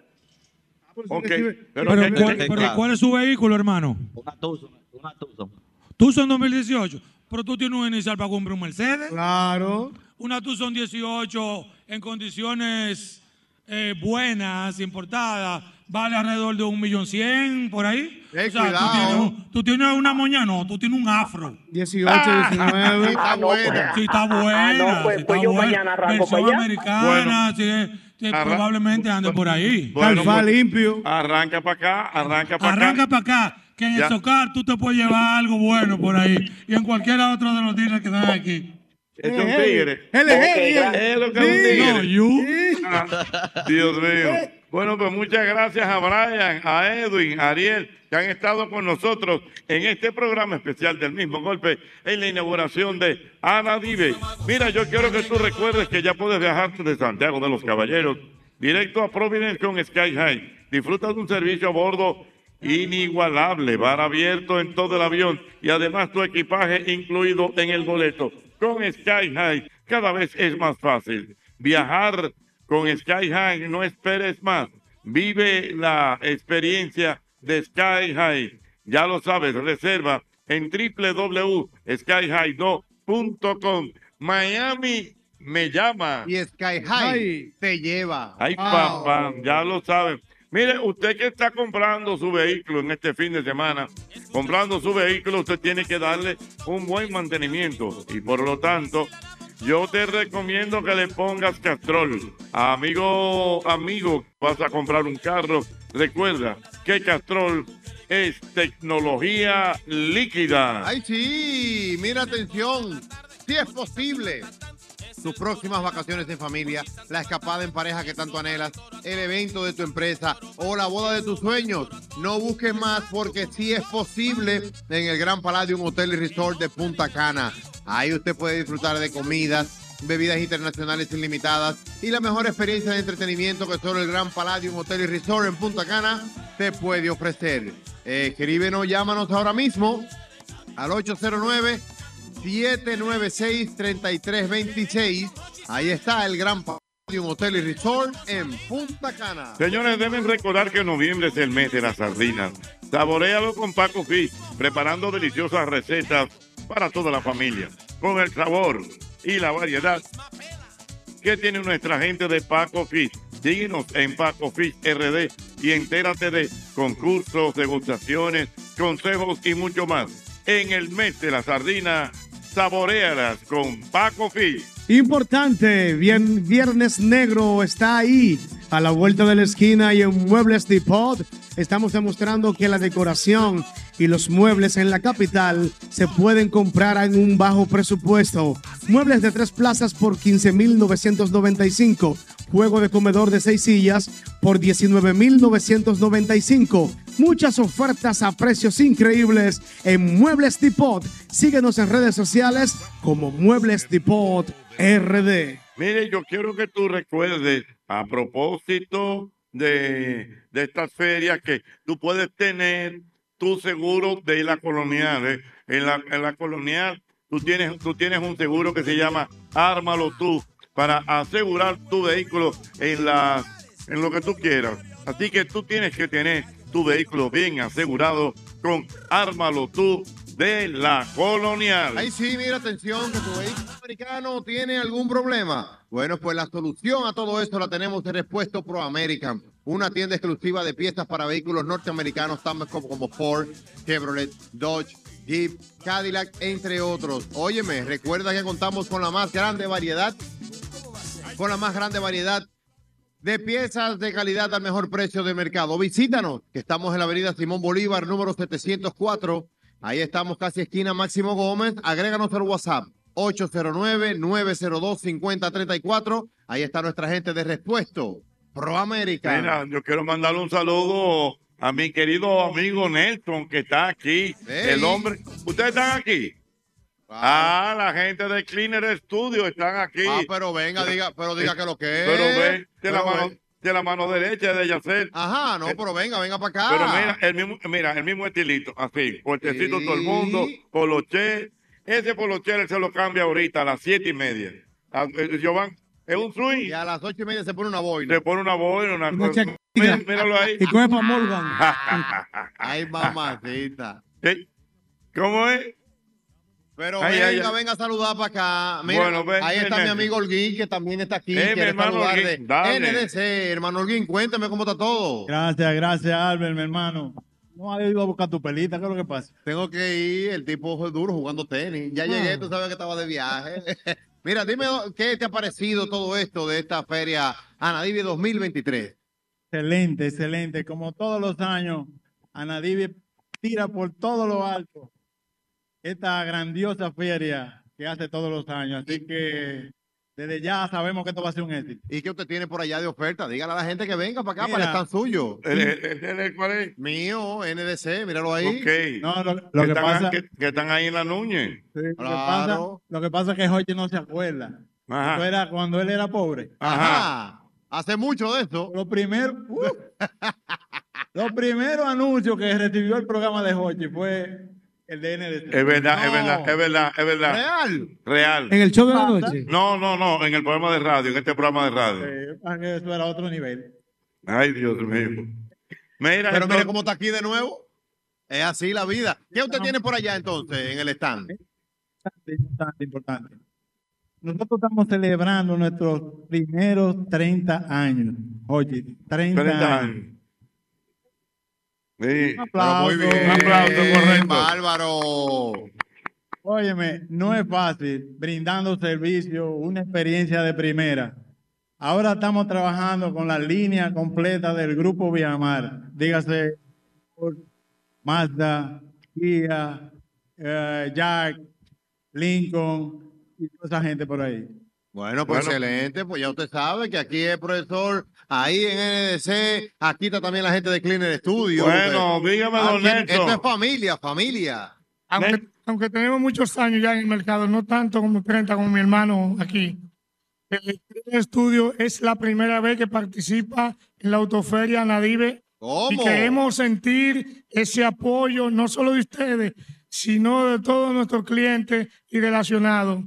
Speaker 4: Ok,
Speaker 15: Ah, Pero,
Speaker 4: que-
Speaker 15: ¿cuál,
Speaker 4: que-
Speaker 15: pero ¿cuál es su vehículo, hermano?
Speaker 16: Una Tucson, una Tucson.
Speaker 15: Tucson 2018. Pero tú tienes un inicial para comprar un Mercedes.
Speaker 7: Claro.
Speaker 15: Una Tucson 18 en condiciones eh, buenas, importadas, vale alrededor de un millón cien por ahí. o sea, tú
Speaker 7: cuidado.
Speaker 15: tienes, un- tú tienes una moña, no, tú tienes un afro.
Speaker 7: 18, 19.
Speaker 15: Ah, no, pues. Sí, está buena.
Speaker 7: Ah, no, pues,
Speaker 15: sí,
Speaker 7: pues
Speaker 15: está
Speaker 7: yo
Speaker 15: buena.
Speaker 7: mañana arranco
Speaker 15: Versión
Speaker 7: para allá.
Speaker 15: americana, sí, sí,
Speaker 4: Arran-
Speaker 15: Eh, probablemente ande por ahí.
Speaker 4: pues,
Speaker 7: limpio.
Speaker 4: Arranca para acá, arranca para acá.
Speaker 15: Arranca para acá, que en
Speaker 4: Ya.
Speaker 15: el socar tú te puedes llevar algo bueno por ahí. Y en cualquiera otro de los dealers que están aquí.
Speaker 4: Este Es un tigre. Es lo que es un tigre.
Speaker 15: No, you.
Speaker 4: Ah, Dios mío. Bueno, pues muchas gracias a Brian, a Edwin, a Ariel, que han estado con nosotros en este programa especial del mismo golpe, en la inauguración de Ana Dive. Mira, yo quiero que tú recuerdes que ya puedes viajar desde Santiago de los Caballeros directo a Providence con Sky High. Disfruta de un servicio a bordo inigualable, bar abierto en todo el avión y además tu equipaje incluido en el boleto. Con Sky High cada vez es más fácil. Viajar con Sky High, no esperes más. Vive la experiencia de Sky High. Ya lo sabes, reserva en www.skyhigh.com. Miami me llama.
Speaker 5: Y Sky High te lleva.
Speaker 4: Ay,
Speaker 5: Wow.
Speaker 4: papá, ya lo saben. Mire, usted que está comprando su vehículo en este fin de semana, comprando su vehículo, usted tiene que darle un buen mantenimiento. Y por lo tanto, yo te recomiendo que le pongas Castrol. Amigo, amigo, vas a comprar un carro, recuerda que Castrol es tecnología líquida.
Speaker 5: Ay, sí, mira atención. Si es posible, tus próximas vacaciones en familia, la escapada en pareja que tanto anhelas, el evento de tu empresa o la boda de tus sueños. No busques más porque si es posible en el Gran Palladium Hotel y Resort de Punta Cana. Ahí usted puede disfrutar de comidas, bebidas internacionales ilimitadas y la mejor experiencia de entretenimiento que solo el Gran Palladium Hotel y Resort en Punta Cana te puede ofrecer. Escríbenos, llámanos ahora mismo al 809 796 3326. Ahí está el Gran Palladium Hotel y Resort en Punta Cana.
Speaker 4: Señores, deben recordar que noviembre es el mes de las sardinas. Saborealo con Paco Fish, preparando deliciosas recetas para toda la familia, con el sabor y la variedad que tiene nuestra gente de Paco Fish. Síguenos en Paco Fish RD y entérate de concursos, degustaciones, consejos y mucho más. En el mes de las sardinas, saborealas con Paco Fish.
Speaker 7: Importante, bien, Viernes Negro está ahí, a la vuelta de la esquina y en Muebles Depot. Estamos demostrando que la decoración y los muebles en la capital se pueden comprar en un bajo presupuesto. Muebles de tres plazas por 15,995. Juego de comedor de seis sillas por 19,995. Muchas ofertas a precios increíbles en Muebles Depot. Síguenos en redes sociales como Muebles Depot RD.
Speaker 4: Mire, yo quiero que tú recuerdes a propósito de, de estas ferias que tú puedes tener tu seguro de la colonial. ¿eh? En, la, en la colonial tú tienes, tú tienes un seguro que se llama Ármalo tú para asegurar tu vehículo en, la, en lo que tú quieras. Así que tú tienes que tener tu vehículo bien asegurado con Ármalo tú de la colonial.
Speaker 5: Ahí sí, mira, atención, que tu vehículo americano tiene algún problema. Bueno, pues la solución a todo esto la tenemos en Repuesto Pro American, una tienda exclusiva de piezas para vehículos norteamericanos, tanto como, como Ford, Chevrolet, Dodge, Jeep, Cadillac, entre otros. Óyeme, recuerda que contamos con la más grande variedad, con la más grande variedad de piezas de calidad al mejor precio de mercado. Visítanos, que estamos en la avenida Simón Bolívar, número 704. Ahí estamos casi esquina Máximo Gómez. Agréganos al WhatsApp 809-902-5034. Ahí está nuestra gente de respuesto. ProAmérica.
Speaker 4: Mira, yo quiero mandarle un saludo a mi querido amigo Nelson que está aquí. El hombre. ¿Ustedes están aquí? Ah, la gente de Cleaner Studio están aquí.
Speaker 5: Ah, pero venga, diga, pero diga que lo que es.
Speaker 4: Pero ve, de la
Speaker 5: Pero
Speaker 4: mano,
Speaker 5: ve.
Speaker 4: de la mano derecha de Yacel.
Speaker 5: Ajá, no, pero venga, venga para acá.
Speaker 4: Pero mira, el mismo, mira, el mismo estilito, así, cortecito todo el mundo, poloché. Ese poloché él se lo cambia ahorita a las siete y media. A- eh, Giovanni, es un swing. Y
Speaker 5: a las ocho y media se pone una boina.
Speaker 4: Se pone una boina, una
Speaker 5: Una
Speaker 4: cosa.
Speaker 5: chaqueta.
Speaker 4: Mira, míralo ahí.
Speaker 5: Y coge pa'
Speaker 7: Morgan.
Speaker 5: Ay, mamacita.
Speaker 4: ¿Cómo es?
Speaker 5: Pero
Speaker 4: Ay,
Speaker 5: venga,
Speaker 4: ay, ay.
Speaker 5: venga a saludar para acá. Ah, Mira,
Speaker 4: Bueno, ven,
Speaker 5: ahí está
Speaker 4: ven,
Speaker 5: mi
Speaker 4: ven.
Speaker 5: amigo Holguín, que también está aquí.
Speaker 4: Eh, mi
Speaker 5: quiere
Speaker 4: hermano
Speaker 5: saludar
Speaker 4: Holguín,
Speaker 5: de
Speaker 4: dale.
Speaker 5: NDC. Hermano Holguín, cuéntame cómo está todo.
Speaker 19: Gracias, gracias, Albert, mi hermano. No había ido a buscar tu pelita, ¿qué es lo que pasa?
Speaker 5: Tengo que ir, el tipo es duro jugando tenis. Ya llegué, tú sabes que estaba de viaje. Mira, dime do- qué te ha parecido todo esto de esta feria Anadive 2023.
Speaker 19: Excelente, excelente. Como todos los años, Anadive tira por todo lo alto esta grandiosa feria que hace todos los años. Así que desde ya sabemos que esto va a ser un éxito.
Speaker 5: ¿Y qué usted tiene por allá de oferta? Dígale a la gente que venga para acá,
Speaker 19: Mira. eh,
Speaker 5: para el stand suyo.
Speaker 4: ¿El, el, el- cuál es?
Speaker 5: Mío, NDC, míralo ahí.
Speaker 4: Ok.
Speaker 19: No, lo, lo
Speaker 4: que,
Speaker 19: que
Speaker 4: están,
Speaker 19: pasa-
Speaker 4: que, que están ahí en la Núñez.
Speaker 19: Sí, lo, que pasa, lo que pasa es que Jorge no se acuerda.
Speaker 4: Ajá.
Speaker 19: Eso era cuando él era pobre.
Speaker 4: Ajá.
Speaker 5: Hace mucho de esto.
Speaker 19: Lo primero, ¡Uh! los primeros anuncios que recibió el programa de Jorge fue el de NDT.
Speaker 4: Es verdad, es verdad, es verdad, es verdad.
Speaker 19: Real.
Speaker 4: Real.
Speaker 19: ¿Eh? ¿En el show de
Speaker 4: Ah.
Speaker 19: la noche?
Speaker 4: No, no, no, en el programa de radio, en este programa de radio.
Speaker 19: Eh, ah, que Eso era otro nivel.
Speaker 4: Ay, Dios mío. Mira,
Speaker 5: Pero mire
Speaker 4: entonces-
Speaker 5: cómo está aquí de nuevo. Es así la vida. ¿Qué usted tiene por allá entonces en el stand?
Speaker 19: Importante, importante. Nosotros estamos celebrando nuestros primeros 30 años. Oye, 30,
Speaker 4: 30
Speaker 19: años.
Speaker 4: años. Sí.
Speaker 19: Un aplauso.
Speaker 4: Pero muy bien. Un aplauso, correcto.
Speaker 5: Bárbaro.
Speaker 19: Óyeme, no es fácil brindando servicio, una experiencia de primera. Ahora estamos trabajando con la línea completa del grupo Viamar. Dígase Ford, Mazda, Kia, eh, Jack, Lincoln y toda esa gente por ahí.
Speaker 5: Bueno, pues excelente, pues ya usted sabe que aquí es profesor, ahí en NDC, aquí está también la gente de Cleaner Studio.
Speaker 4: Bueno,
Speaker 5: Usted-
Speaker 4: dígame, don
Speaker 5: Aquí-
Speaker 4: Nelson.
Speaker 5: Esto es familia, familia.
Speaker 20: Aunque, aunque tenemos muchos años ya en el mercado, no tanto como 30 como mi hermano aquí. El estudio es la primera vez que participa en la autoferia Nadive. Y
Speaker 5: ¿Cómo?
Speaker 20: queremos sentir ese apoyo, no solo de ustedes, sino de todos nuestros clientes y relacionados.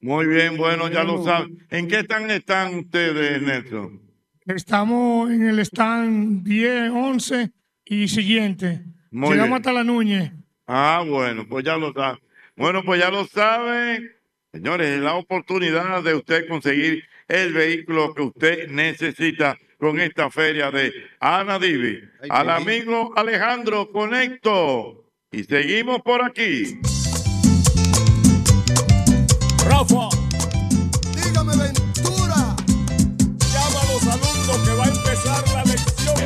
Speaker 4: Muy bien, bueno, ya lo saben. ¿En qué están están ustedes, Nelson?
Speaker 20: Estamos en el stand 10, 11 y siguiente.
Speaker 4: Muy
Speaker 20: Llegamos
Speaker 4: bien.
Speaker 20: hasta la Núñez.
Speaker 4: Ah, bueno, pues ya lo saben. Bueno, pues ya lo saben. Señores, es la oportunidad de usted conseguir el vehículo que usted necesita con esta feria de Ana Divi. Al amigo Alejandro Conecto. Y seguimos por aquí.
Speaker 21: Rafa. Dígame, Ventura. Llama a los alumnos que va a empezar la lección.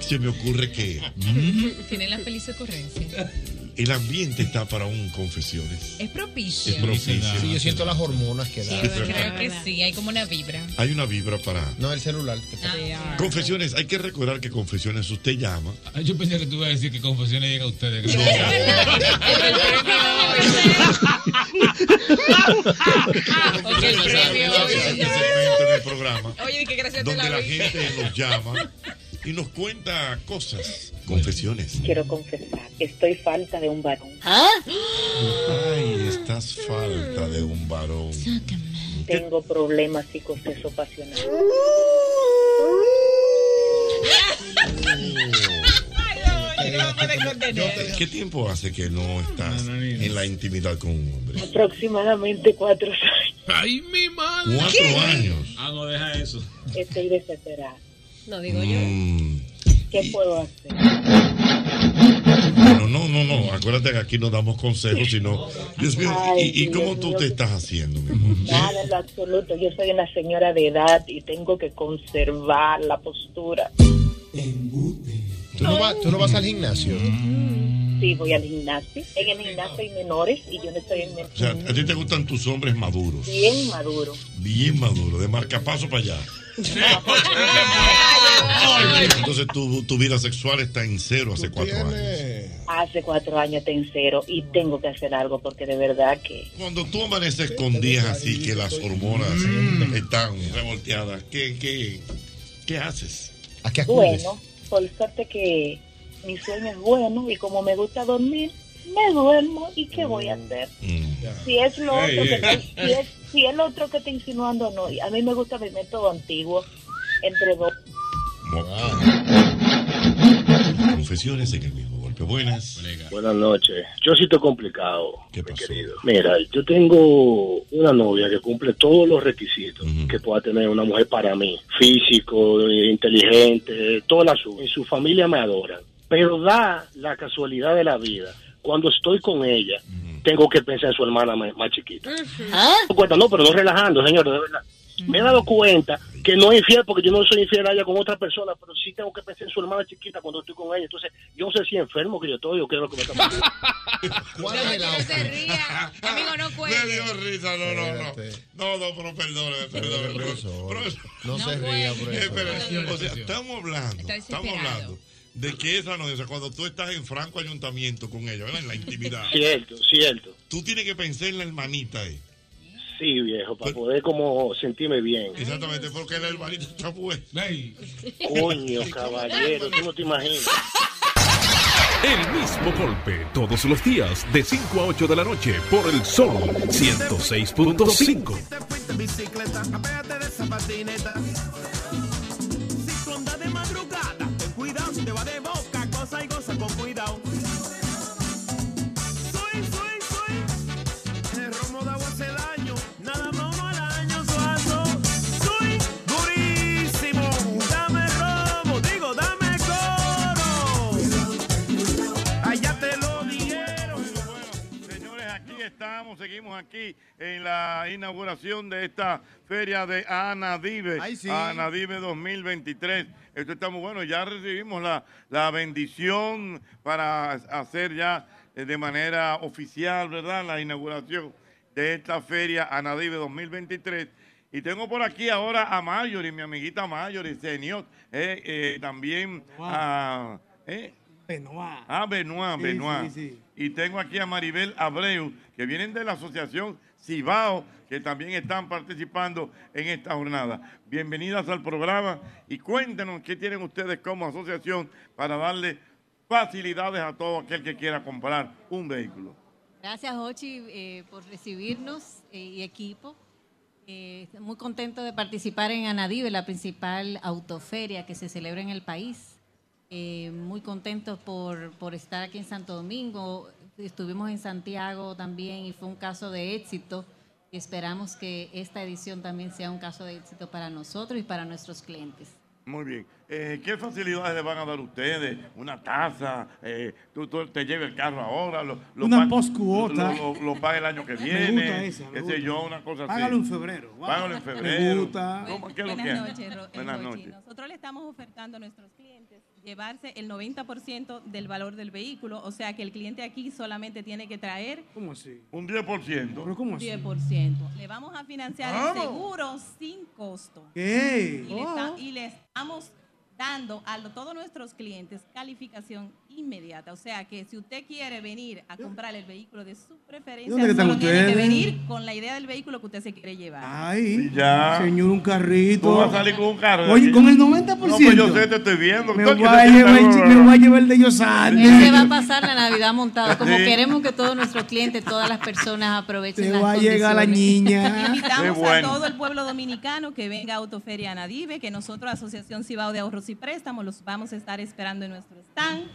Speaker 22: Se me ocurre que mm,
Speaker 23: Tienen la feliz ocurrencia.
Speaker 22: el ambiente está para un confesiones.
Speaker 23: Es propicio.
Speaker 22: Es propicio.
Speaker 24: Sí, yo siento las hormonas que
Speaker 23: Sí,
Speaker 22: da.
Speaker 23: yo creo que sí, hay como una vibra.
Speaker 22: Hay una vibra para.
Speaker 24: No, el celular.
Speaker 23: Ah,
Speaker 22: Confesiones, hay que recordar que confesiones usted llama.
Speaker 25: Yo pensé que tú ibas a decir que confesiones llega a ustedes.
Speaker 22: No. Es
Speaker 23: Confesiones
Speaker 22: Confesiones
Speaker 23: previo,
Speaker 22: hace
Speaker 23: obvio.
Speaker 22: este segmento en el programa
Speaker 23: Oye, que gracias te
Speaker 22: donde
Speaker 23: la
Speaker 22: la
Speaker 23: doy.
Speaker 22: gente nos llama y nos cuenta cosas, confesiones.
Speaker 26: Quiero confesar, estoy falta de un varón.
Speaker 22: Ay, estás falta de un varón.
Speaker 26: Tengo problemas psicoceso pasional.
Speaker 22: ¿Qué tiempo hace que no estás en la intimidad con un hombre?
Speaker 26: Aproximadamente cuatro años.
Speaker 25: Ay, mi madre.
Speaker 22: Cuatro años.
Speaker 25: Ah, no, deja eso.
Speaker 26: Estoy desesperada. No digo
Speaker 22: Mm,
Speaker 26: ¿Qué puedo hacer?
Speaker 22: bueno, no, no, no. Acuérdate que aquí no damos consejos, sino. Dios mío,
Speaker 26: Ay,
Speaker 22: ¿y, y
Speaker 26: Dios
Speaker 22: cómo tú
Speaker 26: mío.
Speaker 22: te estás haciendo, mi amor?
Speaker 26: Nada en lo absoluto. Yo soy una señora de edad y tengo que conservar la postura.
Speaker 24: ¿Tú no, vas, tú no vas al gimnasio.
Speaker 26: Sí, voy al gimnasio. En el gimnasio hay menores y yo no estoy en menores.
Speaker 22: O sea, a ti te gustan tus hombres maduros,
Speaker 26: Bien maduro.
Speaker 22: bien maduros, de marcapaso para allá. Entonces tu, tu vida sexual está en cero hace cuatro años.
Speaker 26: Hace cuatro años estoy en cero y tengo que hacer algo porque de verdad que
Speaker 22: Cuando tú amaneces con días así que las hormonas
Speaker 26: Mm.
Speaker 22: están revolteadas, ¿qué, qué, qué haces?
Speaker 24: ¿A qué
Speaker 26: Bueno, por suerte que mi sueño es bueno y como me gusta dormir, me duermo y qué voy a hacer. Si es lo
Speaker 2: Mm. Ey,
Speaker 26: otro que
Speaker 2: ey.
Speaker 26: te- si es, si es lo otro que te insinuando no, a mí me gusta mi método antiguo entre dos.
Speaker 22: Confesiones en el mismo golpe. Buenas.
Speaker 27: Buenas noches. Yo sí estoy complicado, mi querido. Mira, yo tengo una novia que cumple todos los requisitos que pueda tener una mujer para mí. Físico, eh, inteligente, toda la suya. En su familia me adoran. Pero da la casualidad de la vida. Cuando estoy con ella, tengo que pensar en su hermana ma- más, chiquita.
Speaker 2: ¿Ah?
Speaker 27: Me he dado cuenta, no, pero no relajando, señor, de verdad. Me he dado cuenta que no es infiel porque yo no soy infiel a ella con otra persona, pero sí tengo que pensar en su hermana chiquita cuando estoy con ella. Entonces, yo no sé si enfermo que yo estoy o qué es lo que me está pasando.
Speaker 22: ¿Cuál
Speaker 27: es el
Speaker 22: no
Speaker 27: outfit?
Speaker 22: se ría. Amigo, no cuelgue. Me dio risa, no, no, no. No, no, pero perdóneme, perdóneme. Profesor,
Speaker 24: No se ría,
Speaker 22: Eh,
Speaker 24: profesor.
Speaker 22: pero, o sea, estamos hablando,
Speaker 24: Está
Speaker 22: estamos
Speaker 24: desesperado.
Speaker 22: hablando de que esa novia, o sea, cuando tú estás en franco ayuntamiento con ella, ¿verdad? En la intimidad.
Speaker 27: Cierto, cierto.
Speaker 22: Tú tienes que pensar en la hermanita ahí.
Speaker 27: Sí, viejo,
Speaker 25: Pues
Speaker 27: para poder como sentirme bien.
Speaker 22: Exactamente, porque la hermanita está buena.
Speaker 27: Coño, caballero, tú no te imaginas.
Speaker 28: El mismo golpe todos los días de 5 a 8 de la noche por el Sol 106.5.
Speaker 2: de bicicleta, apéate de esa patineta. Si tú andas de madrugada, ten cuidado, si te va de boca, cosa y goza con cuidado. Soy, soy, soy. El romo de agua hace daño, nada más uno al año suazo. Soy durísimo, dame romo, digo, dame coro. Allá te lo dijeron.
Speaker 4: Señores, aquí estamos, seguimos aquí en la inauguración de esta feria de Anadive. Anadive 2023. Esto está muy bueno. Ya recibimos la, la bendición para hacer ya eh, de manera oficial, ¿verdad? La inauguración de esta feria Anadive 2023. Y tengo por aquí ahora a Mayori, mi amiguita Mayori, señor. eh, eh, también a... ¿eh? Ah, Benoit,
Speaker 7: Sí,
Speaker 4: Benoit.
Speaker 7: sí, sí.
Speaker 4: Y tengo aquí a Maribel Abreu, que vienen de la asociación Cibao, que también están participando en esta jornada. Bienvenidas al programa y cuéntenos qué tienen ustedes como asociación para darle facilidades a todo aquel que quiera comprar un vehículo.
Speaker 29: Gracias, Ochi, eh, por recibirnos eh, y equipo. Eh, muy contento de participar en Anadive, la principal autoferia que se celebra en el país. Eh, muy contentos por, por estar aquí en Santo Domingo. Estuvimos en Santiago también y fue un caso de éxito. Y esperamos que esta edición también sea un caso de éxito para nosotros y para nuestros clientes.
Speaker 4: Muy bien. Eh, ¿Qué facilidades le van a dar ustedes? ¿Una tasa? Eh, tú, tú te lleves el carro ahora? Lo, lo
Speaker 7: Una
Speaker 4: pagas-
Speaker 7: poscuota.
Speaker 4: Lo, lo- lo paga el año que
Speaker 7: Me
Speaker 4: viene.
Speaker 7: gusta esa, me
Speaker 4: qué sé
Speaker 7: gusta.
Speaker 4: yo, una cosa
Speaker 7: Págalo
Speaker 4: así.
Speaker 7: en febrero, wow.
Speaker 4: Págalo en
Speaker 7: Me
Speaker 4: febrero.
Speaker 7: gusta.
Speaker 4: ¿Cómo, qué es lo que
Speaker 30: Buenas
Speaker 4: es?
Speaker 30: noches, Ro- eh,
Speaker 4: Buenas
Speaker 30: Rochi.
Speaker 4: noches.
Speaker 30: Nosotros le estamos ofertando a nuestros clientes llevarse el 90% del valor del vehículo, o sea que el cliente aquí solamente tiene que traer
Speaker 7: ¿Cómo así?
Speaker 4: Un 10%.
Speaker 7: ¿Pero cómo así?
Speaker 30: 10%. Le vamos a financiar el
Speaker 7: Vamos.
Speaker 30: seguro sin costo.
Speaker 7: ¿Qué?
Speaker 30: Y, le esta-
Speaker 7: Oh.
Speaker 30: y le estamos dando a lo- todos nuestros clientes calificación inmediata. O sea que si usted quiere venir a comprar el vehículo de su preferencia,
Speaker 7: dónde que están
Speaker 30: solo tiene que
Speaker 7: ustedes?
Speaker 30: venir con la idea del vehículo que usted se quiere llevar.
Speaker 7: Ay,
Speaker 4: ya.
Speaker 7: señor, un carrito.
Speaker 4: Tú vas a salir con un carro.
Speaker 7: Oye, con el 90%.
Speaker 4: No, pues yo sé, te estoy viendo.
Speaker 7: Me
Speaker 4: Tú-
Speaker 7: voy, a llevar, el chi- me voy a llevar el de ellos antes.
Speaker 29: Él se va a pasar la Navidad montado, como
Speaker 4: Sí.
Speaker 29: queremos que todos nuestros clientes, todas las personas aprovechen
Speaker 7: Te
Speaker 29: las
Speaker 7: va a llegar la
Speaker 29: condiciones.
Speaker 7: niña.
Speaker 30: Invitamos
Speaker 29: Qué bueno.
Speaker 30: a todo el pueblo dominicano que venga a Autoferia Anadive, que nosotros, Asociación Cibao de Ahorros y Préstamos, los vamos a estar esperando en nuestro stand.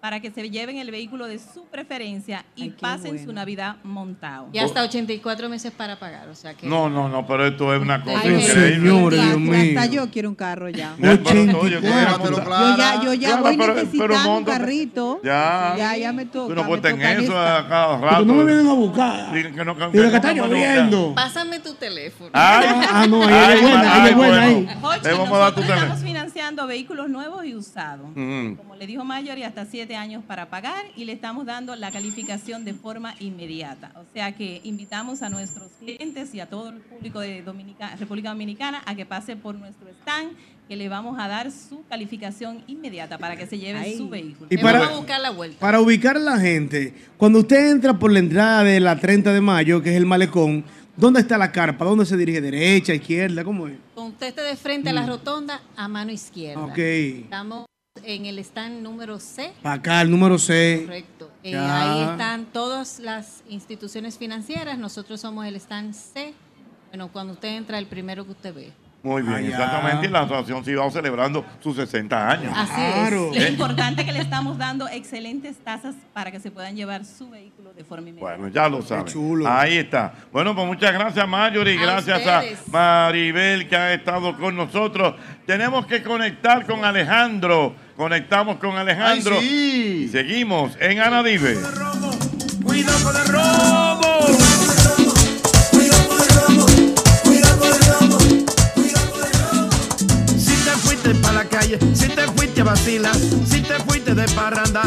Speaker 30: para que se lleven el vehículo de su preferencia y pasen su Navidad montado.
Speaker 29: Y hasta 84 meses para pagar, o sea que...
Speaker 4: No, no, no, pero esto es una cosa
Speaker 29: Ay,
Speaker 4: increíble.
Speaker 29: señores,
Speaker 6: Hasta-
Speaker 29: Dios mío.
Speaker 6: Hasta yo quiero un carro ya.
Speaker 4: Ya, pero, oye, tú eras monta-
Speaker 6: Yo ya, yo ya
Speaker 4: Clara,
Speaker 6: voy
Speaker 4: pero- pero
Speaker 6: necesitando un
Speaker 4: monta-
Speaker 6: carrito.
Speaker 4: Ya.
Speaker 6: Ya, ya me toca.
Speaker 4: Tú no
Speaker 6: me
Speaker 4: puedes en
Speaker 6: toca
Speaker 4: eso
Speaker 6: esta.
Speaker 4: a cada rato.
Speaker 7: no me vienen a buscar.
Speaker 4: Dile que no, que
Speaker 7: Dile que
Speaker 4: no
Speaker 7: está
Speaker 4: me buscan.
Speaker 7: lloviendo.
Speaker 29: Pásame tu teléfono.
Speaker 4: Ay,
Speaker 7: Ah, no, ahí es buena, ahí es buena, ahí.
Speaker 30: Jorge,
Speaker 4: Le vamos a dar tu
Speaker 30: nosotros
Speaker 4: teléfono.
Speaker 30: estamos financiando vehículos nuevos y usados.
Speaker 4: Mm.
Speaker 30: Como le dijo Mayor, y hasta siete años para pagar y le estamos dando la calificación de forma inmediata. O sea que invitamos a nuestros clientes y a todo el público de Dominica- República Dominicana a que pase por nuestro stand que le vamos a dar su calificación inmediata para que se lleve
Speaker 29: Ay.
Speaker 30: su vehículo.
Speaker 7: Y
Speaker 30: Le
Speaker 7: para-
Speaker 30: vamos a buscar la vuelta.
Speaker 7: Para ubicar a la gente, cuando usted entra por la entrada de la 30 de mayo, que es el malecón, ¿dónde está la carpa? ¿Dónde se dirige? ¿Derecha, izquierda? ¿Cómo es?
Speaker 29: Conteste de frente a la
Speaker 7: Mm.
Speaker 29: rotonda a mano izquierda.
Speaker 7: Ok.
Speaker 29: Estamos en el stand número C.
Speaker 7: Para acá, el número C.
Speaker 29: Correcto. Eh,
Speaker 7: Ya.
Speaker 29: ahí están todas las instituciones financieras. Nosotros somos el stand C. Bueno, cuando usted entra, el primero que usted ve.
Speaker 4: Muy bien,
Speaker 7: Allá.
Speaker 4: exactamente. Y la asociación Cibao celebrando sus 60 años.
Speaker 29: Así
Speaker 30: Claro.
Speaker 4: ¿Eh?
Speaker 30: Es importante que le estamos dando excelentes tasas para que se puedan llevar su vehículo de forma inmediata.
Speaker 4: Bueno, ya lo saben. Ahí está. Bueno, pues muchas gracias, Marjorie.
Speaker 30: A
Speaker 4: gracias a
Speaker 30: ustedes.
Speaker 4: Maribel que ha estado con nosotros. Tenemos que conectar con Alejandro. Conectamos con Alejandro. Y seguimos en Anadive.
Speaker 2: Cuidado con el robo. Si te fuiste para la calle, si te fuiste a vacilar, si te fuiste de parranda.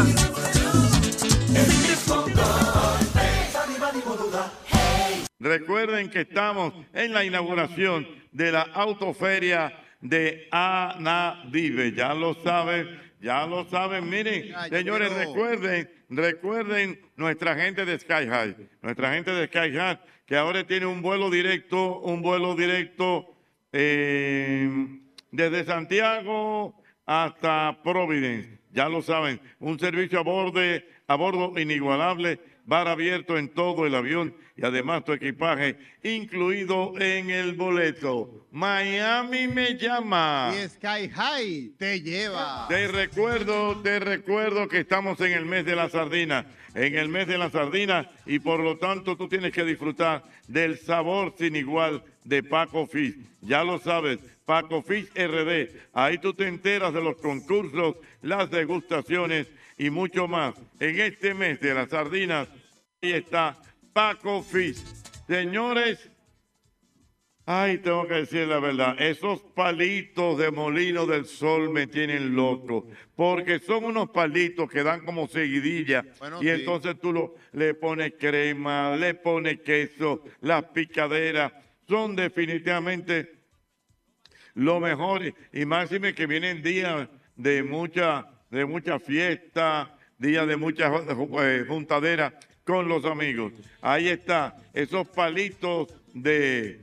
Speaker 4: Recuerden que estamos en la inauguración de la autoferia de Anadive. Ya lo saben, ya lo saben. Miren,
Speaker 22: Ay, yo
Speaker 4: señores,
Speaker 22: quiero-
Speaker 4: recuerden, recuerden nuestra gente de Sky High, nuestra gente de Sky High, que ahora tiene un vuelo directo, un vuelo directo eh, desde Santiago hasta Providence. Ya lo saben, un servicio a bordo, a bordo inigualable, bar abierto en todo el avión y además tu equipaje incluido en el boleto. Miami me llama.
Speaker 5: Y Sky High te lleva.
Speaker 4: Te recuerdo, te recuerdo que estamos en el mes de la sardina, en el mes de la sardina y por lo tanto tú tienes que disfrutar del sabor sin igual de Paco Fish. Ya lo sabes, Paco Fish RD. Ahí tú te enteras de los concursos, las degustaciones y mucho más. En este mes de las sardinas, ahí está Paco Fish. Señores, Ay, tengo que decir la verdad, esos palitos de molino del sol me tienen loco, porque son unos palitos que dan como seguidilla y
Speaker 5: sí.
Speaker 4: entonces tú lo, le pones crema, le pones queso, las picaderas, son definitivamente lo mejor y máxime que vienen días de mucha de mucha fiesta, días de mucha eh, juntadera con los amigos. Ahí está, esos palitos de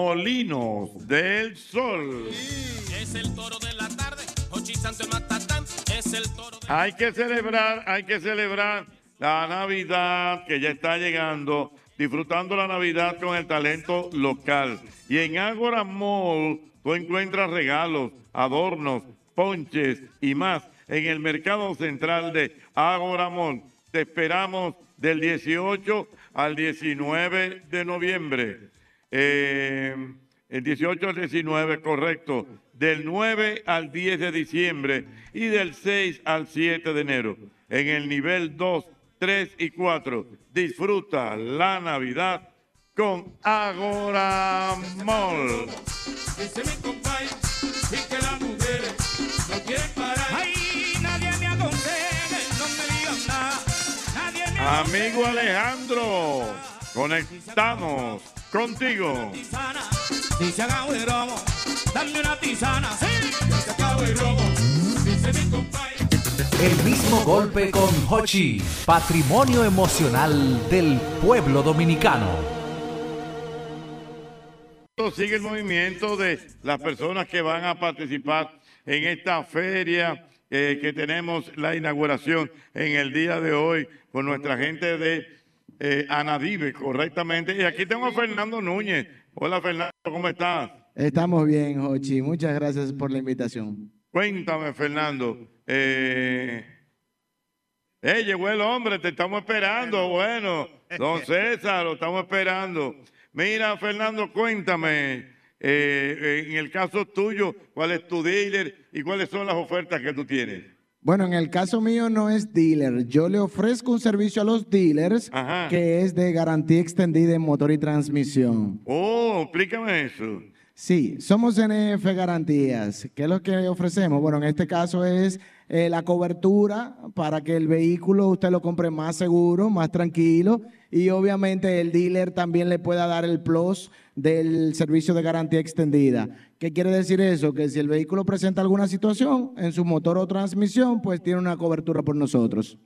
Speaker 4: Molinos del Sol.
Speaker 2: Es el toro de la tarde, Hochi Santo el Matatán, es el toro
Speaker 4: Hay que celebrar, hay que celebrar la Navidad que ya está llegando, disfrutando la Navidad con el talento local. Y en Ágora Mall tú encuentras regalos, adornos, ponches y más en el mercado central de Ágora Mall. Te esperamos del 18 al 19 de noviembre. Eh, el 18 al 19, correcto. Del 9 al 10 de diciembre y del 6 al 7 de enero. En el nivel 2, 3 y 4. Disfruta la Navidad con Agora Mall.
Speaker 2: Dice mi compay, y que las mujeres no quieren parar. Ay, nadie me aconseje, no me digan nada. Nadie me
Speaker 4: Amigo Alejandro, conectamos contigo.
Speaker 2: tisana. Dice acabo el robo, dame una tisana. Sí, dice acabo el robo. Dice mi compay.
Speaker 8: El mismo golpe con Hochi, patrimonio emocional del pueblo dominicano.
Speaker 4: Esto Sigue el movimiento de las personas que van a participar en esta feria eh, que tenemos la inauguración en el día de hoy con nuestra gente de eh, Anadive, correctamente. Y aquí tengo a Fernando Núñez. Hola Fernando, ¿cómo estás?
Speaker 9: Estamos bien, Hochi. Muchas gracias por la invitación.
Speaker 4: Cuéntame Fernando, eh, Eh, llegó el hombre, te estamos esperando. Bueno, don César, lo estamos esperando. Mira, Fernando, cuéntame, eh, en el caso tuyo, ¿cuál es tu dealer y cuáles son las ofertas que tú tienes?
Speaker 31: Bueno, en el caso mío no es dealer. Yo le ofrezco un servicio a los dealers
Speaker 4: Ajá.
Speaker 31: que es de garantía extendida en motor y transmisión.
Speaker 4: Oh, explícame eso.
Speaker 31: Sí, somos NF Garantías. ¿Qué es lo que ofrecemos? Bueno, en este caso es eh, la cobertura para que el vehículo usted lo compre más seguro, más tranquilo y obviamente el dealer también le pueda dar el plus del servicio de garantía extendida. ¿Qué quiere decir eso? Que si el vehículo presenta alguna situación en su motor o transmisión, pues tiene una cobertura por nosotros.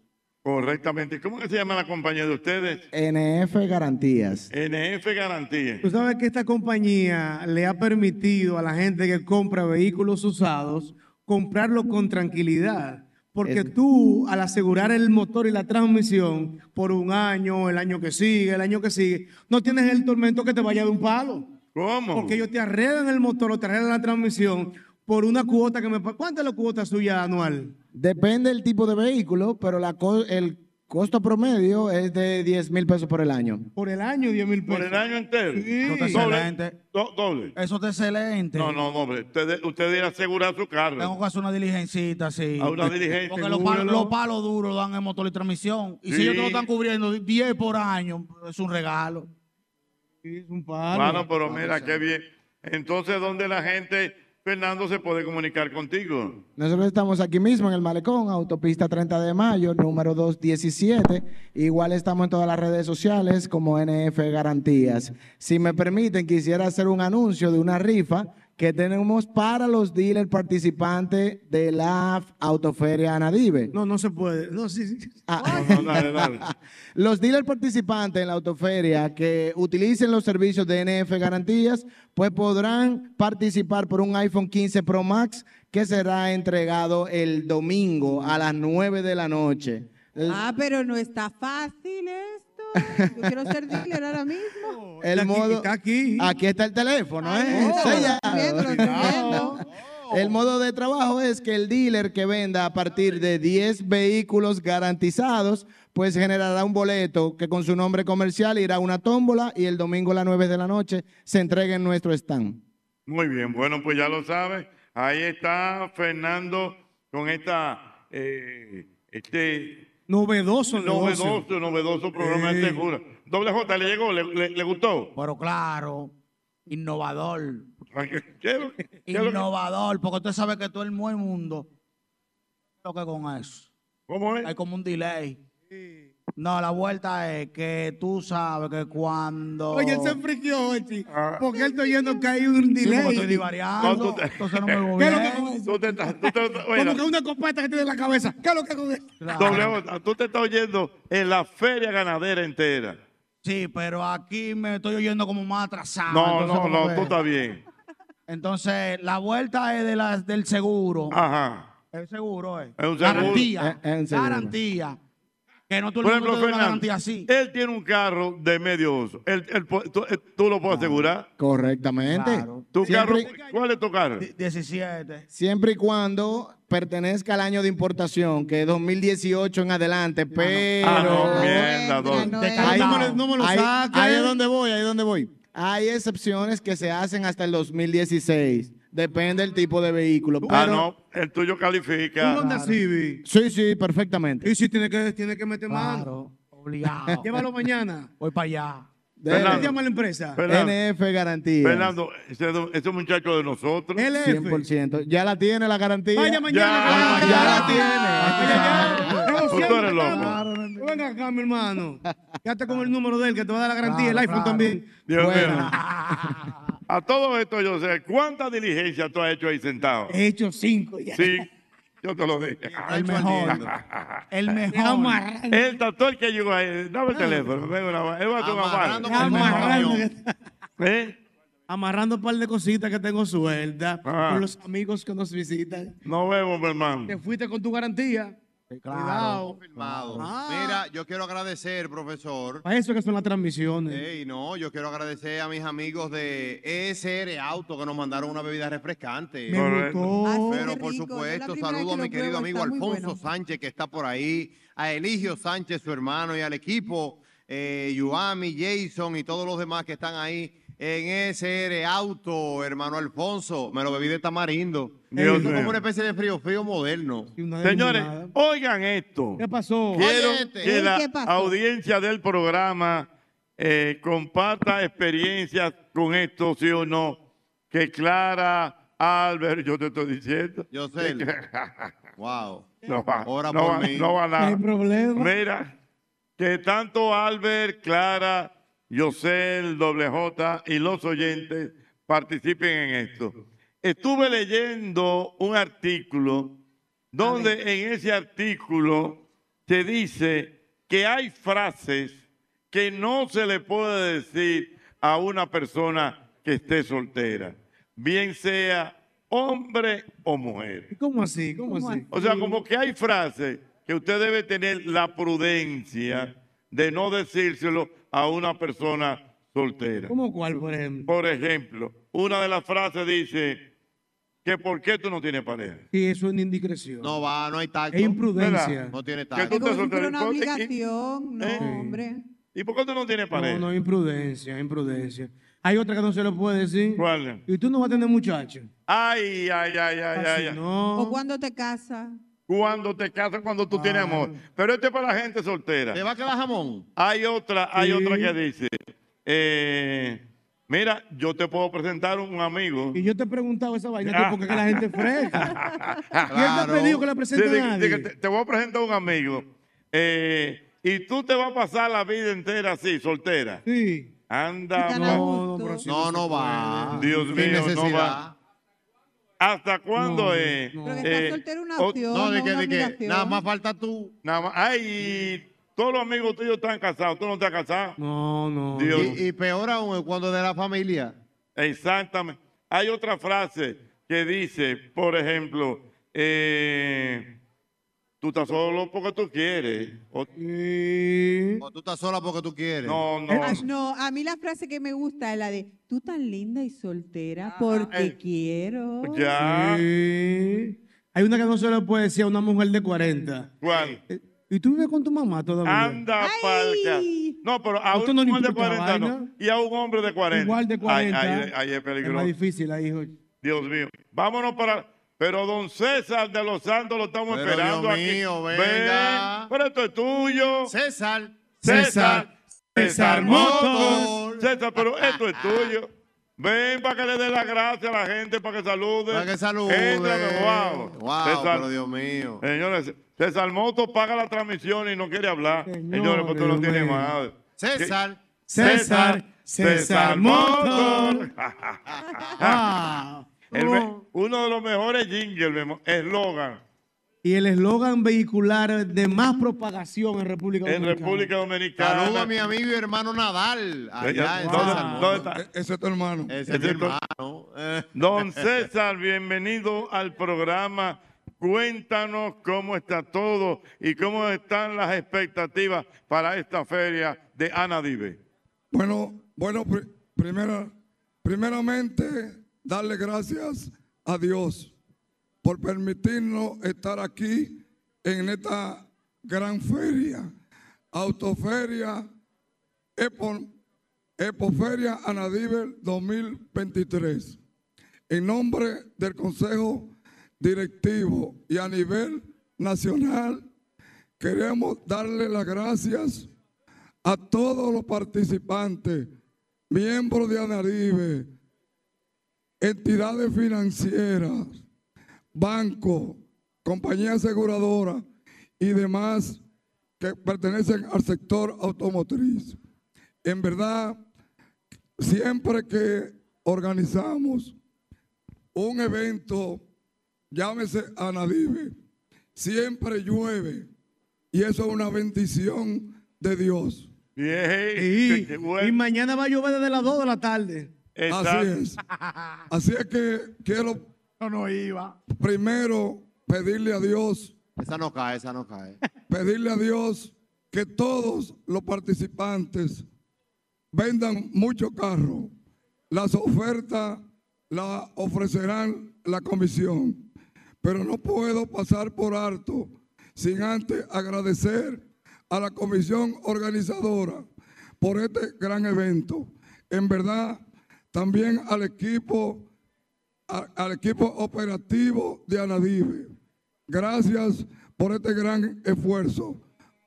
Speaker 4: Correctamente. ¿Cómo que se llama la compañía de ustedes?
Speaker 31: NF Garantías.
Speaker 4: NF Garantía.
Speaker 7: Tú sabes que esta compañía le ha permitido a la gente que compra vehículos usados comprarlo con tranquilidad. Porque tú, al asegurar el motor y la transmisión por un año, el año que sigue, el año que sigue, no tienes el tormento que te vaya de un palo.
Speaker 4: ¿Cómo?
Speaker 7: Porque ellos te arreglan el motor o te arreglan la transmisión por una cuota que me... pa- ¿Cuánta es la cuota suya anual?
Speaker 31: Depende del tipo de vehículo, pero la co- el costo promedio es de 10 mil pesos por el año.
Speaker 7: Por el año, 10 mil pesos.
Speaker 4: Por el año entero.
Speaker 7: Sí.
Speaker 4: Doble. Do- doble.
Speaker 8: Eso es excelente.
Speaker 4: No, no, doble. Usted, usted debe asegurar su carro.
Speaker 8: Tengo que hacer una diligencita, sí.
Speaker 4: A una diligencia.
Speaker 8: Porque los
Speaker 4: Seguro.
Speaker 8: palos, los palos duros dan en motor y transmisión. Y
Speaker 4: Sí.
Speaker 8: si ellos te lo están cubriendo 10 por año, es un regalo.
Speaker 7: es un
Speaker 4: Bueno, pero mira, qué bien. Entonces, ¿dónde la gente, Fernando, se puede comunicar contigo?
Speaker 31: Nosotros estamos aquí mismo en el Malecón, autopista 30 de mayo, número 217. Igual estamos en todas las redes sociales como NF Garantías. Si me permiten, quisiera hacer un anuncio de una rifa que tenemos para los dealers participantes de la Autoferia Anadive.
Speaker 7: No, no se puede. No, sí, sí.
Speaker 31: Los dealers participantes en la autoferia que utilicen los servicios de NF Garantías, pues podrán participar por un iPhone 15 Pro Max que será entregado el domingo a las 9 de la noche. El,
Speaker 6: Ah, pero no está fácil esto. Yo quiero ser dealer ahora mismo.
Speaker 31: el modo, está aquí. está el teléfono, ¿eh?
Speaker 6: no,
Speaker 31: Sellado.
Speaker 6: lo estoy viendo, lo estoy viendo.
Speaker 31: El modo de trabajo es que el dealer que venda a partir de 10 vehículos garantizados, pues generará un boleto que con su nombre comercial irá a una tómbola y el domingo a las 9 de la noche se entrega en nuestro stand.
Speaker 4: Muy bien, bueno, pues ya lo sabes. Ahí está Fernando con esta, eh, este
Speaker 7: Novedoso negocio.
Speaker 4: novedoso, novedoso programa
Speaker 7: Eh.
Speaker 4: de segura. Doble J, ¿le llegó? ¿Le, le- le gustó?
Speaker 8: Pero claro, innovador.
Speaker 4: es lo que-
Speaker 8: Innovador, porque usted sabe que todo el mu- el mundo toca con eso.
Speaker 4: ¿Cómo es?
Speaker 8: Hay como un delay. No, la vuelta es que tú sabes que cuando.
Speaker 7: Oye, él se friqueó, Ochi,
Speaker 4: Ah.
Speaker 7: porque él está oyendo que hay un
Speaker 8: Sí, porque
Speaker 7: delay.
Speaker 8: estoy divariando,
Speaker 7: No, tú te-
Speaker 8: entonces no me voy ¿eh?
Speaker 7: ¿Qué es lo
Speaker 8: bien.
Speaker 7: que con eso?
Speaker 4: oiga.
Speaker 7: Como que una copeta que tiene en la cabeza. ¿Qué es lo que con eso?
Speaker 4: Doble J, tú te estás oyendo en la feria ganadera entera.
Speaker 8: Sí, pero aquí me estoy oyendo como más atrasado.
Speaker 4: No,
Speaker 8: Ah, entonces
Speaker 4: no,
Speaker 8: como
Speaker 4: no,
Speaker 8: que-
Speaker 4: tú estás bien.
Speaker 8: Entonces, la vuelta es de las del seguro.
Speaker 4: Ajá.
Speaker 8: El seguro es.
Speaker 4: Es un seguro.
Speaker 8: Garantía.
Speaker 4: Es- es un seguro.
Speaker 8: Garantía. Que no tú
Speaker 4: Por
Speaker 8: le
Speaker 4: ejemplo,
Speaker 8: una
Speaker 4: Fernando,
Speaker 8: garantía así.
Speaker 4: él tiene un carro de medio uso. Él- él po- tú, eh, tú lo puedes asegurar?
Speaker 31: Correctamente.
Speaker 4: ¿Tu carro,
Speaker 31: Siempre-
Speaker 4: ¿Cuál es tu carro?
Speaker 8: 17.
Speaker 31: Siempre y cuando pertenezca al año de importación, que es 2018 en adelante, pero...
Speaker 4: Ah, no, mierda, doble.
Speaker 31: Ahí-
Speaker 7: No me lo- no me lo
Speaker 31: ahí-
Speaker 7: saques.
Speaker 31: Ahí es donde voy, ahí es donde voy. Hay excepciones que se hacen hasta el 2016. Depende del tipo de vehículo.
Speaker 4: Ah,
Speaker 31: pero-
Speaker 4: no, el tuyo califica.
Speaker 7: Un Honda Civic.
Speaker 31: Sí, sí, perfectamente.
Speaker 7: Y si tiene que, tiene que meter mano.
Speaker 8: Obligado.
Speaker 7: Llévalo mañana.
Speaker 8: Voy para allá.
Speaker 31: Dele.
Speaker 7: ¿Cómo se llama la empresa?
Speaker 4: Fernando.
Speaker 31: NF garantía.
Speaker 4: Fernando, ese, ese muchacho de nosotros.
Speaker 31: 100%. Ya la tiene la garantía.
Speaker 7: Vaya mañana.
Speaker 31: Ya,
Speaker 7: Vaya
Speaker 31: ya la
Speaker 7: mañana.
Speaker 31: tiene.
Speaker 7: Pero
Speaker 4: Tú
Speaker 7: siempre
Speaker 4: eres loco.
Speaker 7: está- Venga acá, mi hermano. Quédate con el número de él que te va a dar la garantía. el iPhone también.
Speaker 4: Dios mío. A todo esto yo sé, ¿cuántas diligencias tú has hecho ahí sentado?
Speaker 7: He hecho cinco ya.
Speaker 4: Sí, yo te lo dije.
Speaker 8: El mejor. El mejor.
Speaker 4: El doctor que llegó ahí, dame el teléfono, vengo una mano. Él va a hacer una mano.
Speaker 7: Amarrando.
Speaker 4: ¿Eh?
Speaker 7: Amarrando un par de cositas que tengo suelta. Con los amigos que nos visitan.
Speaker 4: Ah. Nos vemos, mi hermano.
Speaker 7: Te fuiste con tu garantía.
Speaker 10: Claro.
Speaker 5: Confirmado.
Speaker 10: Ah.
Speaker 5: Mira, yo quiero agradecer, profesor.
Speaker 7: Para eso que son las transmisiones.
Speaker 5: Ey, no, yo quiero agradecer a mis amigos de ESR Auto que nos mandaron una bebida refrescante.
Speaker 7: Me Correcto. gustó. Ah, sí,
Speaker 5: Pero
Speaker 7: qué
Speaker 5: por
Speaker 7: rico. Yo la
Speaker 5: supuesto,
Speaker 7: primera vez
Speaker 5: saludo a
Speaker 7: que
Speaker 5: mi
Speaker 7: lo
Speaker 5: querido
Speaker 7: pruebo,
Speaker 5: amigo
Speaker 7: está muy
Speaker 5: Alfonso
Speaker 7: bueno.
Speaker 5: Sánchez que está por ahí, a Eligio Sánchez, su hermano, y al equipo, eh, Yuami, Jason y todos los demás que están ahí en ESR Auto, hermano Alfonso. Me lo bebí de tamarindo.
Speaker 4: Dios
Speaker 5: Es como
Speaker 4: mío.
Speaker 5: una especie de frío frío moderno.
Speaker 4: Señores, oigan esto.
Speaker 7: ¿Qué pasó?
Speaker 4: Quiero
Speaker 5: Oye, este.
Speaker 4: que
Speaker 5: Ey,
Speaker 4: la
Speaker 5: ¿qué pasó?
Speaker 4: audiencia del programa eh, comparta experiencias con esto, sí o no. Que Clara, Albert, yo te estoy diciendo.
Speaker 5: Yo sé. wow.
Speaker 4: No va,
Speaker 5: Ora
Speaker 4: no
Speaker 5: por
Speaker 4: va-
Speaker 5: mí.
Speaker 4: no va nada.
Speaker 5: No hay problema.
Speaker 4: Mira, que tanto Albert, Clara, Yosel, Doble J y los oyentes participen en esto. Estuve leyendo un artículo donde en ese artículo se dice que hay frases que no se le puede decir a una persona que esté soltera, bien sea hombre o mujer.
Speaker 7: ¿Cómo así? ¿Cómo, así?
Speaker 4: O sea, como que hay frases que usted debe tener la prudencia de no decírselo a una persona soltera.
Speaker 7: ¿Cómo cuál, por ejemplo?
Speaker 4: Por ejemplo, una de las frases dice que ¿por qué tú no tienes pareja?
Speaker 7: Y eso es una indiscreción.
Speaker 5: No va, no hay tacto.
Speaker 7: Es imprudencia.
Speaker 4: ¿Verdad?
Speaker 5: No tiene
Speaker 4: Que tú
Speaker 5: tacto.
Speaker 4: te solteras.
Speaker 6: una
Speaker 4: Entonces, ¿y-
Speaker 6: obligación, no,
Speaker 4: eh?
Speaker 6: hombre.
Speaker 4: ¿Y por qué tú no tienes pareja?
Speaker 7: No, no, imprudencia, imprudencia. Hay otra que no se lo puede decir.
Speaker 4: ¿Cuál?
Speaker 7: Y tú no vas a tener muchacho.
Speaker 4: Ay, ay, ay,
Speaker 7: Ah,
Speaker 4: ay, ay. ay.
Speaker 6: O cuando te casas.
Speaker 4: Cuando te casas, cuando tú tienes amor. Pero este es para la gente soltera.
Speaker 5: ¿Te va a quedar jamón?
Speaker 4: Hay otra, hay
Speaker 5: Sí.
Speaker 4: otra que dice, eh, mira, yo te puedo presentar un amigo.
Speaker 7: Y yo te he preguntado esa vaina, que porque que la gente es fresca.
Speaker 4: ¿Quién
Speaker 7: te ha pedido que le presente a nadie?
Speaker 4: te, te voy a presentar un amigo. eh, y tú te vas a pasar la vida entera así, soltera.
Speaker 7: Sí.
Speaker 4: Anda,
Speaker 7: no, no,
Speaker 5: no, no va.
Speaker 4: Dios
Speaker 5: Sin
Speaker 4: mío, no
Speaker 5: necesidad.
Speaker 4: va. ¿Hasta cuándo eh? es?
Speaker 6: Pero que estar soltero es una opción,
Speaker 5: no, de que-
Speaker 6: una
Speaker 5: de que
Speaker 6: obligación.
Speaker 5: nada más falta tú.
Speaker 4: Nada más. Ay, todos los amigos tuyos están casados. ¿Tú no estás casado?
Speaker 7: No, no.
Speaker 4: Dios.
Speaker 5: Y, y peor aún es cuando de la familia.
Speaker 4: Exactamente. Hay otra frase que dice, por ejemplo, eh, tú estás solo porque tú quieres. O-
Speaker 5: O tú estás sola porque tú quieres.
Speaker 4: No, no.
Speaker 6: Ah, no, a mí la frase que me gusta es la de tú tan linda y soltera porque
Speaker 7: eh.
Speaker 6: quiero.
Speaker 7: Sí. Hay una que no se le puede decir a una mujer de 40.
Speaker 4: ¿Cuál?
Speaker 7: ¿Y tú vives con tu mamá todavía?
Speaker 4: Anda palca. No, pero a
Speaker 7: Esto
Speaker 4: un
Speaker 7: no le
Speaker 4: hombre de
Speaker 7: importa
Speaker 4: 40 no.
Speaker 7: vaina.
Speaker 4: y a un hombre de 40.
Speaker 7: Igual de
Speaker 4: Ay,
Speaker 7: 40.
Speaker 4: Ay, ay, es
Speaker 7: Es más
Speaker 4: peligroso.
Speaker 7: difícil ahí, hijo.
Speaker 4: Dios mío. Vámonos para. Pero don César de los Santos lo estamos
Speaker 5: Pero
Speaker 4: esperando
Speaker 5: Dios
Speaker 4: aquí.
Speaker 5: mío,
Speaker 4: Ven,
Speaker 5: venga.
Speaker 4: pero esto es tuyo.
Speaker 5: César.
Speaker 4: César.
Speaker 5: César Motor.
Speaker 4: César, pero esto es tuyo. Ven para que le dé las gracias a la gente, para que salude.
Speaker 5: Para que salude.
Speaker 4: Entra, wow.
Speaker 5: Wow,
Speaker 4: César-
Speaker 5: pero Dios mío.
Speaker 4: Señores, César Moto paga la transmisión y no quiere hablar. Señores, pues tú no tienes madre.
Speaker 5: César.
Speaker 4: César, César Motor.
Speaker 7: Ah.
Speaker 4: El me- uno de los mejores jingles, mi amor, eslogan,
Speaker 7: Y el eslogan vehicular de más propagación en República
Speaker 4: en
Speaker 7: Dominicana.
Speaker 4: República Dominicana. Eh,
Speaker 5: Saludo a mi amigo y hermano Nadal. Allá en
Speaker 4: ¿Dónde-
Speaker 5: César Motor.
Speaker 4: dónde está?
Speaker 5: E-, Ese es tu hermano. Ese es mi
Speaker 4: Ese es tu-
Speaker 5: hermano.
Speaker 4: Don César, bienvenido al programa. Cuéntanos cómo está todo y cómo están las expectativas para esta feria de Anadive.
Speaker 21: Bueno, bueno, pri- primera, primeramente darle gracias a Dios por permitirnos estar aquí en esta gran feria, Autoferia Epo- Epoferia Anadiver 2023. En nombre del Consejo Directivo y a nivel nacional, queremos darle las gracias a todos los participantes, miembros de Anaribe, entidades financieras, bancos, compañías aseguradoras y demás que pertenecen al sector automotriz. En verdad, siempre que organizamos un evento, llámese Anadive, siempre llueve y eso es una bendición de Dios.
Speaker 7: Sí. Y mañana va a llover desde las 2 de la tarde.
Speaker 21: Así es. Así es que quiero
Speaker 7: No, no iba.
Speaker 21: primero pedirle a Dios
Speaker 19: Esa no
Speaker 5: Ah,
Speaker 19: cae, esa no cae.
Speaker 21: pedirle a Dios que todos los participantes vendan mucho carro. Las ofertas las ofrecerán la comisión, pero no puedo pasar por alto sin antes agradecer a la comisión organizadora por este gran evento. En verdad, también al equipo, a- al equipo operativo de Anadive. Gracias por este gran esfuerzo.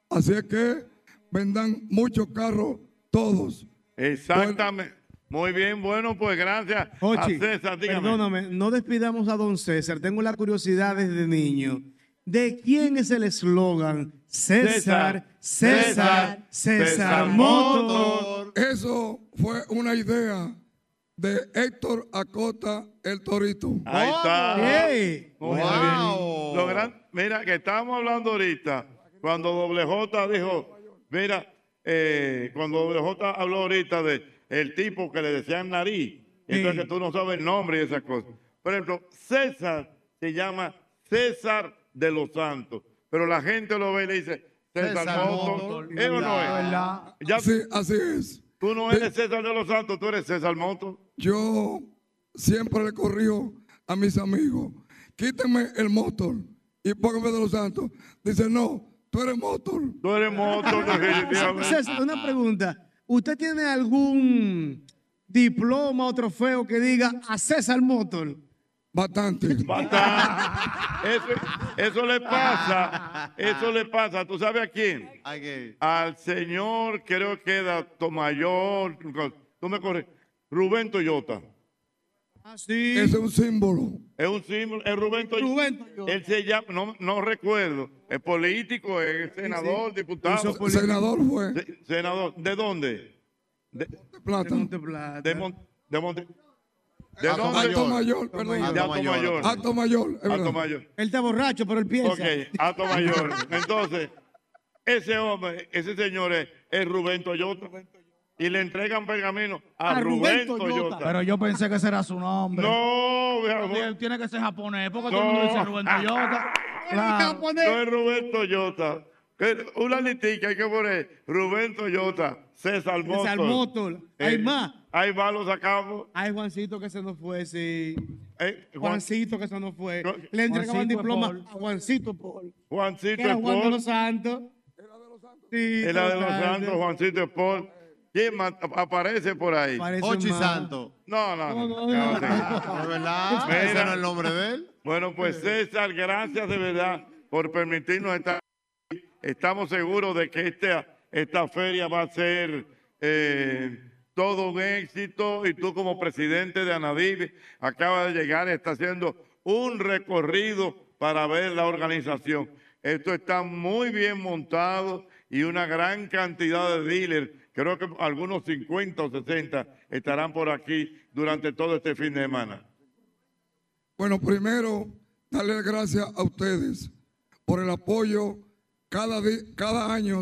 Speaker 21: Así es que vendan muchos carros todos.
Speaker 4: Exactamente. Muy bien, bueno, pues gracias
Speaker 7: Ochi,
Speaker 4: a César. Dígame.
Speaker 7: perdóname, no despidamos a don César. Tengo la curiosidad desde niño. ¿De quién es el eslogan? César, César, César, Motor.
Speaker 21: Eso fue una idea de Héctor Acota el Torito.
Speaker 4: Ahí está. Muy
Speaker 21: Wow.
Speaker 4: bien. Lo gran- mira, que estábamos hablando ahorita, cuando Doble J dijo, mira, eh, cuando Doble J habló ahorita de el tipo que le decían nariz, entonces que tú no sabes el nombre y esas cosas. Por ejemplo, César se llama César de los Santos, pero la gente lo ve y le dice, César,
Speaker 21: César
Speaker 4: Motor,
Speaker 21: Motor,
Speaker 4: ¿es o no es?
Speaker 21: ¿verdad?
Speaker 4: Ya-
Speaker 21: Así, así es.
Speaker 4: Tú no eres César de los Santos, tú eres César Motor.
Speaker 21: Yo siempre le corrijo a mis amigos, quítame el motor y póngame de los santos. Dice, no, tú eres motor.
Speaker 4: Tú eres motor,
Speaker 7: César, una pregunta. ¿Usted tiene algún diploma o trofeo que diga a César Motor?
Speaker 21: Bastante.
Speaker 4: Eso, eso le pasa, eso le pasa, ¿tú sabes a quién? Al señor, creo que era Tomayor, tú me corres, Rubén Toyota.
Speaker 21: Ese es un símbolo.
Speaker 4: Es un símbolo, es Rubén Toyota. Él se llama, no, no recuerdo, es político, es senador, diputado.
Speaker 21: Hizo política. Senador fue.
Speaker 4: Se- senador, ¿de dónde? De,
Speaker 21: Plata.
Speaker 4: de Mon- de Monte- ¿De
Speaker 21: Alto
Speaker 4: dónde?
Speaker 21: Mayor. Alto Mayor, perdón.
Speaker 4: De Alto Mayor.
Speaker 21: Alto Mayor, es
Speaker 4: Alto
Speaker 21: verdad.
Speaker 4: Mayor.
Speaker 7: Él está borracho, pero él piensa.
Speaker 4: Ok, alto mayor. Entonces, ese hombre, ese señor es, es Rubén Toyota. Y le entregan pergamino a, Ah, Rubén, Toyota.
Speaker 8: Pero yo pensé que ese era su nombre.
Speaker 4: No, mi amor.
Speaker 8: Tiene- Tiene que ser japonés, porque todo el mundo dice Rubén Toyota. Claro.
Speaker 4: No es Rubén Toyota. Que- Una litica hay que poner Rubén Toyota, César Motor.
Speaker 7: César Motor. Hay más.
Speaker 4: Hay más, lo sacamos. Eh,
Speaker 7: Ay, Juancito, que se nos fue, sí.
Speaker 4: Juan-
Speaker 7: Juancito, que se nos fue.
Speaker 4: No,
Speaker 7: Le entregaban
Speaker 4: Juancito es
Speaker 7: diploma
Speaker 4: Paul.
Speaker 7: a Juancito Paul.
Speaker 4: Juancito
Speaker 7: que era Juan de
Speaker 4: Sport.
Speaker 7: los Santos. Sí,
Speaker 4: Era de los Santos, Juancito Sport. ¿Quién más ap- aparece por ahí?
Speaker 19: Aparece Ochi más. Santo.
Speaker 4: No, no, no.
Speaker 19: No, no, no. Es verdad, ese no es el nombre de
Speaker 4: él. Bueno, pues César, gracias de verdad por permitirnos estar aquí. Estamos seguros de que esta, esta feria va a ser eh, todo un éxito y tú como presidente de Anadive acaba de llegar, está haciendo un recorrido para ver la organización. Esto está muy bien montado y una gran cantidad de dealers, creo que algunos 50 o 60 estarán por aquí durante todo este fin de semana.
Speaker 21: Bueno, primero, darle las gracias a ustedes por el apoyo cada, di- cada año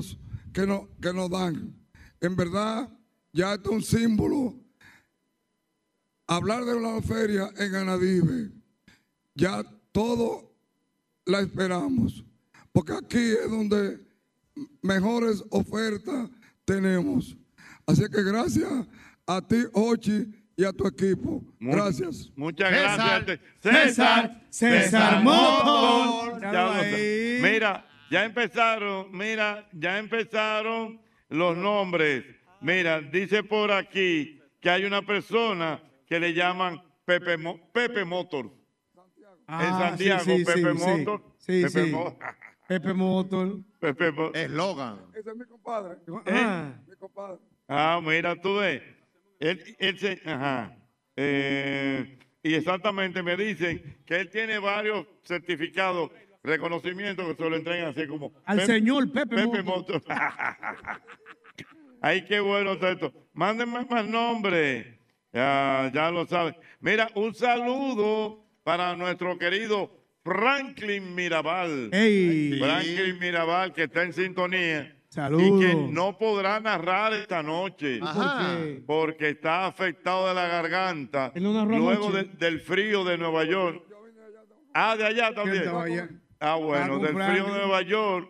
Speaker 21: que, no- que nos dan. En verdad, ya esto es un símbolo. Hablar de una feria en Anadive, ya todo la esperamos, porque aquí es donde mejores ofertas tenemos. Así que gracias a ti, Ochi, y a tu equipo. Gracias.
Speaker 4: Muchas
Speaker 21: César,
Speaker 4: gracias.
Speaker 21: César, César
Speaker 4: Motor.
Speaker 21: Motor.
Speaker 4: Ya
Speaker 21: Míralo
Speaker 4: lo
Speaker 21: ahí.
Speaker 4: sé. Mira, ya empezaron, mira, ya empezaron los nombres. Mira, dice por aquí que hay una persona que le llaman Pepe, Mo- Pepe Motor. en
Speaker 7: Ah, sí,
Speaker 4: Santiago,
Speaker 7: sí, sí,
Speaker 4: Pepe
Speaker 7: sí.
Speaker 4: Motor.
Speaker 7: Sí,
Speaker 4: Pepe
Speaker 7: sí.
Speaker 4: Mo-
Speaker 7: Pepe Motor.
Speaker 4: Pepe Mo-
Speaker 21: Ese es mi compadre.
Speaker 7: Ah.
Speaker 21: Mi compadre.
Speaker 4: Ah, mira, tú ves. Él, él se- ajá. Eh, y exactamente me dicen que él tiene varios certificados, reconocimientos que se lo entregan así como.
Speaker 7: Al
Speaker 4: Pep-
Speaker 7: señor Pepe
Speaker 4: Pepe Moto. Ay, qué bueno está esto. Mándenme más nombres. Ya, ya lo saben. Mira, un saludo para nuestro querido Franklin Mirabal.
Speaker 7: Ey.
Speaker 4: Franklin Mirabal, que está en sintonía.
Speaker 7: Saludos.
Speaker 4: Y que no podrá narrar esta noche.
Speaker 7: Ajá. qué?
Speaker 4: Porque está afectado de la garganta.
Speaker 7: narró
Speaker 4: Luego
Speaker 7: anoche.
Speaker 4: de- del frío de Nueva York. Ah, de allá también.
Speaker 7: estaba allá.
Speaker 4: Ah, bueno, del
Speaker 7: comprar-
Speaker 4: frío de Nueva York.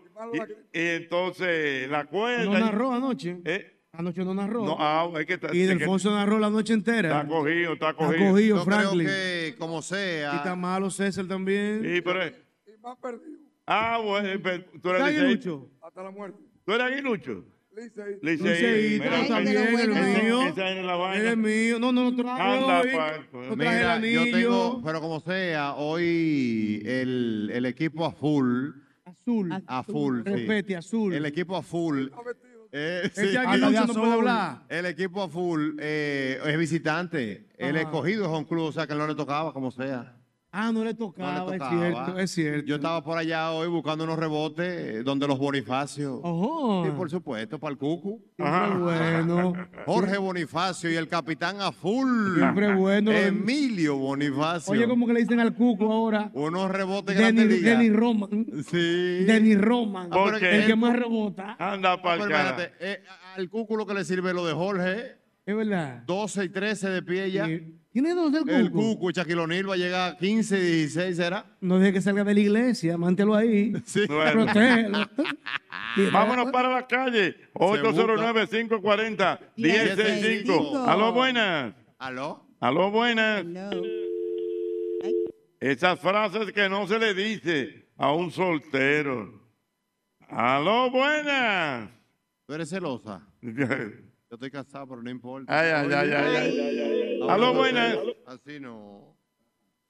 Speaker 4: Y, y entonces la cuerda.
Speaker 7: No narró anoche.
Speaker 4: ¿Eh?
Speaker 7: Anoche no narró.
Speaker 4: No, ah, es que está-
Speaker 7: y
Speaker 4: es que-
Speaker 7: Delfonso narró la noche entera.
Speaker 4: Está cogido, está
Speaker 7: Está
Speaker 4: cogido.
Speaker 7: cogido,
Speaker 4: Yo creo
Speaker 7: Franklin.
Speaker 5: que como
Speaker 7: Y está
Speaker 5: sea.
Speaker 7: malo César también.
Speaker 4: Sí, pero es- Ah, bueno, pero tú eres
Speaker 7: Está
Speaker 4: liceísta.
Speaker 7: aguilucho.
Speaker 21: Hasta la muerte.
Speaker 4: ¿Tú eres aguilucho?
Speaker 7: Liceísta,
Speaker 4: Mira,
Speaker 7: está bien,
Speaker 4: esa-
Speaker 7: el mío.
Speaker 4: esa era la vaina.
Speaker 7: Él es mío. No, no, no trajo
Speaker 4: Anda,
Speaker 7: hoy.
Speaker 4: pa-
Speaker 7: No traje el
Speaker 5: Mira, yo
Speaker 7: anillo.
Speaker 5: tengo, pero como sea, hoy el, el equipo a full.
Speaker 7: Azul.
Speaker 5: A full, sí.
Speaker 7: Repete, azul.
Speaker 5: El equipo a full. eh,
Speaker 7: Ese aguilucho no puede hablar.
Speaker 5: El equipo a full eh, es visitante. El
Speaker 7: Ajá.
Speaker 5: escogido es un club, o sea que no le tocaba, como sea.
Speaker 7: Ah,
Speaker 5: No
Speaker 7: no le
Speaker 5: le
Speaker 7: tocaba,
Speaker 5: tocaba.
Speaker 7: es cierto. Es cierto.
Speaker 5: Yo estaba por allá hoy buscando unos rebotes eh, donde los Bonifacio.
Speaker 7: Ojo.
Speaker 5: Sí, por supuesto, para el cucu.
Speaker 7: Siempre bueno.
Speaker 5: Jorge Bonifacio y el capitán a full.
Speaker 7: Siempre bueno.
Speaker 5: Emilio Bonifacio.
Speaker 7: Oye, como que le dicen al cuco ahora.
Speaker 5: Unos rebotes
Speaker 7: Denny,
Speaker 5: grandes ligas.
Speaker 7: Denny Roman.
Speaker 5: Sí.
Speaker 7: Denny Roman.
Speaker 5: Ah, pero
Speaker 7: El
Speaker 5: que-
Speaker 7: que más rebota.
Speaker 4: Anda
Speaker 5: Ah, pero espérate, eh, al cúculo que le sirve lo de Jorge.
Speaker 7: Es verdad.
Speaker 5: 12 y 13 de pie ya.
Speaker 7: ¿Tiene dos del
Speaker 5: El
Speaker 7: cuco?
Speaker 5: cucu, Shaquille O'Neal va a llegar a 15, 16, ¿será?
Speaker 7: No deje que salga de la iglesia, mántelo ahí.
Speaker 5: Sí.
Speaker 4: Bueno.
Speaker 7: Protégelo.
Speaker 4: Vámonos para la calle. 809-540-1065. Aló, buenas.
Speaker 5: ¿Aló?
Speaker 4: Aló, buenas. Esas frases que no se le dice a un soltero. Aló, buenas.
Speaker 5: ¿Tú eres celosa? Yo estoy casado, pero no importa.
Speaker 4: Ay, ay, ay, ay, ay, ay, ay. Aló, buenas.
Speaker 5: Así no.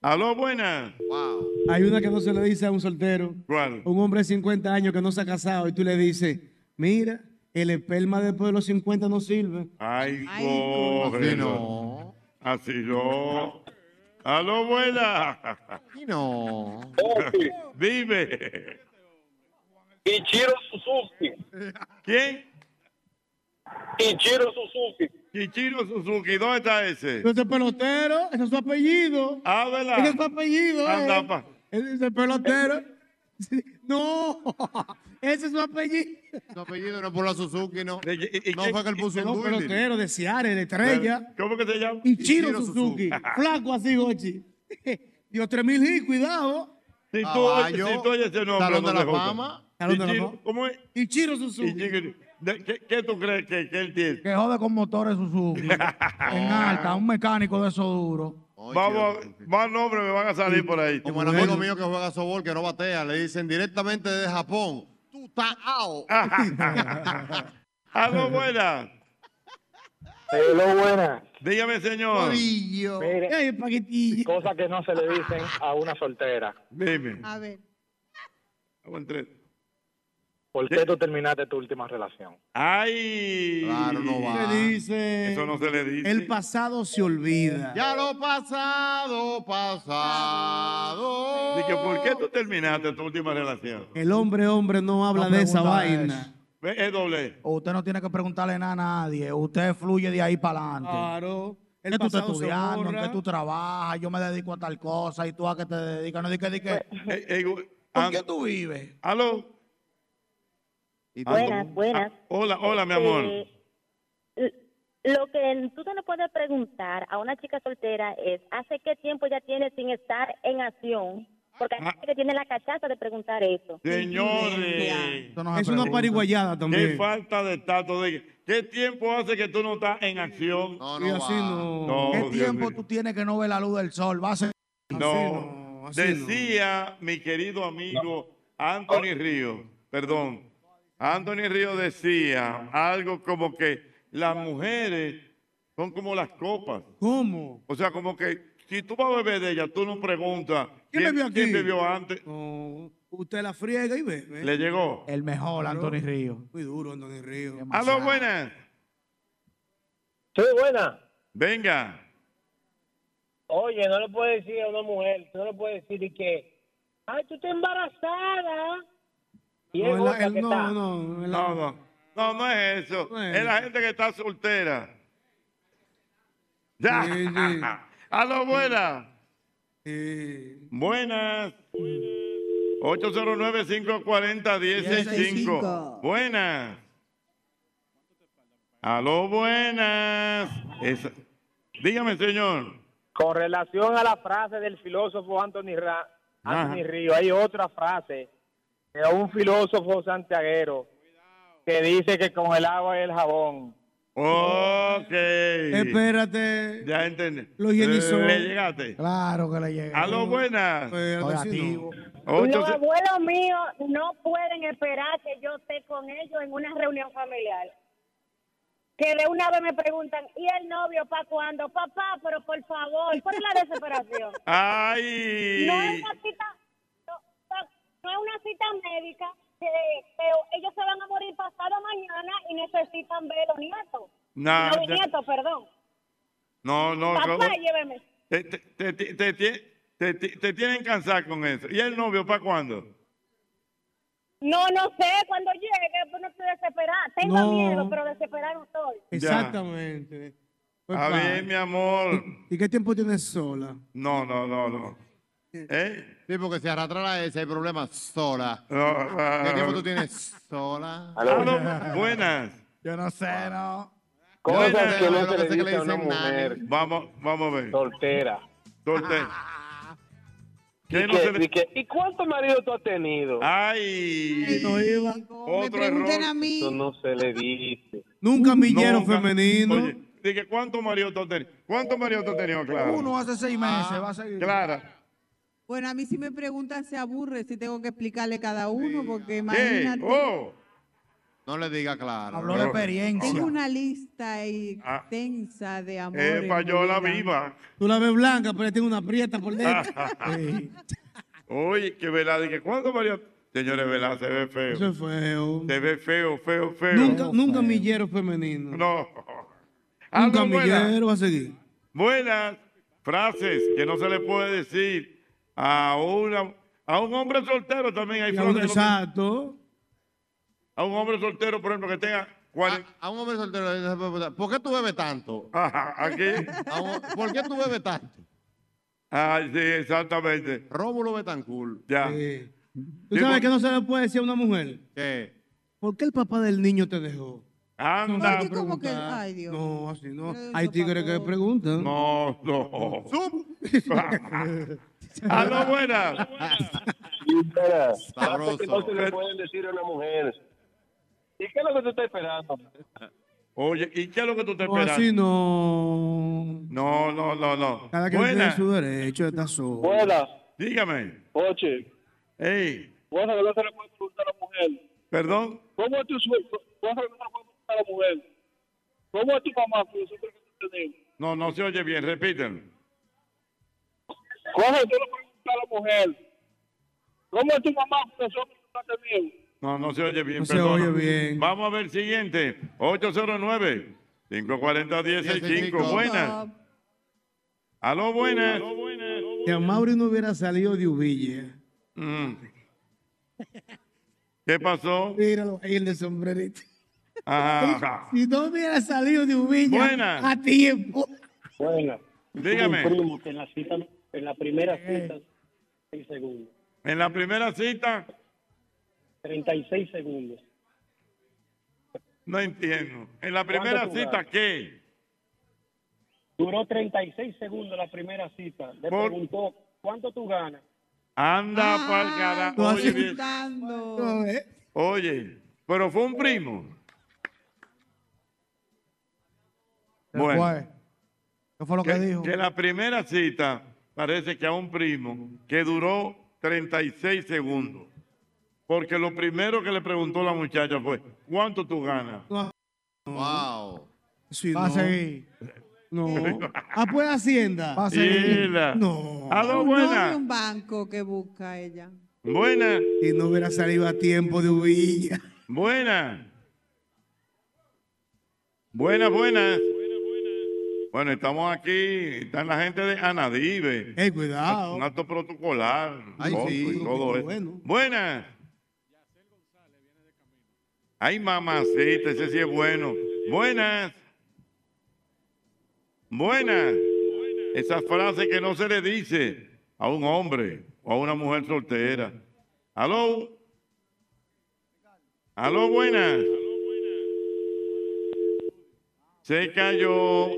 Speaker 4: Aló, buenas.
Speaker 5: Wow.
Speaker 7: Hay una que no se le dice a un soltero.
Speaker 4: ¿Cuál?
Speaker 7: Un hombre de 50 años que no se ha casado y tú le dices, mira, el esperma después de los 50 no sirve.
Speaker 4: Ay,
Speaker 7: Ay,
Speaker 4: coge.
Speaker 7: así
Speaker 5: no.
Speaker 4: Así no. Aló, buenas.
Speaker 5: no.
Speaker 4: Dime.
Speaker 17: Ichiro Suzuki.
Speaker 4: ¿Quién?
Speaker 17: Ichiro Suzuki.
Speaker 4: Ichiro Suzuki, ¿dónde está ese?
Speaker 7: Pero ese pelotero, ese es su apellido.
Speaker 4: Ah, ¿verdad?
Speaker 7: Ese es su apellido.
Speaker 4: Anda,
Speaker 7: eh.
Speaker 4: pa.
Speaker 7: Ese es el pelotero. Sí. No, ese es su apellido.
Speaker 5: Su apellido no por la Suzuki, no.
Speaker 4: No
Speaker 5: fue que él puso
Speaker 7: un
Speaker 5: un dueling.
Speaker 7: pelotero de Seattle, de Estrella.
Speaker 4: ¿Cómo que se llama?
Speaker 7: Y Chiro
Speaker 5: Ichiro Suzuki.
Speaker 7: Suzuki. Flaco así, Gochi. Dios, tres mil y cuidado.
Speaker 4: Si tú,
Speaker 7: Caballo,
Speaker 4: oyes, si tú oyes ese nombre,
Speaker 7: Salón de
Speaker 4: no
Speaker 7: la
Speaker 4: te jodas.
Speaker 7: Fama. Salón de la
Speaker 4: Ichiro-
Speaker 7: Fama.
Speaker 4: ¿Cómo es?
Speaker 7: Ichiro Suzuki.
Speaker 4: Ichiro- ¿De ¿Qué, qué tú crees que, que él tiene?
Speaker 8: Que jode con motores Suzuki. en alta, un mecánico de esos duros.
Speaker 4: Vamos, a- más nombres me van a salir por ahí.
Speaker 5: Como el amigo mío que juega softball, que no batea, le dicen directamente desde Japón. Tú estás out.
Speaker 4: Aló, buenas.
Speaker 17: Hello, buenas.
Speaker 4: Dígame, señor.
Speaker 17: Mire, cosas que no se le dicen a una soltera.
Speaker 4: Dime.
Speaker 17: A ver.
Speaker 4: ¿Por
Speaker 17: qué tú terminaste tu última relación?
Speaker 4: Ay.
Speaker 17: Claro, no va.
Speaker 7: Se dice.
Speaker 4: Eso no se le dice.
Speaker 7: El pasado se olvida.
Speaker 5: Ya lo pasado, pasado.
Speaker 4: Dije, ¿por qué tú terminaste tu última relación?
Speaker 7: El hombre, hombre, no habla de esa
Speaker 8: pregunta
Speaker 7: vaina.
Speaker 4: Ve, Es doble.
Speaker 8: Usted no tiene que preguntarle nada a nadie. Usted fluye de ahí para adelante.
Speaker 7: Claro. El
Speaker 8: ¿Qué tú estás
Speaker 7: pasado se
Speaker 8: estudiando? ¿En
Speaker 7: borra.
Speaker 8: qué tú trabajas? Yo me dedico a tal cosa y tú a qué te dedicas. No dije,
Speaker 7: Pues,
Speaker 8: dije.
Speaker 4: Eh, ¿Por
Speaker 8: qué tú vives?
Speaker 4: Ah, Aló.
Speaker 2: Buenas, buenas.
Speaker 4: Ah, Hola, hola, mi amor.
Speaker 2: Eh, l- lo que tú te le puedes preguntar a una chica soltera es, ¿hace qué tiempo ya tiene sin estar en acción? Porque hay
Speaker 4: Ah.
Speaker 2: gente que tiene la cachaza de preguntar eso.
Speaker 4: Señores.
Speaker 7: Es una pariguayada también.
Speaker 4: Qué falta de tato. De... ¿Qué tiempo hace que tú no estás en acción? No,
Speaker 8: no Y así va.
Speaker 7: no.
Speaker 8: ¿Qué
Speaker 4: Dios
Speaker 8: tiempo
Speaker 4: mío.
Speaker 8: tú tienes que no ver la luz del sol? Va a ser.
Speaker 4: No. Decía mi querido amigo Anthony Río, perdón. Anthony Río decía algo como que las mujeres son como las copas.
Speaker 7: ¿Cómo?
Speaker 4: O sea, como que si tú vas a beber de ella, tú no preguntas
Speaker 7: ¿Quién bebió aquí?
Speaker 4: quién bebió antes.
Speaker 7: No, usted la friega y bebe.
Speaker 4: Le llegó.
Speaker 8: El mejor, Anthony Ríos.
Speaker 7: Muy duro, Antonio Río.
Speaker 4: Aló, buenas.
Speaker 17: Sí, buena.
Speaker 4: Venga.
Speaker 17: Oye, no le puedes decir a una mujer, tú no le puedes decir y que, ay, tú estás embarazada. Y es
Speaker 7: No, es la-
Speaker 17: otra
Speaker 7: el-
Speaker 17: que está.
Speaker 7: no, no, es la-
Speaker 4: No, no. No, no es eso.
Speaker 7: No es
Speaker 4: es la
Speaker 7: eso.
Speaker 4: gente que está soltera. Ya. Aló, buenas. Buenas. 809-540-165.
Speaker 19: 1065.
Speaker 4: Buenas. Aló, buenas. Esa- Dígame, señor.
Speaker 17: Con relación a la frase del filósofo Anthony Ra
Speaker 32: Ajá.
Speaker 17: Anthony Río, hay otra frase de un filósofo santiaguero que dice que con el agua y el jabón.
Speaker 4: Ok.
Speaker 7: Espérate.
Speaker 4: Ya entendí.
Speaker 7: Lo higienizó.
Speaker 4: Le llegaste.
Speaker 7: Claro que le llegué.
Speaker 4: Aló, buenas.
Speaker 7: activo.
Speaker 4: Ocho-
Speaker 14: Los abuelos míos no pueden esperar que yo esté con ellos en una reunión familiar. Que de una vez me preguntan, ¿y el novio para cuándo? Papá, pero por favor, ¿cuál es la desesperación?
Speaker 4: Ay.
Speaker 14: No es una cita, no, no- no es una cita médica, que, que ellos se van a morir pasado mañana y necesitan ver a los nietos.
Speaker 4: Nah,
Speaker 14: no, los
Speaker 4: ya-
Speaker 14: nietos, perdón.
Speaker 4: No, no.
Speaker 14: Papá,
Speaker 4: ¿cómo?
Speaker 14: lléveme.
Speaker 4: Te, te- te- te- te- te- te- te tienen cansado con eso. ¿Y el novio para cuándo?
Speaker 14: No, no sé, cuando llegue, pues no estoy desesperada. Tengo
Speaker 4: No.
Speaker 14: miedo, pero desesperada no estoy.
Speaker 7: Exactamente. Pues,
Speaker 4: A
Speaker 7: pa.
Speaker 4: ver, mi amor.
Speaker 7: ¿Y qué tiempo tienes sola?
Speaker 4: No, no, no, no. ¿Eh?
Speaker 5: Sí, porque si arrastra la S hay problemas sola.
Speaker 4: ah,
Speaker 5: ¿Qué tiempo
Speaker 4: ah.
Speaker 5: tú tienes sola?
Speaker 4: Aló, buenas.
Speaker 24: Yo no sé, no.
Speaker 5: Cosas
Speaker 4: Buenas.
Speaker 5: que no Yo se le sé que le dice a una dicen mujer. nadie.
Speaker 4: Vamos, vamos a ver.
Speaker 17: Soltera. Ah.
Speaker 4: Soltera.
Speaker 17: ¿Y, que- y que- ¿y cuántos maridos tú has tenido?
Speaker 4: Ay.
Speaker 17: Otro
Speaker 4: pregunten
Speaker 17: error. Eso no se le dice.
Speaker 7: Nunca millero femenino.
Speaker 4: Oye, dije, ¿cuántos maridos tú has tenido? ¿Cuántos maridos tú has tenido, Clara?
Speaker 24: Uno hace seis meses, va a seguir.
Speaker 4: Clara.
Speaker 6: Bueno, a mí si me preguntan se aburre si tengo que explicarle cada uno porque
Speaker 5: ¿Qué?
Speaker 6: imagínate.
Speaker 4: Oh.
Speaker 5: No le diga claro.
Speaker 24: Habló de experiencia.
Speaker 6: Tengo una lista ahí
Speaker 5: Ah.
Speaker 6: extensa de amores.
Speaker 4: Es payola
Speaker 6: mira.
Speaker 4: viva.
Speaker 7: Tú la ves blanca, pero tiene una prieta por dentro. Sí.
Speaker 4: Oye, que verdad, dije, ¿cuántos maridos? Señores, verdad, se ve feo.
Speaker 7: Eso es feo.
Speaker 4: Se ve feo, feo, Ah, feo.
Speaker 7: Nunca, nunca millero femenino.
Speaker 4: No.
Speaker 7: Nunca
Speaker 4: Aló, buenas.
Speaker 7: millero va a seguir.
Speaker 4: Ah, Buenas frases que no se le puede decir a una a un hombre soltero también hay
Speaker 7: Y a un-
Speaker 4: frases. que no se-
Speaker 7: Exacto.
Speaker 4: A un hombre soltero, por ejemplo, que tenga
Speaker 5: A, a un hombre soltero eh, le dice, "Puta, ¿por qué tú bebes tanto?
Speaker 4: ¿A qué?
Speaker 5: ¿Por qué tú bebes tanto?
Speaker 4: Ah, sí, exactamente.
Speaker 5: Rómulo Betancourt.
Speaker 4: Ya.
Speaker 7: ¿Tú sabes que no se le puede decir a una mujer? ¿Por qué el papá del niño te dejó?
Speaker 4: Anda.
Speaker 7: No,
Speaker 6: Como que,
Speaker 7: preguntar.
Speaker 6: ay Dios.
Speaker 7: No, así no. Hay tigres que preguntan.
Speaker 4: No, no. Aló, buenas.
Speaker 17: Frases que no se le pueden decir a una mujer. ¿Y qué es lo que tú estás esperando?
Speaker 4: Oye, ¿y qué es lo que tú estás
Speaker 7: No, así
Speaker 4: esperando?
Speaker 7: no.
Speaker 4: No, no, no, no.
Speaker 7: Cada quien tiene
Speaker 4: Buenas.
Speaker 7: su derecho, está solo.
Speaker 4: Dígame.
Speaker 17: Oye.
Speaker 4: Ey.
Speaker 17: Cosas que no se le pueden preguntar a la mujer.
Speaker 4: Perdón.
Speaker 17: ¿Cómo es tu sueño? Cosas que no se le pueden preguntar a la mujer. ¿Cómo es tu mamá? Filosofía que tú tenés.
Speaker 4: No, no se oye bien, repítanlo.
Speaker 17: Cosas que tú le puedes preguntar a la mujer. ¿Cómo es tu mamá? Filosofía que tú tenés.
Speaker 4: No, no se oye bien.
Speaker 7: No se
Speaker 4: perdón.
Speaker 7: oye bien.
Speaker 4: Vamos a ver el siguiente. 809 540 1065. Buenas. Aló, buenas.
Speaker 7: Si a Mauri no hubiera salido de Uvilla.
Speaker 4: Mm. ¿Qué pasó?
Speaker 7: Míralo ahí el de sombrerito.
Speaker 4: Ajá.
Speaker 7: Si no hubiera salido de Uvilla
Speaker 4: Buenas.
Speaker 7: a tiempo.
Speaker 17: Buenas.
Speaker 4: Dígame.
Speaker 17: Tuve un primo que en la, cita, en la primera cita, 36 segundos.
Speaker 4: En la primera cita,
Speaker 17: 36 segundos.
Speaker 4: no entiendo. En la primera
Speaker 17: ¿Cuánto
Speaker 4: cita,
Speaker 17: duraron?
Speaker 4: ¿qué?
Speaker 17: Duró 36 segundos la primera cita. Le
Speaker 4: Por-
Speaker 17: preguntó, ¿cuánto tú ganas?
Speaker 4: Anda
Speaker 17: Ah.
Speaker 4: pa'l carajo. Oye, bien.
Speaker 6: Preguntando.
Speaker 4: Oye, pero fue un primo. Bueno.
Speaker 24: ¿Cuál? ¿Qué fue lo que, dijo?
Speaker 4: que la primera cita parece que a un primo que duró 36 segundos. Porque lo primero que le preguntó la muchacha fue, ¿cuánto tú ganas?
Speaker 5: Wow.
Speaker 7: Sí,
Speaker 24: Va a
Speaker 7: no.
Speaker 24: seguir.
Speaker 7: No. Ah, pues Hacienda.
Speaker 24: Va a seguir.
Speaker 4: Hila.
Speaker 7: No.
Speaker 4: A dos
Speaker 6: Un novio,
Speaker 4: buenas.
Speaker 6: un banco que busca ella.
Speaker 4: Buena,
Speaker 7: Si no hubiera salido a tiempo de Uvilla.
Speaker 4: buena. Buenas, buenas. Bueno, estamos aquí, están la gente de Anadive.
Speaker 7: Ey, Eh, cuidado.
Speaker 4: Un acto protocolar.
Speaker 7: Ay,
Speaker 4: todo,
Speaker 7: sí.
Speaker 4: y todo eso.
Speaker 7: Bueno.
Speaker 4: Buenas. Ay, mamacita, ese sí es bueno. Buenas. Buenas. Esa frase que no se le dice a un hombre o a una mujer soltera. Aló. Aló, buenas. Se cayó.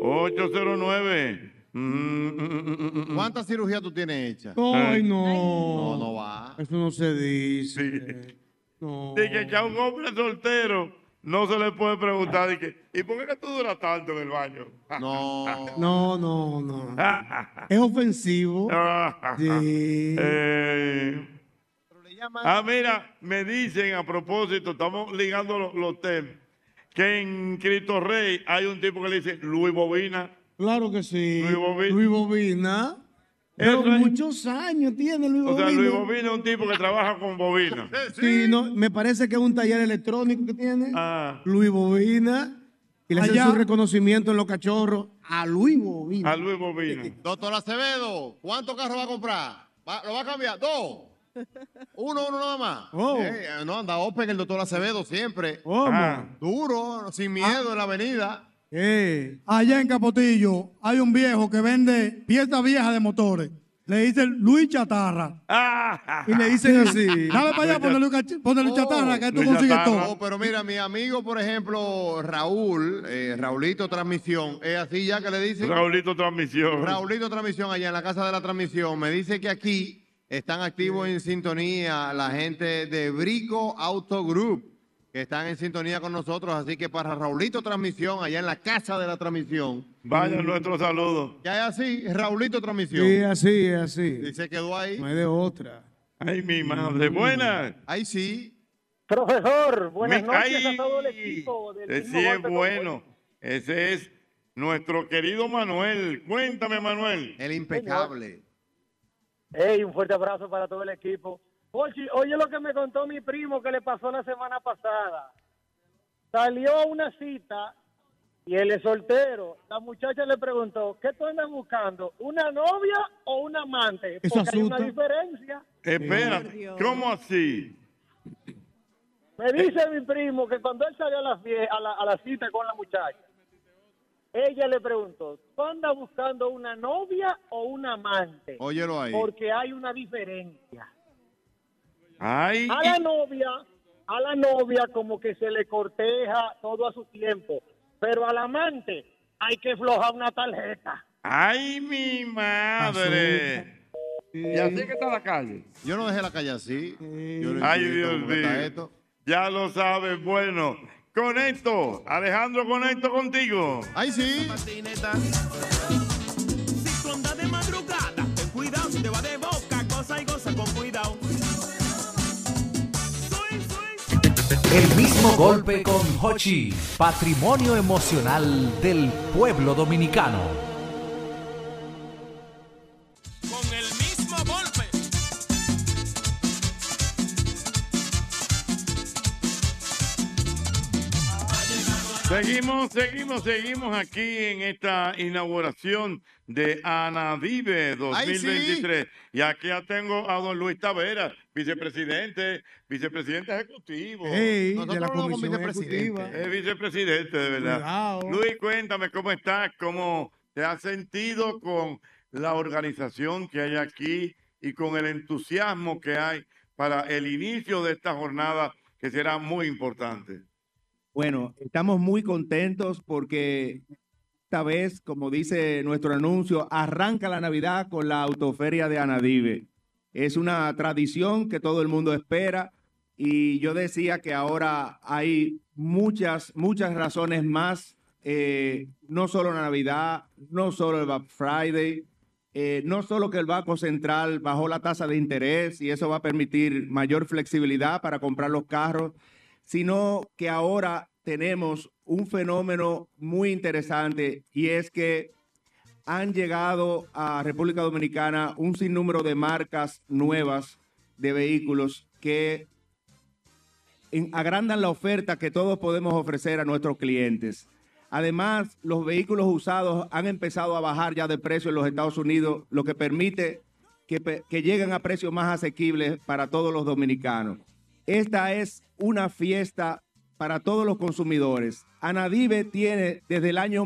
Speaker 4: 809 mm,
Speaker 5: ¿Cuántas cirugías tú tienes hechas?
Speaker 7: Ay, no.
Speaker 5: No, no va.
Speaker 7: Eso no se dice. No.
Speaker 4: De que ya un hombre soltero no se le puede preguntar de que, ¿y por qué que tú duras tanto en el baño?
Speaker 5: No.
Speaker 7: No, no, no. es ofensivo. Sí.
Speaker 4: Eh, Ah, mira, me dicen a propósito, estamos ligando los, los temas, que en Cristo Rey hay un tipo que le dice Luis Bobina.
Speaker 7: Claro que sí.
Speaker 4: Luis Bobina.
Speaker 7: Luis Bobina.
Speaker 4: Eso
Speaker 7: Pero
Speaker 4: es.
Speaker 7: muchos años tiene Luis
Speaker 4: O sea,
Speaker 7: Bobina.
Speaker 4: Luis Bobina es un tipo que trabaja con bobina.
Speaker 7: Sí, no, me parece que es un taller electrónico que tiene.
Speaker 4: Ah.
Speaker 7: Luis Bobina. Y le hacen
Speaker 5: Allá.
Speaker 7: su reconocimiento en los cachorros a Luis Bobina.
Speaker 4: A Luis Bobina.
Speaker 5: Doctor Acevedo, ¿cuántos carros va a comprar? ¿Va- ¿Lo va a cambiar? ¿Dos? Uno, uno nada más.
Speaker 7: Oh.
Speaker 5: Eh, no, anda Open el doctor Acevedo siempre.
Speaker 7: Ah.
Speaker 5: Duro, sin miedo en la avenida.
Speaker 7: Eh.
Speaker 33: Allá en Capotillo hay un viejo que vende piezas viejas de motores. Le dicen Luis Chatarra.
Speaker 4: Ah.
Speaker 33: Y le dicen
Speaker 5: Ah.
Speaker 33: así. Dale para allá, ponle Luis,
Speaker 5: Oh.
Speaker 33: Chatarra, que tú consigues
Speaker 5: Oh,
Speaker 33: todo.
Speaker 5: pero mira, mi amigo, por ejemplo, Raúl, eh, Raulito Transmisión, es así ya que le dicen.
Speaker 4: Raulito Transmisión.
Speaker 5: Raulito Transmisión, allá en la Casa de la Transmisión, me dice que aquí están activos en sintonía la gente de Brico Auto Group, que están en sintonía con nosotros. Así que para Raulito Transmisión, allá en la Casa de la Transmisión.
Speaker 4: Vaya nuestro saludo.
Speaker 5: Ya es así, Raulito Transmisión.
Speaker 7: Sí, así, es así.
Speaker 5: Y se quedó ahí.
Speaker 7: No hay de otra.
Speaker 4: Ay, mi madre. Buenas.
Speaker 5: Ahí sí.
Speaker 17: Profesor, buenas
Speaker 4: Mi-
Speaker 17: noches
Speaker 4: ay,
Speaker 17: a todo el equipo. Del mismo
Speaker 4: Ese es
Speaker 17: golpe con
Speaker 4: bueno. Ese es nuestro querido Manuel. Cuéntame, Manuel.
Speaker 5: El
Speaker 17: impecable. Ey, un fuerte abrazo para todo el equipo. Oye, oye lo que me contó mi primo que le pasó la semana pasada. Salió a una cita y él es soltero. La muchacha le preguntó, ¿qué tú andas buscando? ¿Una novia o un amante?
Speaker 4: Eso
Speaker 17: Porque hay una
Speaker 4: asusta.
Speaker 17: diferencia.
Speaker 4: Espérate. ¿Cómo así? Eh.
Speaker 17: Me dice mi primo que cuando él salió a la, fie- a la, a la cita con la muchacha, ella le preguntó, ¿tú andas buscando una novia o un amante?
Speaker 5: Óyelo ahí.
Speaker 17: Porque hay una diferencia.
Speaker 4: Ay.
Speaker 17: A la novia, a la novia como que se le corteja todo a su tiempo, pero al amante hay que flojar una tarjeta.
Speaker 4: Ay, mi madre. Y así que está la calle.
Speaker 5: Yo no dejé la calle así. Yo no
Speaker 4: Ay,
Speaker 5: entiendo
Speaker 4: Dios
Speaker 5: cómo está
Speaker 4: mío.
Speaker 5: esto.
Speaker 4: Ya lo sabes. Bueno, conecto. Alejandro, conecto contigo.
Speaker 5: Ay, sí.
Speaker 2: patineta. Si tú andas de madrugada, ten cuidado, te va de boca, cosa y goza con cuidado.
Speaker 27: El mismo golpe con Hochi, patrimonio emocional del pueblo dominicano.
Speaker 2: Con el mismo golpe.
Speaker 4: Seguimos, seguimos, seguimos aquí en esta inauguración de Anadive 2023. Y aquí ya tengo a don Luis Tavera, vicepresidente, vicepresidente ejecutivo.
Speaker 7: Ey,
Speaker 4: Nosotros
Speaker 7: de la
Speaker 4: hablamos
Speaker 7: comisión ejecutiva.
Speaker 4: Es vicepresidente, de verdad.
Speaker 7: Cuidado.
Speaker 4: Luis, cuéntame cómo estás, cómo te has sentido con la organización que hay aquí y con el entusiasmo que hay para el inicio de esta jornada que será muy importante.
Speaker 34: Bueno, estamos muy contentos porque esta vez, como dice nuestro anuncio, arranca la Navidad con la autoferia de Anadive. Es una tradición que todo el mundo espera y yo decía que ahora hay muchas, muchas razones más, eh, no solo la Navidad, no solo el Black Friday, eh, no solo que el Banco Central bajó la tasa de interés y eso va a permitir mayor flexibilidad para comprar los carros, sino que ahora tenemos un fenómeno muy interesante y es que han llegado a República Dominicana un sinnúmero de marcas nuevas de vehículos que en- agrandan la oferta que todos podemos ofrecer a nuestros clientes. Además, los vehículos usados han empezado a bajar ya de precio en los Estados Unidos, lo que permite que, pe- que lleguen a precios más asequibles para todos los dominicanos. Esta es una fiesta para todos los consumidores. Anadive tiene desde el año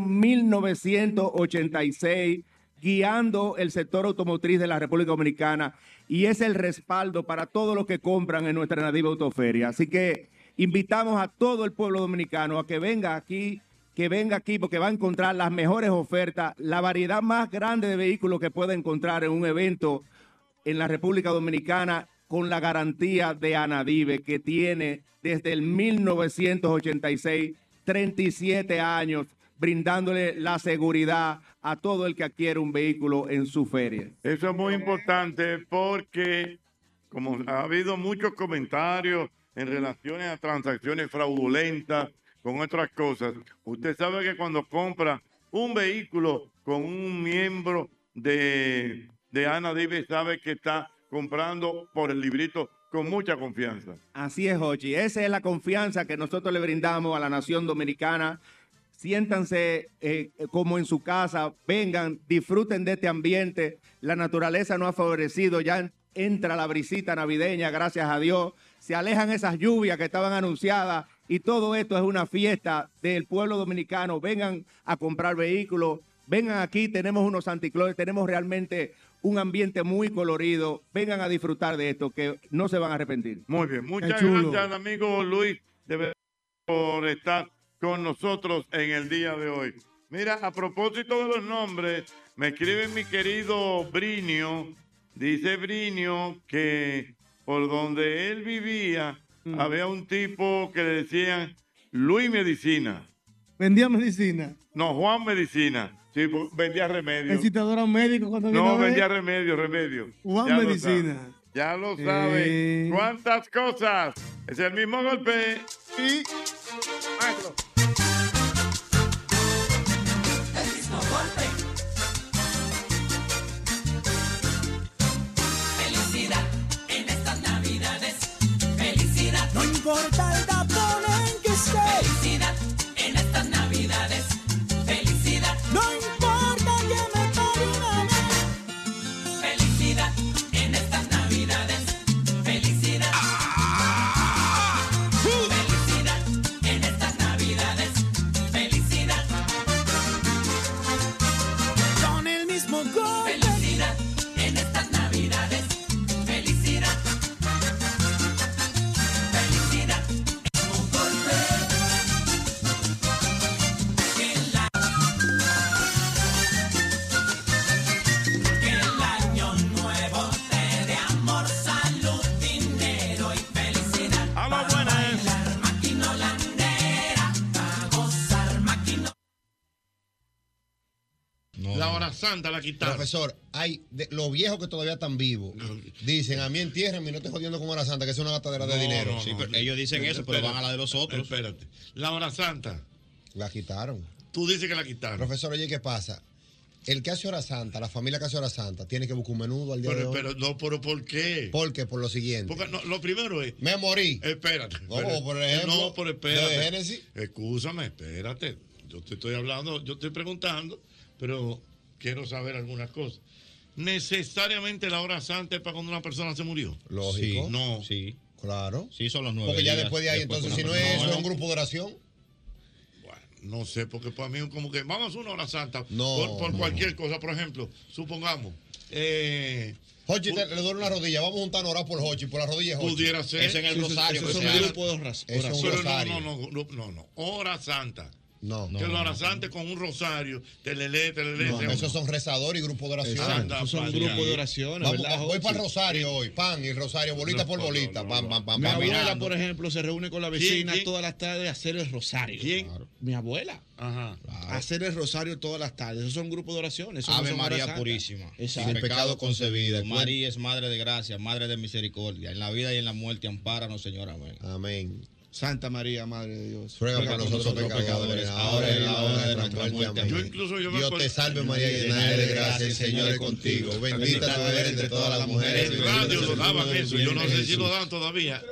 Speaker 34: 1986 guiando el sector automotriz de la República Dominicana y es el respaldo para todos los que compran en nuestra Anadive Autoferia. Así que invitamos a todo el pueblo dominicano a que venga aquí que venga aquí porque va a encontrar las mejores ofertas, la variedad más grande de vehículos que pueda encontrar en un evento en la República Dominicana con la garantía de Anadive que tiene desde el 1986 37 años brindándole la seguridad a todo el que adquiere un vehículo en su feria.
Speaker 4: Eso es muy importante porque como ha habido muchos comentarios en relaciones a transacciones fraudulentas con otras cosas, usted sabe que cuando compra un vehículo con un miembro de, de Ana Dive sabe que está comprando por el librito con mucha confianza.
Speaker 34: Así es, Hochi. Esa es la confianza que nosotros le brindamos a la nación dominicana. Siéntanse eh, como en su casa, vengan, disfruten de este ambiente. La naturaleza nos ha favorecido, ya en- entra la brisita navideña, gracias a Dios. Se alejan esas lluvias que estaban anunciadas y todo esto es una fiesta del pueblo dominicano. Vengan a comprar vehículos, vengan aquí, tenemos unos anticlores, tenemos realmente un ambiente muy colorido. Vengan a disfrutar de esto que no se van a arrepentir.
Speaker 4: Muy bien, Muchas gracias, amigo Luis, de verdad, por estar con nosotros en el día de hoy. Mira, a propósito de los nombres, me escribe mi querido Brinio. Dice Brinio que por donde él vivía había un tipo que le decían Luis Medicina.
Speaker 7: Vendía medicina.
Speaker 4: No, Juan Medicina. Sí, pues, vendía remedio.
Speaker 7: El citador a un médico cuando vino a
Speaker 4: No,
Speaker 7: ver.
Speaker 4: vendía remedio, remedio.
Speaker 7: Juan
Speaker 4: Ya lo
Speaker 7: Medicina.
Speaker 4: sabe. Ya lo sabe.
Speaker 7: Eh.
Speaker 4: ¿Cuántas cosas? Es el mismo golpe. Y. Maestro.
Speaker 2: Felicidad en estas navidades. Felicidad. No importa el tapón en que esté. Felicidad en estas navidades. Felicidad. No importa que me pare una vez. Felicidad en estas navidades. Felicidad. Felicidad en estas navidades. Felicidad. Con el mismo golpe. Felicidad en estas navidades. Felicidad. Felicidad. Un golpe. Que la- que el año nuevo te dé amor, salud, dinero y felicidad. A la buena bailar máquina holandera, a gozar máquina.
Speaker 35: La hora santa la quitaron.
Speaker 5: Profesor, hay de- los viejos que todavía están vivos. Dicen, a mí entiérrenme, no te jodiendo con hora santa, que es una gastadera de
Speaker 35: No,
Speaker 5: dinero.
Speaker 35: no,
Speaker 5: Sí,
Speaker 35: no.
Speaker 5: pero-
Speaker 35: Ellos dicen eso, pero
Speaker 5: Espérate.
Speaker 35: van a la de los otros. Espérate. La hora santa.
Speaker 5: La quitaron.
Speaker 35: Tú dices que la quitaron.
Speaker 5: Profesor, oye, ¿qué pasa? El que hace hora santa, la familia que hace hora santa, tiene que buscar un menudo al día de
Speaker 35: Pero,
Speaker 5: hoy.
Speaker 35: pero no, pero ¿por qué?
Speaker 5: Porque por lo siguiente.
Speaker 35: Porque no, lo primero es.
Speaker 5: Me morí.
Speaker 35: Espérate.
Speaker 5: No,
Speaker 35: espérate.
Speaker 5: por ejemplo,
Speaker 35: No, pero espérate.
Speaker 5: de Génesis.
Speaker 35: Escúchame, espérate. Yo te estoy hablando, yo estoy preguntando, pero quiero saber algunas cosas. Necesariamente la hora santa es para cuando una persona se murió.
Speaker 5: Lógico.
Speaker 35: Sí, no.
Speaker 5: Sí. Claro.
Speaker 35: Sí, son los
Speaker 5: Porque ya después de ahí, entonces, si no es eso, es un grupo de oración.
Speaker 35: No sé, porque para mí es como que vamos a hacer una hora santa
Speaker 5: No,
Speaker 35: por, por
Speaker 5: no.
Speaker 35: cualquier cosa. Por ejemplo, supongamos. Eh,
Speaker 5: Hochi, te- le duele una rodilla. Vamos a juntarnos a orar por Hochi, por la rodilla de Hochi.
Speaker 35: Pudiera ser. Sí, sí, sí, sí, sí.
Speaker 5: Eso es un
Speaker 35: Pero No,
Speaker 5: rosario.
Speaker 35: no, no, no, no, no. Hora santa.
Speaker 5: No,
Speaker 35: que la hora santa es con un rosario, telele, telele.
Speaker 5: No, esos son rezadores y grupos de oración.
Speaker 35: Exacto. Esos son grupos de oraciones,
Speaker 5: Vamos,
Speaker 35: ¿verdad,
Speaker 5: voy
Speaker 35: Jochi?
Speaker 5: para el rosario hoy, pan y rosario, bolita por bolita. pam, pam, pam,
Speaker 8: Mi
Speaker 5: pam,
Speaker 8: abuela,
Speaker 5: pam.
Speaker 8: por ejemplo, se reúne con la
Speaker 5: ¿Quién,
Speaker 8: vecina
Speaker 5: quién?
Speaker 8: todas las tardes a hacer el rosario. Claro. Mi abuela.
Speaker 35: Ajá.
Speaker 8: A Hacer el rosario todas las tardes. Esos son grupos de oraciones. Eso no
Speaker 24: Ave
Speaker 8: son
Speaker 24: María
Speaker 8: horas santas.
Speaker 24: Purísima,
Speaker 8: Exacto.
Speaker 24: sin pecado concebido.
Speaker 8: Cuer-
Speaker 24: María es madre de gracia, madre de misericordia. En la vida y en la muerte, ampáranos, Señor. Amén.
Speaker 5: Amén.
Speaker 8: Santa María, Madre de Dios.
Speaker 24: Ruega
Speaker 8: ruega
Speaker 24: por
Speaker 8: por
Speaker 24: nosotros pecadores, ahora y en la hora de nuestra muerte. Amén.
Speaker 8: Yo incluso yo me
Speaker 24: Dios
Speaker 8: acuerdo-
Speaker 24: te salve, María, llena eres de gracia, el Señor es contigo. Bendita tú eres entre todas las mujeres.
Speaker 35: En
Speaker 24: bendito
Speaker 35: radio
Speaker 24: eres
Speaker 35: lo
Speaker 24: el
Speaker 35: daban
Speaker 24: fruto de
Speaker 35: eso.
Speaker 24: tu
Speaker 35: Yo no
Speaker 24: vientre,
Speaker 35: sé si lo
Speaker 24: Jesús.
Speaker 35: dan todavía.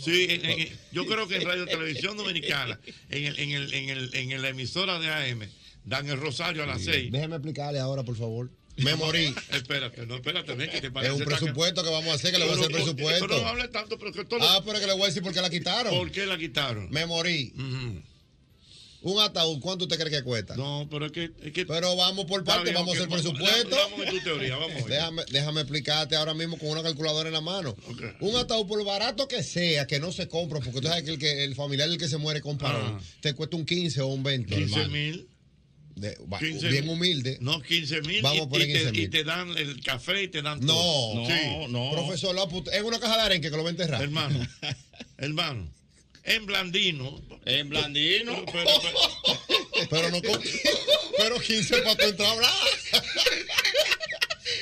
Speaker 35: Sí, en- en- en- yo creo que en Radio Televisión Dominicana, en, el, en, el, en, el, en la emisora de AM, dan el rosario a las seis.
Speaker 5: Déjeme explicarle ahora, por favor. Me morí.
Speaker 35: Espérate, no, espérate, ven que te
Speaker 5: Es
Speaker 35: parece.
Speaker 5: un presupuesto que vamos a hacer, que le voy a hacer
Speaker 35: Pero-
Speaker 5: presupuesto.
Speaker 35: pero no hable tanto, pero que todo lo-
Speaker 5: Ah, pero que le voy a decir por qué la quitaron.
Speaker 35: ¿Por qué la quitaron?
Speaker 5: Me morí. Un ataúd, ¿cuánto usted cree que cuesta?
Speaker 4: No, pero es que. es que-
Speaker 5: Pero vamos por
Speaker 4: Está
Speaker 5: partes,
Speaker 4: bien,
Speaker 5: vamos
Speaker 4: ok,
Speaker 5: a hacer presupuesto.
Speaker 4: Vamos vamos en tu teoría, vamos. a ver.
Speaker 5: Déjame, déjame explicarte ahora mismo con una calculadora en la mano. Un ataúd, por barato que sea, que no se compra, porque tú sabes que el, que, el familiar del que se muere con parón, te cuesta un 15 o un 20.
Speaker 4: 15
Speaker 5: 15
Speaker 4: mil.
Speaker 5: bien humilde.
Speaker 4: No, 15 mil. y,
Speaker 5: Vamos por
Speaker 4: y
Speaker 5: 15
Speaker 4: te,
Speaker 5: mil.
Speaker 4: y te dan el café y te dan
Speaker 5: No,
Speaker 4: todo.
Speaker 5: no,
Speaker 4: Sí.
Speaker 5: no. Profesor, lo aput- es una caja de arenque que lo va a enterrar.
Speaker 4: Hermano, hermano. En Blandino. En Blandino. Pero,
Speaker 5: pero no con- Pero 15 para tu entrar a hablar.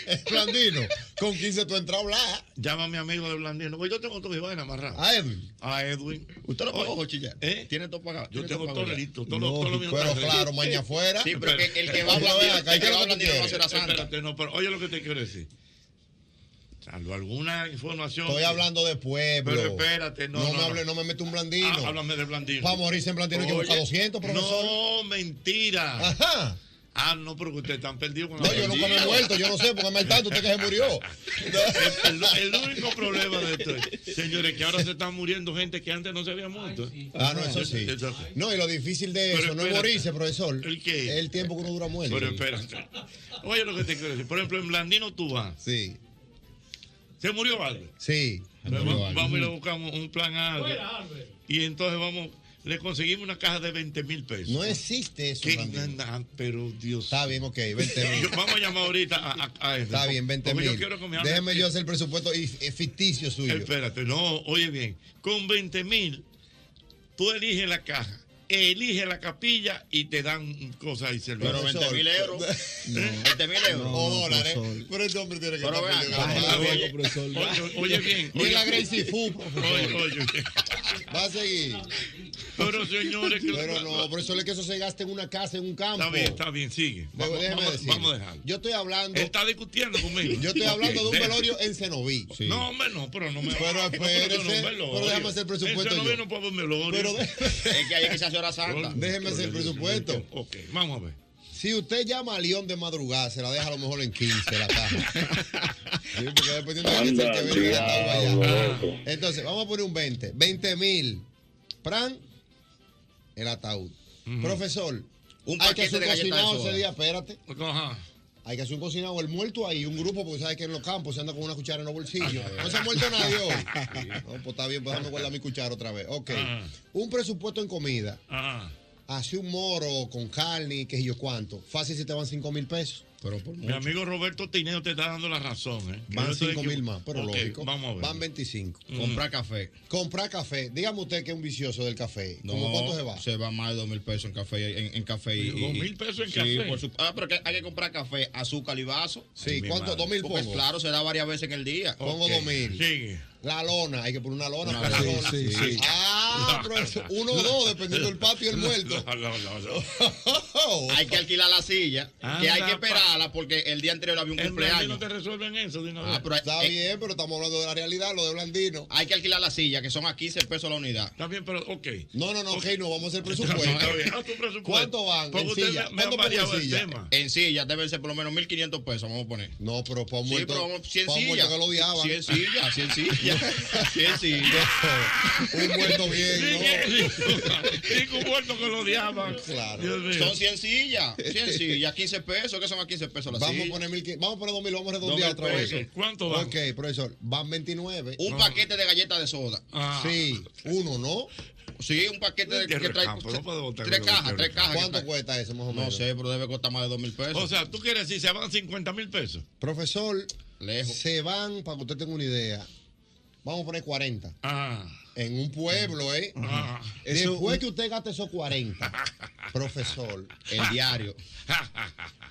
Speaker 5: Es blandino. Con 15 tú entras a hablar.
Speaker 4: Llama a mi amigo de Blandino. Pues yo tengo todo mi vaina amarrado.
Speaker 5: A Edwin.
Speaker 4: A Edwin.
Speaker 24: ¿Usted lo pagó, Jochi,
Speaker 4: ¿Eh?
Speaker 24: Tiene todo pagado.
Speaker 4: Yo
Speaker 24: tiene
Speaker 4: tengo
Speaker 24: pagado
Speaker 4: todo
Speaker 24: ya.
Speaker 4: listo, todo lo- todo lo mío
Speaker 5: pero
Speaker 4: está ready.
Speaker 5: claro, mañana fuera.
Speaker 24: Sí, pero que el que va a
Speaker 5: Vamos a ver
Speaker 24: hablar,
Speaker 5: acá,
Speaker 24: el que
Speaker 5: ¿qué
Speaker 24: va a
Speaker 5: es lo
Speaker 24: hablar
Speaker 5: que
Speaker 24: tiene
Speaker 5: quiere?
Speaker 24: que hacer a Santa.
Speaker 4: Espérate, no, pero oye lo que te quiero decir. Salvo alguna información.
Speaker 5: Estoy
Speaker 4: que-
Speaker 5: hablando de pueblo.
Speaker 4: Pero espérate, no.
Speaker 5: No me hable, no me mete un blandino.
Speaker 4: Ah, háblame de Blandino.
Speaker 5: Para morirse en Blandino hay que
Speaker 4: Oye,
Speaker 5: buscar 200, profesor.
Speaker 4: No, mentira.
Speaker 5: Ajá.
Speaker 4: Ah, no, porque ustedes están perdidos con la
Speaker 5: No, yo nunca me he
Speaker 4: Blandino.
Speaker 5: muerto, yo no sé, porque me al tanto usted que se murió.
Speaker 4: El, el único problema de esto es, señores, que ahora se están muriendo gente que antes no se había muerto.
Speaker 5: Ah, no, eso sí.
Speaker 4: Exacto.
Speaker 5: No, y lo difícil de
Speaker 4: Pero
Speaker 5: eso no es
Speaker 4: espérate.
Speaker 5: morirse, profesor.
Speaker 4: ¿El qué?
Speaker 5: Es el tiempo que uno dura muerto.
Speaker 4: Pero espérate. Oye lo que te quiero decir. Por ejemplo, en Blandino tú vas.
Speaker 5: Sí.
Speaker 4: ¿Se murió alguien?
Speaker 5: Sí.
Speaker 4: Pero vamos, vamos y le buscamos un plan a alguien. Y entonces vamos, le conseguimos una caja de 20 mil pesos.
Speaker 5: No existe eso.
Speaker 4: ¿Qué?
Speaker 5: Blandino.
Speaker 4: Na- na- pero Dios.
Speaker 5: Está bien, ok, 20 mil.
Speaker 4: Yo- vamos a llamar ahorita a, a, a
Speaker 5: Está bien, 20
Speaker 4: Porque
Speaker 5: mil.
Speaker 4: Yo quiero que me hable-
Speaker 5: Déjeme yo hacer el presupuesto y- eh, ficticio suyo.
Speaker 4: Espérate, no, oye bien. Con 20 mil, tú eliges la caja, eliges la capilla y te dan cosas y servicios.
Speaker 24: Pero 20 mil euros. 20 mil euros.
Speaker 5: o dólares. Pero este hombre tiene que
Speaker 24: Pero
Speaker 5: estar
Speaker 24: vean,
Speaker 5: peleando.
Speaker 24: oye,
Speaker 4: Oye, oye bien.
Speaker 5: Ni la Gracie Fu, profesor.
Speaker 4: Oye, oye.
Speaker 5: Va a seguir.
Speaker 4: Pero señores, que-
Speaker 5: Pero no, por eso es que eso se gasta en una casa, en un campo.
Speaker 4: Está bien, está bien, sigue. Vamos,
Speaker 5: déjeme
Speaker 4: vamos-
Speaker 5: decirle.
Speaker 4: vamos a dejarlo.
Speaker 5: Yo estoy hablando.
Speaker 4: Está discutiendo conmigo.
Speaker 5: Yo estoy hablando de un
Speaker 4: Ok, déjame.
Speaker 5: velorio en Cenoví.
Speaker 4: No, hombre, no, pero no me
Speaker 5: Pero
Speaker 4: no,
Speaker 5: espérese,
Speaker 4: no, un velorio.
Speaker 5: pero déjame hacer presupuesto
Speaker 4: Ese no
Speaker 5: yo.
Speaker 4: vino para un velorio.
Speaker 5: Pero de-
Speaker 24: Es que hay que se hace hora santa.
Speaker 5: Déjeme hacer el presupuesto.
Speaker 4: Ok, vamos a ver.
Speaker 5: Si usted llama a León de madrugada, se la deja a lo mejor en 15 la caja. Sí, porque dependiendo de quién sea el que venga gastado allá. Ah. Entonces, vamos a poner un 20. 20 mil. Pran, el ataúd. Profesor,
Speaker 24: Un
Speaker 5: hay
Speaker 24: paquete
Speaker 5: que hacer
Speaker 24: de
Speaker 5: un
Speaker 24: galletas de
Speaker 5: cocinado
Speaker 24: soda.
Speaker 5: ese día, espérate. Hay que hacer un cocinado, el muerto ahí, un grupo, porque sabes que en los campos se anda con una cuchara en los bolsillos. No se ha muerto nadie hoy. No, pues está bien, pues déjame guardar mi cuchara otra vez. Ok.
Speaker 4: Ajá.
Speaker 5: Un presupuesto en comida.
Speaker 24: Ah.
Speaker 4: Ajá.
Speaker 5: Hace un moro con carne, qué sé yo cuánto. Fácil si te van 5 mil pesos. Pero por
Speaker 4: Mi amigo Roberto Tineo te está dando la razón. ¿eh?
Speaker 5: Van
Speaker 4: Yo estoy
Speaker 5: 5 mil
Speaker 4: equivo-
Speaker 5: más, pero
Speaker 4: Ok,
Speaker 5: lógico.
Speaker 4: Vamos a ver. Mm.
Speaker 5: Van 25.
Speaker 24: Mm.
Speaker 4: Ujú. Comprar
Speaker 5: café. Comprar café. Dígame usted que es un vicioso del café. ¿Cómo cuánto se va?
Speaker 24: Se va más de dos mil pesos en café. En, en café y,
Speaker 5: Dos mil pesos en
Speaker 24: sí,
Speaker 5: café.
Speaker 24: por su- ah, pero que hay que comprar café, azúcar y vaso.
Speaker 5: Sí, Ay, mi ¿cuánto? madre. Dos mil
Speaker 24: Porque,
Speaker 5: pongo.
Speaker 24: Claro, se da varias veces en el día.
Speaker 5: Pongo
Speaker 24: Ok.
Speaker 5: dos mil. La lona, hay que poner una lona.
Speaker 24: Una
Speaker 5: para la
Speaker 24: lona.
Speaker 5: lona.
Speaker 24: Sí, sí, sí.
Speaker 5: Ah, pero eso, uno o dos, dependiendo del patio y el muerto.
Speaker 4: No, no, no, no.
Speaker 24: Hay que alquilar la silla, que
Speaker 5: Anda,
Speaker 24: hay que
Speaker 5: pa-
Speaker 24: esperarla porque el día anterior había un
Speaker 5: En Blandino
Speaker 24: cumpleaños.
Speaker 4: te resuelven eso de una
Speaker 24: Ah, pero hay-
Speaker 5: Está
Speaker 24: eh,
Speaker 5: bien, pero estamos hablando de la realidad, lo de Blandino.
Speaker 24: hay que alquilar la silla, que son a 15 pesos la unidad.
Speaker 4: Está bien, pero ok.
Speaker 5: No, no, no, ok, no, vamos a hacer
Speaker 24: Está
Speaker 5: presupuesto.
Speaker 24: bien.
Speaker 5: ¿Cuánto van?
Speaker 24: Porque
Speaker 5: en
Speaker 24: ustedes
Speaker 5: silla?
Speaker 24: me- me han
Speaker 5: ¿Cuánto pongo en
Speaker 24: variado el
Speaker 5: silla?
Speaker 24: tema. En silla deben ser por lo menos 1.500 pesos, vamos a poner.
Speaker 5: No, pero para un
Speaker 24: Sí,
Speaker 5: muerto-
Speaker 24: pero vamos, 100
Speaker 5: para un muerto
Speaker 24: sillas.
Speaker 5: que lo odiaban.
Speaker 24: 100 sillas, 100 sillas. 100 sillas.
Speaker 5: Un muerto bien,
Speaker 4: Digo un muerto que lo odiaban.
Speaker 5: Claro.
Speaker 4: Dios mío.
Speaker 24: Son 100 sillas. 100 sillas, 15 pesos. ¿Qué son a 15 pesos
Speaker 5: ¿no?
Speaker 24: la
Speaker 5: Vamos a
Speaker 24: silla?
Speaker 5: poner mil, qui- vamos a poner dos mil, vamos a redondear
Speaker 24: Dos
Speaker 5: otra
Speaker 24: mil
Speaker 5: vez.
Speaker 24: pesos. ¿Cuánto van?
Speaker 5: Ok, profesor, van 29.
Speaker 24: Un paquete de galletas de soda.
Speaker 4: Ah.
Speaker 5: Sí, uno, ¿no?
Speaker 24: Sí, un paquete de, que trae tres cajas, tres cajas.
Speaker 5: ¿Cuánto cuesta eso más o
Speaker 24: No
Speaker 5: menos?
Speaker 24: sé, pero debe costar más de 2 mil pesos.
Speaker 4: O sea, tú quieres decir, se van 50 mil pesos.
Speaker 5: Profesor, se van, para que usted tenga una idea, vamos a poner 40. En un pueblo, ¿eh?
Speaker 4: Ajá.
Speaker 5: Después que usted gaste esos 40, profesor, el diario.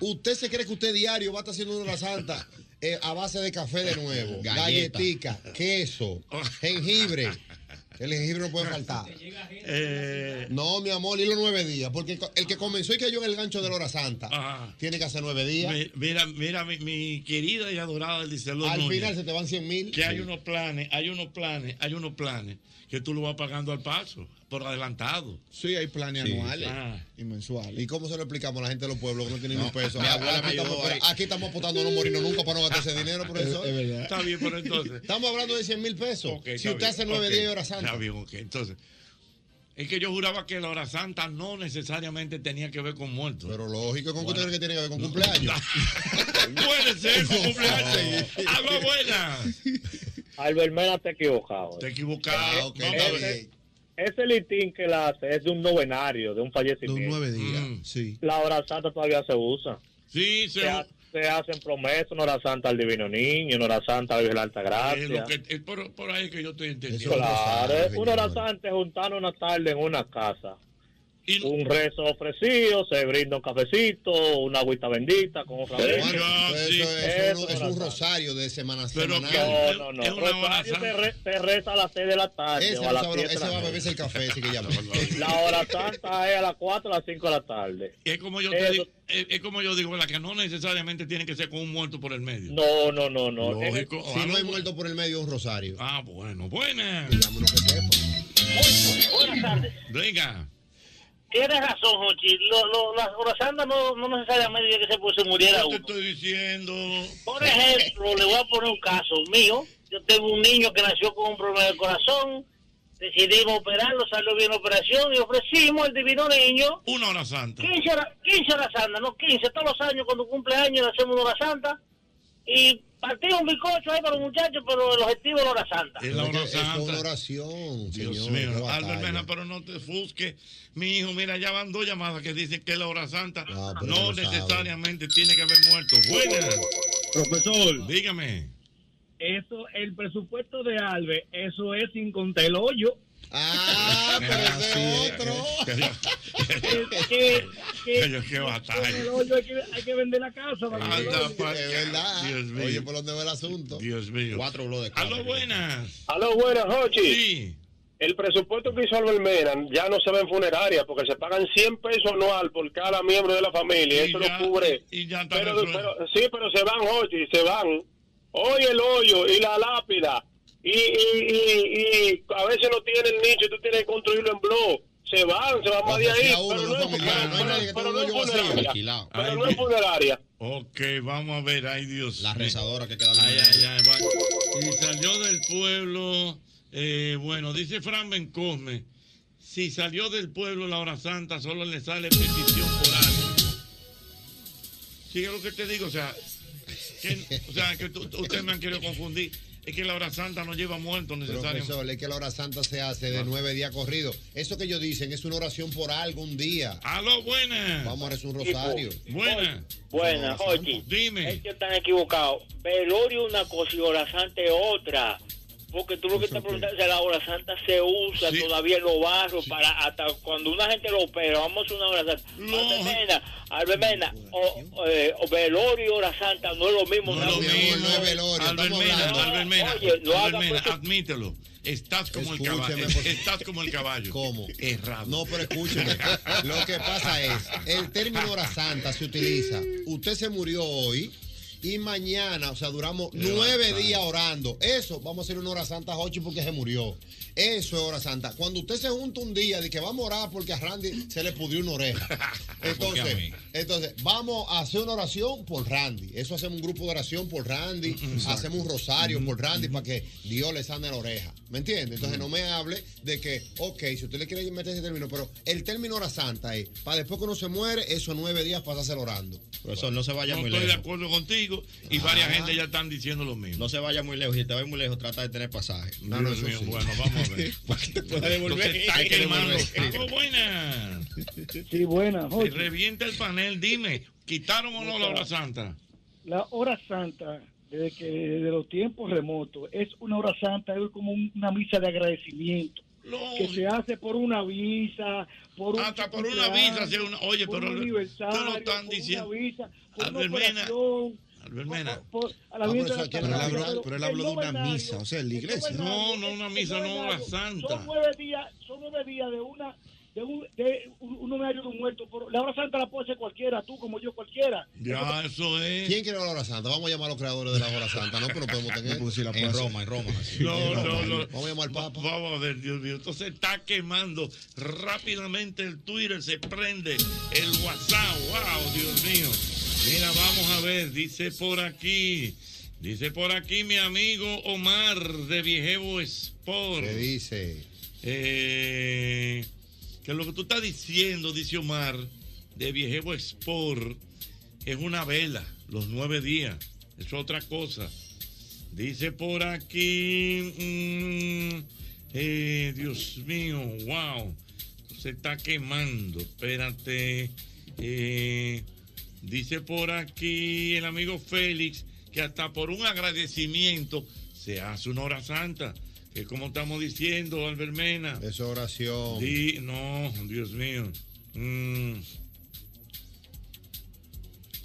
Speaker 5: ¿Usted se cree que usted diario va a estar haciendo una santa eh, a base de café de nuevo?
Speaker 24: Galleta.
Speaker 5: Galletica, queso, jengibre. El jengibre no puede faltar. No, mi amor, y los nueve días. Porque el que comenzó y cayó en el gancho de la hora santa, tiene que hacer nueve días.
Speaker 4: Mi- Mira, mira, mi, mi querida y adorada Elizabeth
Speaker 5: Al
Speaker 4: Núñez,
Speaker 5: final se te van 100 mil.
Speaker 4: Que hay unos planes, hay unos planes, hay unos planes que tú lo vas pagando al paso, por adelantado.
Speaker 5: Sí, hay planes
Speaker 4: anuales
Speaker 5: y mensuales. ¿Y cómo se lo explicamos a la gente de los pueblos que no tienen ni un peso?
Speaker 24: mi
Speaker 5: Ah,
Speaker 24: abuela
Speaker 5: aquí,
Speaker 24: me
Speaker 5: estamos,
Speaker 24: ayudó ahí.
Speaker 5: aquí estamos apostando a no morirnos nunca para no gastar ese dinero, profesor.
Speaker 4: Es- es verdad. Está bien, pero entonces-
Speaker 5: Estamos hablando de 100 mil pesos.
Speaker 4: Ok,
Speaker 5: si
Speaker 4: está
Speaker 5: usted
Speaker 4: bien,
Speaker 5: hace nueve
Speaker 4: ok.
Speaker 5: días de hora santa.
Speaker 4: Está bien, ok. Entonces, Es que yo juraba que la hora santa no necesariamente tenía que ver con muertos.
Speaker 5: Pero lógico, ¿con qué tiene que tiene que ver con cumpleaños?
Speaker 4: Puede ser con cumpleaños. Alba buena.
Speaker 22: Albert Mena te equivocado. eh.
Speaker 4: Te equivocado.
Speaker 22: Ese, ese litín que la hace es de un novenario, de un fallecimiento.
Speaker 5: De un nueve días, sí.
Speaker 22: La hora santa todavía se usa.
Speaker 4: Mm. Sí,
Speaker 22: se, ha- se hacen promesas, una hora santa al divino niño, una hora santa a la Virgen Alta
Speaker 4: Es lo
Speaker 22: Gracia.
Speaker 4: que- es por, por ahí que yo estoy entendiendo.
Speaker 22: Claro, es una hora santa es juntarnos una tarde en una casa. Un rezo ofrecido, se brinda un cafecito, una agüita bendita con un
Speaker 5: Pero,
Speaker 22: rabito.
Speaker 4: Ah,
Speaker 5: hermano, pues eso es-
Speaker 22: Eso
Speaker 5: es
Speaker 22: una
Speaker 5: un
Speaker 22: santa.
Speaker 5: rosario de semana
Speaker 22: Pero
Speaker 5: semanal.
Speaker 22: que- No, no, no. es una Rosario hora se santa. re- se reza a las 6 de la tarde
Speaker 5: Ese,
Speaker 22: o a las
Speaker 5: sabro-
Speaker 22: 7 de
Speaker 5: ese
Speaker 22: la
Speaker 5: va a
Speaker 22: noche.
Speaker 5: beberse el café, así que ya.
Speaker 22: La hora santa es a las 4 a las 5 de la tarde. Eh,
Speaker 4: Es como yo te digo, es, es como yo digo, la que no necesariamente tiene que ser con un muerto por el medio.
Speaker 22: No, no, no, no. Eh,
Speaker 4: Lógico.
Speaker 5: Si no hay muerto por el medio, un rosario.
Speaker 4: Ah, bueno, buena.
Speaker 17: Buenas tardes.
Speaker 4: Venga.
Speaker 17: Tienes razón, Jochi. Lo, lo, la Hora Santa no, no necesariamente tiene que se, pues, se muriera
Speaker 4: Yo te
Speaker 17: uno.
Speaker 4: estoy diciendo.
Speaker 17: Por ejemplo, le voy a poner un caso mío. Yo tengo un niño que nació con un problema de corazón. Decidimos operarlo, salió bien la operación y ofrecimos al divino niño.
Speaker 4: Una hora santa.
Speaker 17: 15 horas, 15 horas santa, no 15. Todos los años, cuando cumple años, le hacemos una hora santa. Y partimos un bizcocho ahí para los muchachos, pero el objetivo es la hora santa.
Speaker 4: Es la hora
Speaker 5: Es
Speaker 4: santa.
Speaker 5: una oración,
Speaker 4: Dios
Speaker 5: señor.
Speaker 4: mío,
Speaker 5: qué batalla.
Speaker 4: Albert Mena, pero no te fusques. Mi hijo, mira, ya van dos llamadas que dicen que la hora santa no,
Speaker 5: Ah, pero no sabe.
Speaker 4: necesariamente tiene que haber muerto. Buena.
Speaker 24: Profesor.
Speaker 4: Dígame.
Speaker 24: Eso, el presupuesto de Alve, eso es sin contar el hoyo.
Speaker 5: Ah, pero ese otro.
Speaker 24: que,
Speaker 4: Pero qué
Speaker 24: con el
Speaker 4: batalla.
Speaker 24: hoyo hay que, hay que vender la casa. para que-
Speaker 4: Anda, pa'
Speaker 5: pues, Es verdad.
Speaker 4: Dios mío.
Speaker 5: Oye, ¿por dónde va el asunto?
Speaker 4: Dios mío.
Speaker 5: Cuatro bloques.
Speaker 4: Aló, buenas.
Speaker 17: Aló, buenas, noches.
Speaker 4: Sí.
Speaker 17: El presupuesto que hizo Albert Mena ya no se ve en funeraria porque se pagan 100 pesos anual por cada miembro de la familia.
Speaker 4: Y
Speaker 17: Eso
Speaker 4: ya-
Speaker 17: lo cubre.
Speaker 4: Y ya está
Speaker 17: Pero,
Speaker 4: resuelto.
Speaker 17: pero- sí, pero se van, Jochi, se van. Hoy el hoyo y la lápida. Y, y, y, y a veces no tienen nicho, tú tienes que construirlo en blog. Se van, se van más de ahí. Pero no es pero- pero no es funeraria. Pero no es funeraria.
Speaker 4: Ok, vamos a ver. Ay, Dios. La
Speaker 5: rezadora que queda
Speaker 4: Ay, ay, ay. va. Y salió del pueblo. eh, bueno, dice Fran Bencosme. Si salió del pueblo la hora santa, solo le sale petición por algo. Sigue lo que te digo, o sea, que, o sea, que tú- tú- ustedes me han querido confundir. Es que la hora santa no lleva muerto necesariamente.
Speaker 5: Profesor, es que la hora santa se hace de nueve días corridos. Eso que ellos dicen es una oración por algún día.
Speaker 4: Aló, buenas.
Speaker 5: Vamos a rezar un rosario.
Speaker 4: Buenas.
Speaker 17: Buenas, Jochi.
Speaker 4: Dime.
Speaker 17: Ellos están equivocados. Velorio una cosa y hora santa es otra. Porque tú lo que estás preguntando es si la hora santa se usa todavía en los barrios para hasta cuando una gente lo opera, vamos a una hora santa. Albert Mena, Albert Mena, o, o, eh, o velorio y hora santa no es lo mismo. No,
Speaker 4: Albert Mena, Albert Mena,
Speaker 17: Oye, no
Speaker 4: Albert
Speaker 17: hagas
Speaker 4: Mena,
Speaker 17: eso.
Speaker 4: admítelo. Estás como el caballo. Estás como el caballo. ¿Cómo? Errado.
Speaker 5: No, pero escúcheme. Lo que pasa es, el término hora santa se utiliza. Usted se murió hoy y mañana, o sea, duramos nueve días orando. Eso, vamos a hacer una hora santa a Jochi porque se murió. Eso es hora santa. Cuando usted se junta un día de que vamos a orar porque a Randy se le pudrió una oreja.
Speaker 2: Porque a
Speaker 5: Entonces,
Speaker 2: mí.
Speaker 5: entonces, vamos a hacer una oración por Randy. Eso hacemos un grupo de oración por Randy, hacemos un rosario por Randy para que Dios le sane la oreja. ¿Me entiende? Entonces, no me hable de que, ok, si usted le quiere meter ese término, pero el término hora santa es para después que uno se muere, esos nueve días pasarse orando.
Speaker 24: Profesor, no se vaya
Speaker 4: No
Speaker 24: muy
Speaker 4: estoy
Speaker 24: lejos.
Speaker 4: de acuerdo contigo y varias gente ya están diciendo lo mismo.
Speaker 24: No se vaya muy lejos. Si te vas muy lejos, trata de tener pasaje.
Speaker 4: No, no, eso sí. Bueno, vamos a ver.
Speaker 24: te pueda devolver.
Speaker 4: Entonces, está
Speaker 24: Hay que
Speaker 4: quemando.
Speaker 24: devolver.
Speaker 4: Aló, buenas.
Speaker 24: Sí, buenas.
Speaker 4: Se revienta el panel, dime. ¿Quitaron o no la hora santa?
Speaker 20: la hora santa, desde que desde los tiempos remotos, es una hora santa, es como un- una misa de agradecimiento. Que se hace por una visa, por un
Speaker 4: Hasta por una
Speaker 20: cumpleaños,
Speaker 4: visa, sí, una- oye,
Speaker 20: por
Speaker 4: pero
Speaker 20: un
Speaker 4: te lo
Speaker 20: aniversario,
Speaker 4: están
Speaker 20: por
Speaker 4: diciendo.
Speaker 20: una visa, por una
Speaker 4: Albert Mena.
Speaker 20: operación,
Speaker 4: Albert Mena.
Speaker 20: por- a la Virgen de la
Speaker 4: Ah, Pero él
Speaker 20: Sagrada,
Speaker 4: habló-
Speaker 20: pero-
Speaker 4: pero él habló
Speaker 20: el
Speaker 4: de una
Speaker 20: novenario,
Speaker 4: misa, o sea, en la
Speaker 20: el
Speaker 4: iglesia.
Speaker 20: novenario,
Speaker 4: No, no, una
Speaker 20: el
Speaker 4: misa, no,
Speaker 20: novenario,
Speaker 4: hora santa.
Speaker 20: Son nueve días, son nueve días de una de un, de un, un novenario de un muerto, pero la hora santa la puede hacer cualquiera, tú como yo cualquiera.
Speaker 4: Ya, eso es.
Speaker 5: ¿Quién quiere la hora santa? Vamos a llamar a los creadores de la hora santa, ¿no? Pero podemos tener. en Roma, en Roma.
Speaker 4: No, no, no. Vamos a llamar al Papa. Vamos a ver, Dios mío. Entonces está quemando rápidamente el Twitter, se prende el WhatsApp. ¡Wow, Dios mío! Mira, vamos a ver, dice por aquí. Dice por aquí mi amigo Omar de Viejevo Sport. ¿Qué
Speaker 5: dice?
Speaker 4: Eh, que lo que tú estás diciendo, dice Omar, de Viejevo Export, es una vela, los nueve días. Es otra cosa. Dice por aquí, mm, eh, Dios mío, wow, se está quemando. Espérate. eh, dice por aquí el amigo Félix que hasta por un agradecimiento se hace una hora santa. Que como estamos diciendo, Albermena.
Speaker 5: Es oración.
Speaker 4: Di- no, Dios mío. Mm,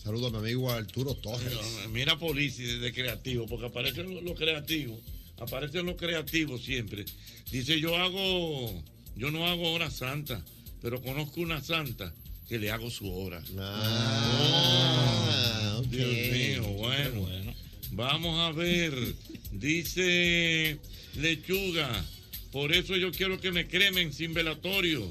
Speaker 5: Saludos a mi amigo Arturo Torres.
Speaker 4: pero mira Polici de creativo, porque aparecen los, los creativos. Aparecen los creativos siempre. Dice, yo hago, yo no hago hora santa, pero conozco una santa que le hago su hora. Oh, Dios mío, bueno. Vamos a ver. Dice Lechuga, por eso yo quiero que me cremen sin velatorio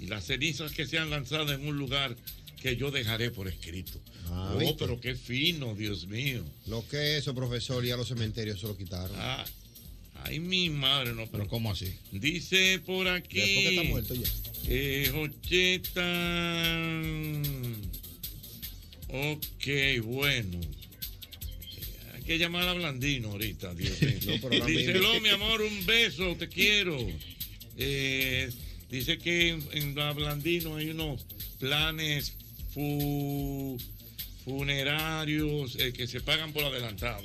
Speaker 4: y las cenizas que sean lanzadas en un lugar que yo dejaré por escrito.
Speaker 5: Ah,
Speaker 36: Oh,
Speaker 5: ¿viste?
Speaker 4: pero qué fino, Dios mío.
Speaker 5: Lo que es eso, profesor, ya los cementerios se lo quitaron.
Speaker 4: Ah, ay, mi madre, no. Pero,
Speaker 5: ¿cómo así?
Speaker 4: Dice por aquí.
Speaker 5: Después que está muerto ya.
Speaker 4: Eh, Jocheta. Ok, bueno. Eh, Hay que llamar a Blandino ahorita, Dios mío.
Speaker 5: No, pero ahora mismo.
Speaker 4: Díselo, mi amor, un beso, te quiero. Eh, dice que en, en la Blandino hay unos planes fu- funerarios eh, que se pagan por adelantado.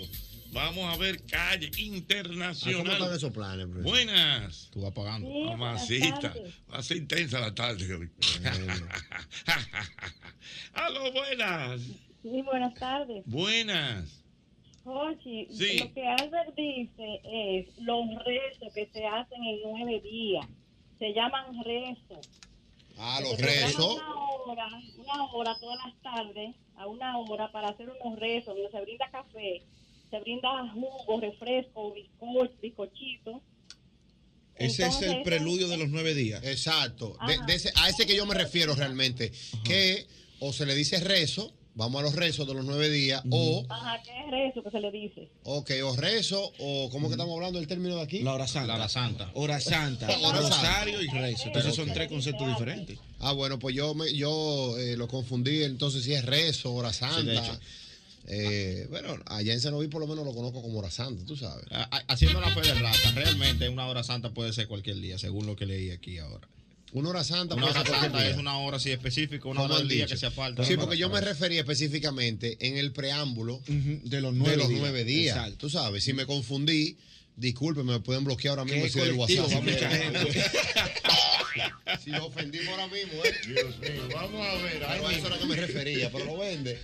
Speaker 4: Vamos a ver calle
Speaker 5: Ah, ¿Cómo están
Speaker 4: internacional.
Speaker 5: esos planes, profesor?
Speaker 4: Buenas.
Speaker 5: Tú vas pagando.
Speaker 4: Sí, Mamacita. buenas tardes. Va a ser intensa la tarde hoy. Aló, buenas.
Speaker 14: Sí, buenas tardes.
Speaker 4: Buenas.
Speaker 14: Jochi,
Speaker 4: Sí.
Speaker 14: lo que Albert dice es los rezos que se hacen en nueve días. Se llaman rezos.
Speaker 5: Ah,
Speaker 14: Que
Speaker 5: los
Speaker 14: se programan
Speaker 5: rezos.
Speaker 14: Una hora, una hora todas las tardes, a una hora para hacer unos rezos, donde se brinda café, se brinda jugo, refresco, bizcocho, bizcochito.
Speaker 5: Ese
Speaker 14: Entonces,
Speaker 5: es el preludio de los nueve días. Exacto. De- de ese- a ese que yo me refiero realmente. Que o se le dice rezo, vamos a los rezos de los nueve días, o,
Speaker 14: Ajá, ¿qué es rezo que se le dice?
Speaker 5: ok, o rezo, o ¿cómo que estamos hablando del término de aquí? La hora santa. La hora santa. Hora santa.
Speaker 37: Rosario y rezo. Entonces son tres conceptos diferentes.
Speaker 5: Ah, bueno, pues yo me, yo eh, lo confundí, entonces si es rezo, hora
Speaker 37: de
Speaker 5: santa.
Speaker 37: hecho.
Speaker 5: Eh, bueno, allá en Sanoví por lo menos lo conozco como hora santa, tú sabes.
Speaker 24: A- a- Ah, Haciendo la fe de rata, realmente una hora santa puede ser cualquier día, según lo que leí aquí ahora.
Speaker 5: Una hora santa,
Speaker 24: Una
Speaker 5: puede
Speaker 24: hora
Speaker 5: ser cualquier
Speaker 24: santa
Speaker 5: día.
Speaker 24: es una hora así específica, una
Speaker 5: Como
Speaker 24: hora
Speaker 5: han
Speaker 24: al día
Speaker 5: dicho.
Speaker 24: que se aparta.
Speaker 5: Sí, porque yo me refería específicamente en el preámbulo de los
Speaker 24: nueve días.
Speaker 5: nueve días.
Speaker 24: Exacto.
Speaker 5: Tú sabes, si me confundí, disculpe, me pueden bloquear ahora mismo
Speaker 24: Qué
Speaker 5: si del
Speaker 24: colectivo,
Speaker 5: WhatsApp.
Speaker 24: vamos a
Speaker 5: si lo ofendimos ahora mismo, ¿eh?
Speaker 4: Dios mío, vamos a ver.
Speaker 5: Ay,
Speaker 4: ahí
Speaker 5: eso era que me refería, pero lo vende.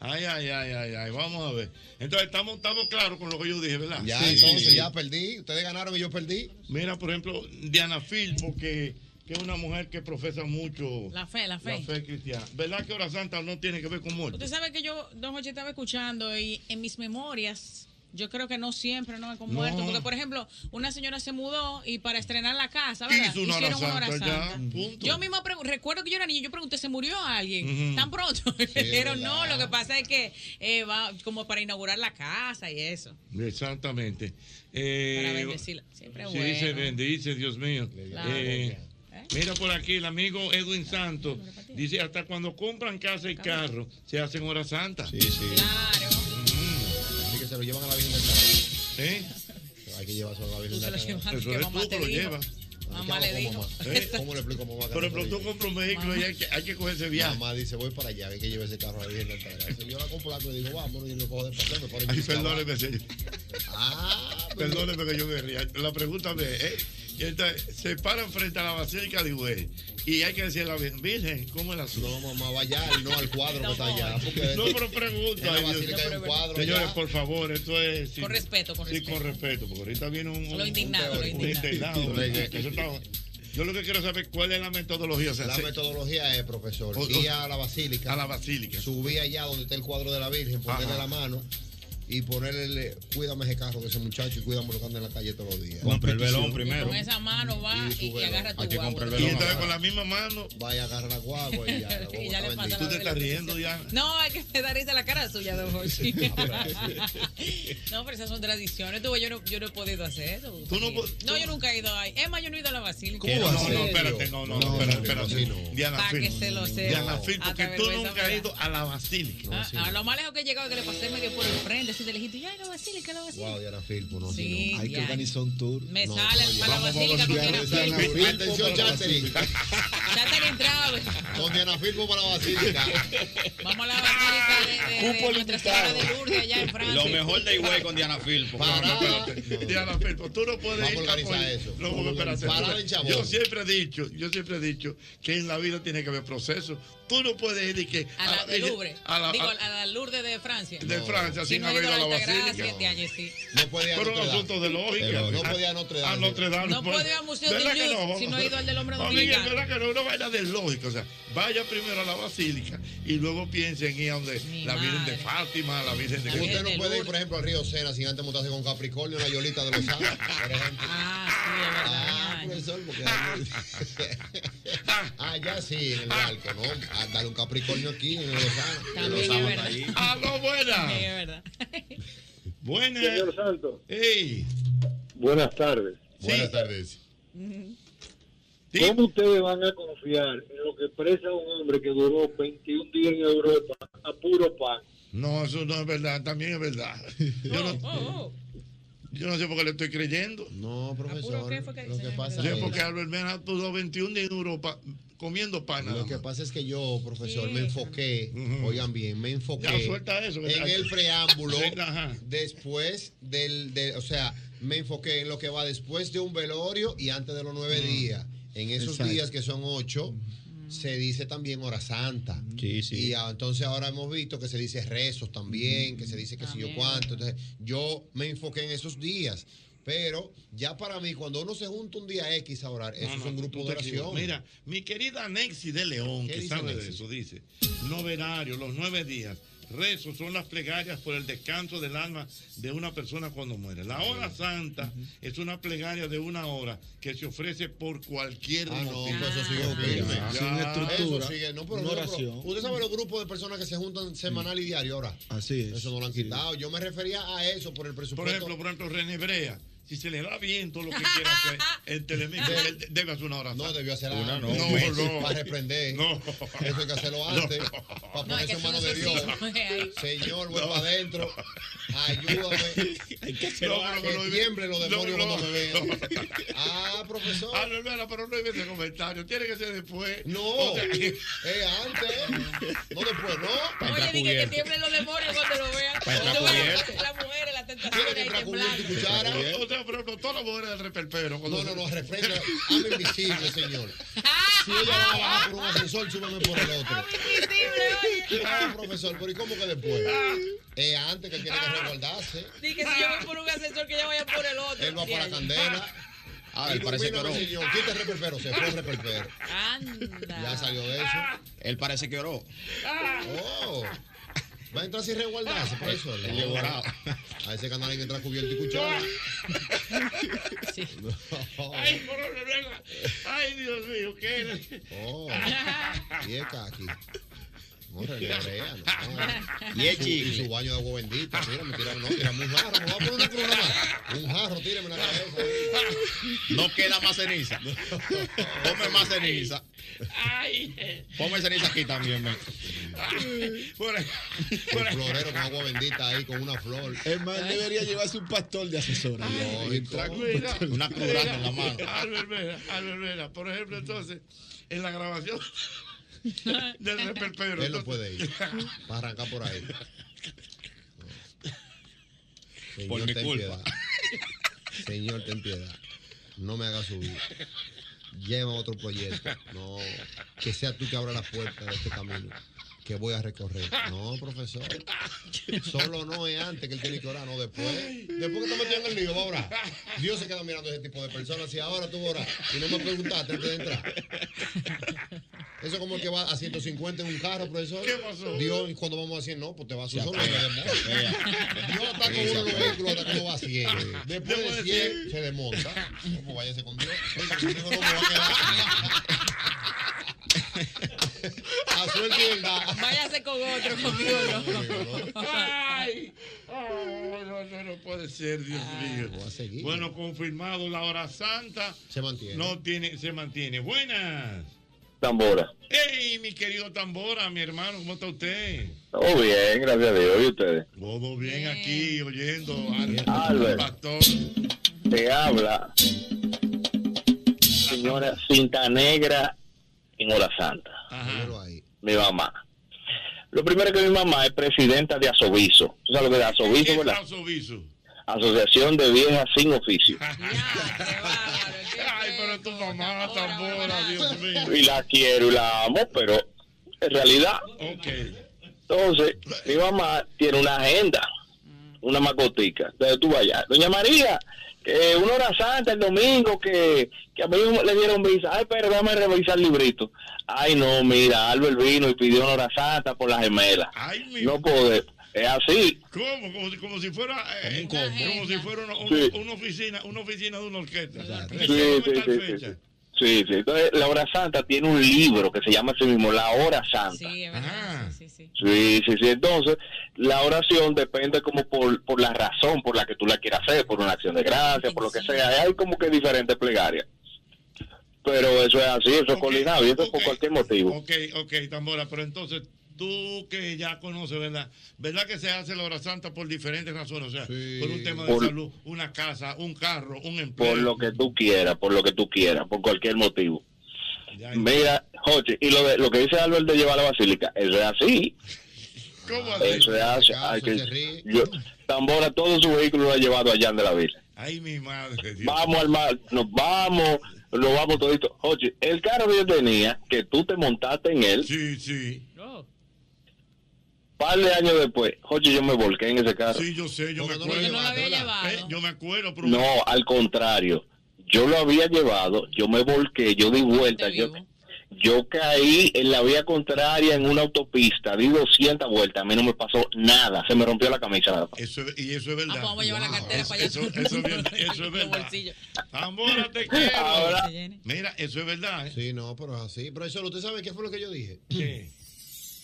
Speaker 4: Ay, ay, ay, ay, ay. Vamos a ver. Entonces estamos, estamos claros con lo que yo dije, ¿verdad?
Speaker 5: Ya, entonces ya perdí. Ustedes ganaron y yo perdí.
Speaker 4: Mira, por ejemplo, Diana Filpo, que, que es una mujer que profesa mucho
Speaker 23: La fe, la fe.
Speaker 4: la fe cristiana. ¿Verdad que hora santa no tiene que ver con muerte?
Speaker 23: Usted sabe que yo, don Jorge, estaba escuchando y en mis memorias, yo creo que no siempre no me con
Speaker 4: No.
Speaker 23: muertos, porque por ejemplo, una señora se mudó y para estrenar la casa,
Speaker 4: ¿Qué
Speaker 23: ¿verdad?
Speaker 4: hizo una hora
Speaker 23: Hicieron una hora
Speaker 4: santa,
Speaker 23: santa.
Speaker 4: ya, punto.
Speaker 23: Yo misma pregu- recuerdo que yo era niña, yo pregunté, ¿se murió alguien?
Speaker 4: Ujú.
Speaker 23: Tan pronto.
Speaker 4: es
Speaker 23: Pero no,
Speaker 4: verdad.
Speaker 23: lo que pasa es que eh, va como para inaugurar la casa y eso.
Speaker 4: Exactamente.
Speaker 23: Para
Speaker 4: Eh,
Speaker 23: bendecirla. Siempre es
Speaker 4: Sí,
Speaker 23: bueno.
Speaker 4: se bendice, Dios mío.
Speaker 23: Claro.
Speaker 4: Eh, mira por aquí, el amigo Edwin Santos dice: hasta cuando compran casa y carro, se hacen hora santa. Sí,
Speaker 5: sí.
Speaker 23: Claro.
Speaker 5: Así que se lo llevan a la Virgen del Carmen.
Speaker 4: ¿Eh?
Speaker 5: Hay que llevarse a la Virgen
Speaker 4: Tú se
Speaker 5: del
Speaker 4: lo
Speaker 5: Carmen.
Speaker 4: llevaste, Eso que es mamá tú que te lo dijo. llevas.
Speaker 5: Mamá
Speaker 4: le dijo. ¿Eh?
Speaker 5: ¿Cómo le explico a mamá? que
Speaker 4: Por
Speaker 5: no
Speaker 4: ejemplo,
Speaker 5: soy
Speaker 4: tú
Speaker 5: yo?
Speaker 4: compras un vehículo y hay que, hay que coger ese viaje.
Speaker 5: Mamá dice, voy para allá, hay que llevar ese carro a la Virgen del Carmen. Yo la compro la y digo, vámonos, y lo cojo de paseo, me paro en
Speaker 4: Ay,
Speaker 5: mi caballo.
Speaker 4: perdóneme, señor.
Speaker 5: Ah, pues
Speaker 4: Perdóneme que yo me ría. La pregunta me es, ¿eh? Y entonces, se paran frente a la basílica de Higüey y hay que decirle a la Virgen, Virgen, ¿cómo es la asunto?
Speaker 5: No, mamá, vaya y no al cuadro que está allá. Porque
Speaker 4: No, pero pregunta.
Speaker 5: En la
Speaker 4: ay, Dios
Speaker 5: basílica hay un
Speaker 4: mío.
Speaker 5: cuadro
Speaker 4: Señores,
Speaker 5: allá.
Speaker 4: por favor, esto es... sí,
Speaker 23: Con respeto, con
Speaker 4: Sí,
Speaker 23: respeto.
Speaker 4: con respeto, porque ahorita viene un... un-
Speaker 23: Lo indignado,
Speaker 4: un
Speaker 23: lo
Speaker 4: teórico, un
Speaker 5: indignado.
Speaker 4: indignado, ¿verdad? Que eso está- Yo lo que quiero saber cuál es la metodología. o sea,
Speaker 5: la
Speaker 4: se-
Speaker 5: metodología es, profesor,
Speaker 4: O- o-
Speaker 5: ir a la basílica.
Speaker 4: A la basílica.
Speaker 5: Subí allá donde está el cuadro de la Virgen, ponerle
Speaker 4: Ajá.
Speaker 5: la mano y ponerle, cuídame ese carro de ese muchacho y cuídame lo que anda en la calle todos los días.
Speaker 4: Compre el velón primero.
Speaker 23: Con esa mano va
Speaker 5: Y su
Speaker 23: y, y
Speaker 5: velo.
Speaker 23: agarra tu
Speaker 5: Hay que comprar el
Speaker 23: guagua.
Speaker 5: velón.
Speaker 4: Y entonces con la misma mano.
Speaker 5: Vaya, agarra la guagua y ya. La guagua
Speaker 23: Y ya
Speaker 5: está bendita.
Speaker 23: le pasa la
Speaker 4: Tú te estás riendo, Diana.
Speaker 23: No, es que me da risa la cara suya, don Jochi. no, pero esas son tradiciones. Tú, ves, yo, no, yo no he podido hacer eso.
Speaker 4: no po-
Speaker 23: No, yo nunca he ido ahí. Es más, yo no he ido a la basílica.
Speaker 4: ¿Cómo va a No, ser? no, espérate, no, no, no, espérate, espérate. Diana
Speaker 23: Para que
Speaker 4: Filpo.
Speaker 23: se lo sepa.
Speaker 4: Diana Filpo,
Speaker 23: Hasta
Speaker 4: que tú
Speaker 23: vergüenza
Speaker 4: nunca
Speaker 23: me
Speaker 4: has
Speaker 23: da.
Speaker 4: ido a la basílica.
Speaker 23: Ah, a lo más lejos que he llegado es que le pasé medio por el frente, así de lejito. Ya, la basílica, la basílica.
Speaker 5: Wow, Diana Filpo, no,
Speaker 23: Sí,
Speaker 5: si no.
Speaker 23: Hay que Diana. organizar
Speaker 5: un tour.
Speaker 23: Me sale para la basílica con Diana Filpo.
Speaker 5: Atención, Chasterin.
Speaker 23: Ya está entrado.
Speaker 5: Con Diana Filpo para la basílica.
Speaker 23: Vamos a la basílica de, de, de Nuestra Señora de Lourdes allá en Francia.
Speaker 24: Lo mejor de Higüey con Diana Filpo.
Speaker 23: ah,
Speaker 4: Diana Filpo, tú no puedes
Speaker 24: Vamos
Speaker 4: ir
Speaker 24: a organizar eso.
Speaker 4: No, porque espérate,
Speaker 24: Parada
Speaker 4: tú sabes,
Speaker 24: en Chabón.
Speaker 4: yo siempre he dicho, yo siempre he dicho que en la vida tiene que haber procesos. Tú no puedes ir y que
Speaker 23: A la de
Speaker 4: Ah, y-
Speaker 23: Lourdes.
Speaker 4: a la-
Speaker 23: Digo,
Speaker 4: a-
Speaker 23: a la Lourdes de Francia.
Speaker 4: De Francia,
Speaker 23: Si
Speaker 4: sin
Speaker 23: no he
Speaker 4: haber
Speaker 23: ido a
Speaker 4: ido a la
Speaker 23: Altagracia,
Speaker 4: basílica.
Speaker 23: este año sí.
Speaker 5: No podía
Speaker 4: Por un
Speaker 5: Notre Dame.
Speaker 4: asunto de lógica.
Speaker 5: No podía Notre Dame.
Speaker 4: A Notre Dame. pues.
Speaker 23: No podía al Museo de
Speaker 4: ¿Verdad que
Speaker 23: Youth si no he ido al del Hombre
Speaker 4: No, Miguel,
Speaker 23: Dominicano.
Speaker 4: ¿verdad que no? Una vaina de lógica. O sea, vaya primero a la Basílica y luego piensen en ir a donde la Virgen de Fátima, la Virgen de...
Speaker 5: Usted no puede ir, por ejemplo, al río Sena sin antes montarse con Capricornio en la Yolita de los Santos, por ejemplo. Ah, sí, es verdad. Ah, profesor, porque allá sí, en el barco, ¿no? Ah, Dale un Capricornio aquí en los Santos.
Speaker 23: También
Speaker 5: Los
Speaker 23: es
Speaker 5: Santos
Speaker 23: verdad.
Speaker 5: ahí.
Speaker 24: Ah,
Speaker 4: ¡A lo buena!
Speaker 23: Sí, es verdad.
Speaker 4: Buenas.
Speaker 17: Señor Santos.
Speaker 4: Buenas
Speaker 17: tardes.
Speaker 4: Buenas tardes.
Speaker 17: ¿Cómo ustedes van a confiar en lo que expresa un hombre que duró 21 días en Europa a puro pan?
Speaker 4: No, eso no es verdad, también es verdad. Yo no,
Speaker 23: Oh,
Speaker 4: yo no sé por qué le estoy creyendo.
Speaker 5: No,
Speaker 4: profesor.
Speaker 5: Lo que pasa
Speaker 4: Yo
Speaker 5: es-
Speaker 4: porque Albert Mena duró 21 días en Europa comiendo pan.
Speaker 5: Lo que pasa es que yo, profesor, me enfoqué, oigan bien, me enfoqué
Speaker 4: Ya, suelta eso, que-
Speaker 5: en el preámbulo
Speaker 4: Sí, ajá.
Speaker 5: después del, de- o sea, me enfoqué en lo que va después de un velorio y antes de los
Speaker 4: Mm.
Speaker 5: nueve días. En esos
Speaker 24: Exacto.
Speaker 5: días que son ocho, se dice también hora santa. Y ah, entonces ahora hemos visto que se dice rezos también, que se dice que si yo cuánto. Entonces yo me enfoqué en esos días. Pero ya para mí, cuando uno se junta un día X a orar, eso
Speaker 4: No,
Speaker 5: es
Speaker 4: no,
Speaker 5: un grupo
Speaker 4: tú te
Speaker 5: de oración.
Speaker 4: equivocas. Mira, mi querida Nexi de León,
Speaker 5: ¿Qué
Speaker 4: que
Speaker 5: dice
Speaker 4: sabe de
Speaker 5: Nexi?
Speaker 4: eso, dice: Novenario, los nueve días. Rezos son las plegarias por el descanso del alma de una persona cuando muere. La hora santa es una plegaria de una hora que se ofrece por cualquier
Speaker 5: Ah, no,
Speaker 4: motivo.
Speaker 5: pues eso sigue
Speaker 4: Firme,
Speaker 5: ok.
Speaker 4: ya.
Speaker 5: Eso sigue, no, pero
Speaker 4: Una
Speaker 5: no, pero
Speaker 4: oración.
Speaker 5: Usted sabe los grupos de personas que se juntan semanal y diario ahora.
Speaker 4: Así es.
Speaker 5: Eso no lo han quitado. Yo me refería a eso por el
Speaker 4: Por
Speaker 5: presupuesto.
Speaker 4: ejemplo, por ejemplo, René Brea, si se le da bien todo lo que quiera hacer en Telemicro, él de- debe hacer una hora. No,
Speaker 5: debió hacer
Speaker 4: una
Speaker 5: antes.
Speaker 4: No, pues, no.
Speaker 5: Para reprender. Eso hay que hacerlo antes. Para ponerse en manos de Dios. Señor, vuelva adentro.
Speaker 4: hacerlo
Speaker 5: Ayúdame. No,
Speaker 4: antes.
Speaker 5: que tiemble los demonios
Speaker 4: No, no,
Speaker 5: cuando me vean.
Speaker 4: no.
Speaker 5: Ah, profesor.
Speaker 4: Ah, no, hermana, pero no hay ese comentario. Tiene que ser después.
Speaker 5: No.
Speaker 4: O sea,
Speaker 5: Eh, antes. No después, no.
Speaker 23: Oye, dije que tiemblen los demonios cuando lo vean.
Speaker 5: Para entrar
Speaker 23: Tú ves
Speaker 5: cubierto.
Speaker 23: Las mujeres, las tentaciones ahí temblando.
Speaker 4: O sea, por ejemplo, todas las mujeres del reperpero.
Speaker 5: No, no, no, refrenda. Hazme invisible, señor. Si ella va a bajar por un ascensor, súbeme por el otro. Ah, profesor, pero ¿y cómo que después? Eh, antes que él tiene que resguardarse.
Speaker 23: Dije, si yo voy por un ascensor, que ya vaya por el otro.
Speaker 5: Él va por la
Speaker 23: Sí,
Speaker 5: candela.
Speaker 24: Ah, él parece que
Speaker 5: Ilumíname,
Speaker 24: oró.
Speaker 5: señor. Quita el reperpero, se fue el reperpero.
Speaker 23: Anda.
Speaker 5: Ya salió de eso.
Speaker 24: Él parece que oró.
Speaker 5: Oh. Va a entrar sin resguardarse, profesor.
Speaker 24: Él llegó orado.
Speaker 5: A ese canal hay que entrar cubierto y cuchara. No.
Speaker 4: Ay, por favor, venga. Ay, Dios mío, qué.
Speaker 5: Oh. Y es caqui. No, René Brea, no.
Speaker 24: Y es
Speaker 5: Su-
Speaker 24: chicle.
Speaker 5: Su baño de agua bendita. Mira, me tiraron, no, tiramos un jarro. Me voy a poner una cruz nada más. Un jarro, tíreme en la cabeza.
Speaker 24: No queda más ceniza. Come más ceniza.
Speaker 4: Ay.
Speaker 24: Come ceniza aquí también, men.
Speaker 5: Oh. Un florero con agua bendita ahí, con una flor.
Speaker 24: Es más, él debería llevarse un pastor de asesor.
Speaker 5: Lógico.
Speaker 4: Mira,
Speaker 24: Una
Speaker 4: mira,
Speaker 24: curana en la mano.
Speaker 4: Albert Vera, Albert Vera. Por ejemplo, entonces, en la grabación del reperpero.
Speaker 5: Él no
Speaker 4: entonces-
Speaker 5: puede ir. Va a arrancar por ahí. Señor,
Speaker 24: Por mi
Speaker 5: ten
Speaker 24: culpa.
Speaker 5: piedad. Señor, ten piedad. No me hagas subir. Lleva otro proyecto. No. Que sea tú que abra las puertas de este camino. Que voy a recorrer. No, profesor. Solo no es antes que él tiene que orar, no después. Después que te metió en el lío, va a orar. Dios se queda mirando a ese tipo de personas. Y ahora tú vas a orar. Y no me preguntaste antes de entrar. Eso es como el que va a 150 en un carro, profesor.
Speaker 28: ¿Qué pasó?
Speaker 5: Dios, y cuando vamos a 100, no, pues te vas
Speaker 28: Se
Speaker 5: a solo.
Speaker 28: apaga.
Speaker 5: Dios está con
Speaker 28: Sí, se
Speaker 5: uno en los
Speaker 28: apaga.
Speaker 5: vehículos hasta que uno va a 100. Después
Speaker 28: Después
Speaker 5: de
Speaker 28: de
Speaker 5: 100, se desmonta. ¿Cómo váyase con Dios? Oiga, conmigo no me va a quedar. A suerte y verdad.
Speaker 23: Váyase con otro, conmigo no.
Speaker 4: Ay, ay, no, no, no puede ser, Dios mío. Bueno, confirmado, la hora santa
Speaker 5: Se mantiene.
Speaker 4: no tiene, se mantiene. Buenas.
Speaker 20: Tambora.
Speaker 4: Hey, mi querido Tambora, mi hermano, ¿cómo está usted?
Speaker 20: Todo bien, gracias a Dios. ¿Y ustedes?
Speaker 4: Todo bien aquí, oyendo al
Speaker 20: Albert.
Speaker 4: pastor.
Speaker 20: Te habla, señora Cinta Negra en Hora Santa. Mi mamá. Lo primero que mi mamá es presidenta de Asoviso. ¿Tú sabes lo que es Asoviso, verdad?
Speaker 4: Asoviso.
Speaker 20: Asociación de Viejas Sin Oficio.
Speaker 4: Ay, pero tu mamá, Tambora, Dios mío.
Speaker 20: y la quiero y la amo, pero en realidad. Entonces, mi mamá tiene una agenda, una macotica. Entonces tú vayas, Doña María, que una hora santa el domingo, que, que a mí le dieron visa. Ay, pero déjame revisar el librito. Ay, no, mira, Albert vino y pidió una hora santa por las gemelas. no puede. Es así.
Speaker 4: ¿Cómo? Como si, como si fuera, eh, como si fuera una, una-
Speaker 20: Sí.
Speaker 4: una oficina, una oficina de una orquesta.
Speaker 20: Sí, sí, sí, sí, sí. Sí, sí. Entonces, la hora santa tiene un libro que se llama así mismo, La Hora Santa.
Speaker 23: Sí, es verdad. Sí, sí, sí.
Speaker 20: Sí, sí, sí. Entonces, la oración depende como por, por la razón por la que tú la quieras hacer, por una acción de gracia, por lo que sea. Hay como que diferentes plegarias. Pero eso es así, eso es coordinado y eso es por cualquier motivo.
Speaker 4: Ok, ok, Tambora, pero entonces tú que ya conoces, ¿verdad? ¿Verdad que se hace la hora santa por diferentes razones? O sea, por un tema de
Speaker 20: Por-
Speaker 4: salud, una casa, un carro, un em-, empleo.
Speaker 20: Por lo que tú quieras, por lo que tú quieras, por cualquier motivo. Mira, Joche, y lo, de, lo que dice Albert de llevar a la basílica, eso es así.
Speaker 4: ¿Cómo así?
Speaker 20: Eso es así. Hay que, yo, Tambora, todo su vehículo lo ha llevado allá de la Virgen.
Speaker 4: Ay, mi madre. Dios.
Speaker 20: vamos al mar, nos vamos, nos vamos todito. Oye, el carro que yo tenía, que tú te montaste en él.
Speaker 4: Sí, sí.
Speaker 20: Par de años después, oye, yo me volqué en ese carro.
Speaker 4: Sí, yo sé, yo me acuerdo. Eh, Yo, me acuerdo, pero
Speaker 20: No, al contrario. Yo lo había llevado, yo me volqué, yo di vuelta, yo, yo caí en la vía contraria en una autopista, di 200 vueltas, a mí no me pasó nada, se me rompió la camisa. nada más.
Speaker 4: eso, es- y eso es verdad. Ah, pues vamos a llevar la cartera para allá. Eso, eso es verdad. Eso es verdad. Tambora, te quiero. Mira, eso es verdad. ¿eh?
Speaker 5: Sí, no, pero es así. Profesor, ¿usted sabe qué fue lo que yo dije?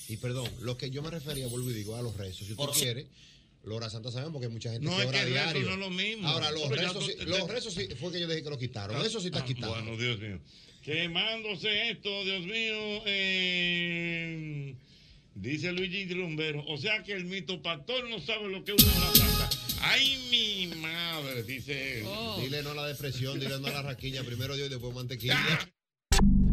Speaker 5: Y perdón, lo que yo me refería, vuelvo y digo, a los rezos. Si usted quiere, la hora santa sabemos porque hay mucha gente
Speaker 4: No,
Speaker 5: que
Speaker 4: es
Speaker 5: ora
Speaker 4: que el rezo
Speaker 5: diario.
Speaker 4: no es lo mismo.
Speaker 5: Ahora, los
Speaker 4: Pero ya
Speaker 5: rezos,
Speaker 4: tú- Ah,
Speaker 5: sí, los rezos sí, fue que yo dije que lo quitaron. Eso sí está quitado.
Speaker 4: Bueno, Dios mío. Quemándose esto, Dios mío. eh, dice Luigi Rumbero. O sea que el mito pastor no sabe lo que es una hora santa. Ay, mi madre, dice él.
Speaker 5: Dile no a la depresión, dile no a la raquiña. Primero Dios y después mantequilla.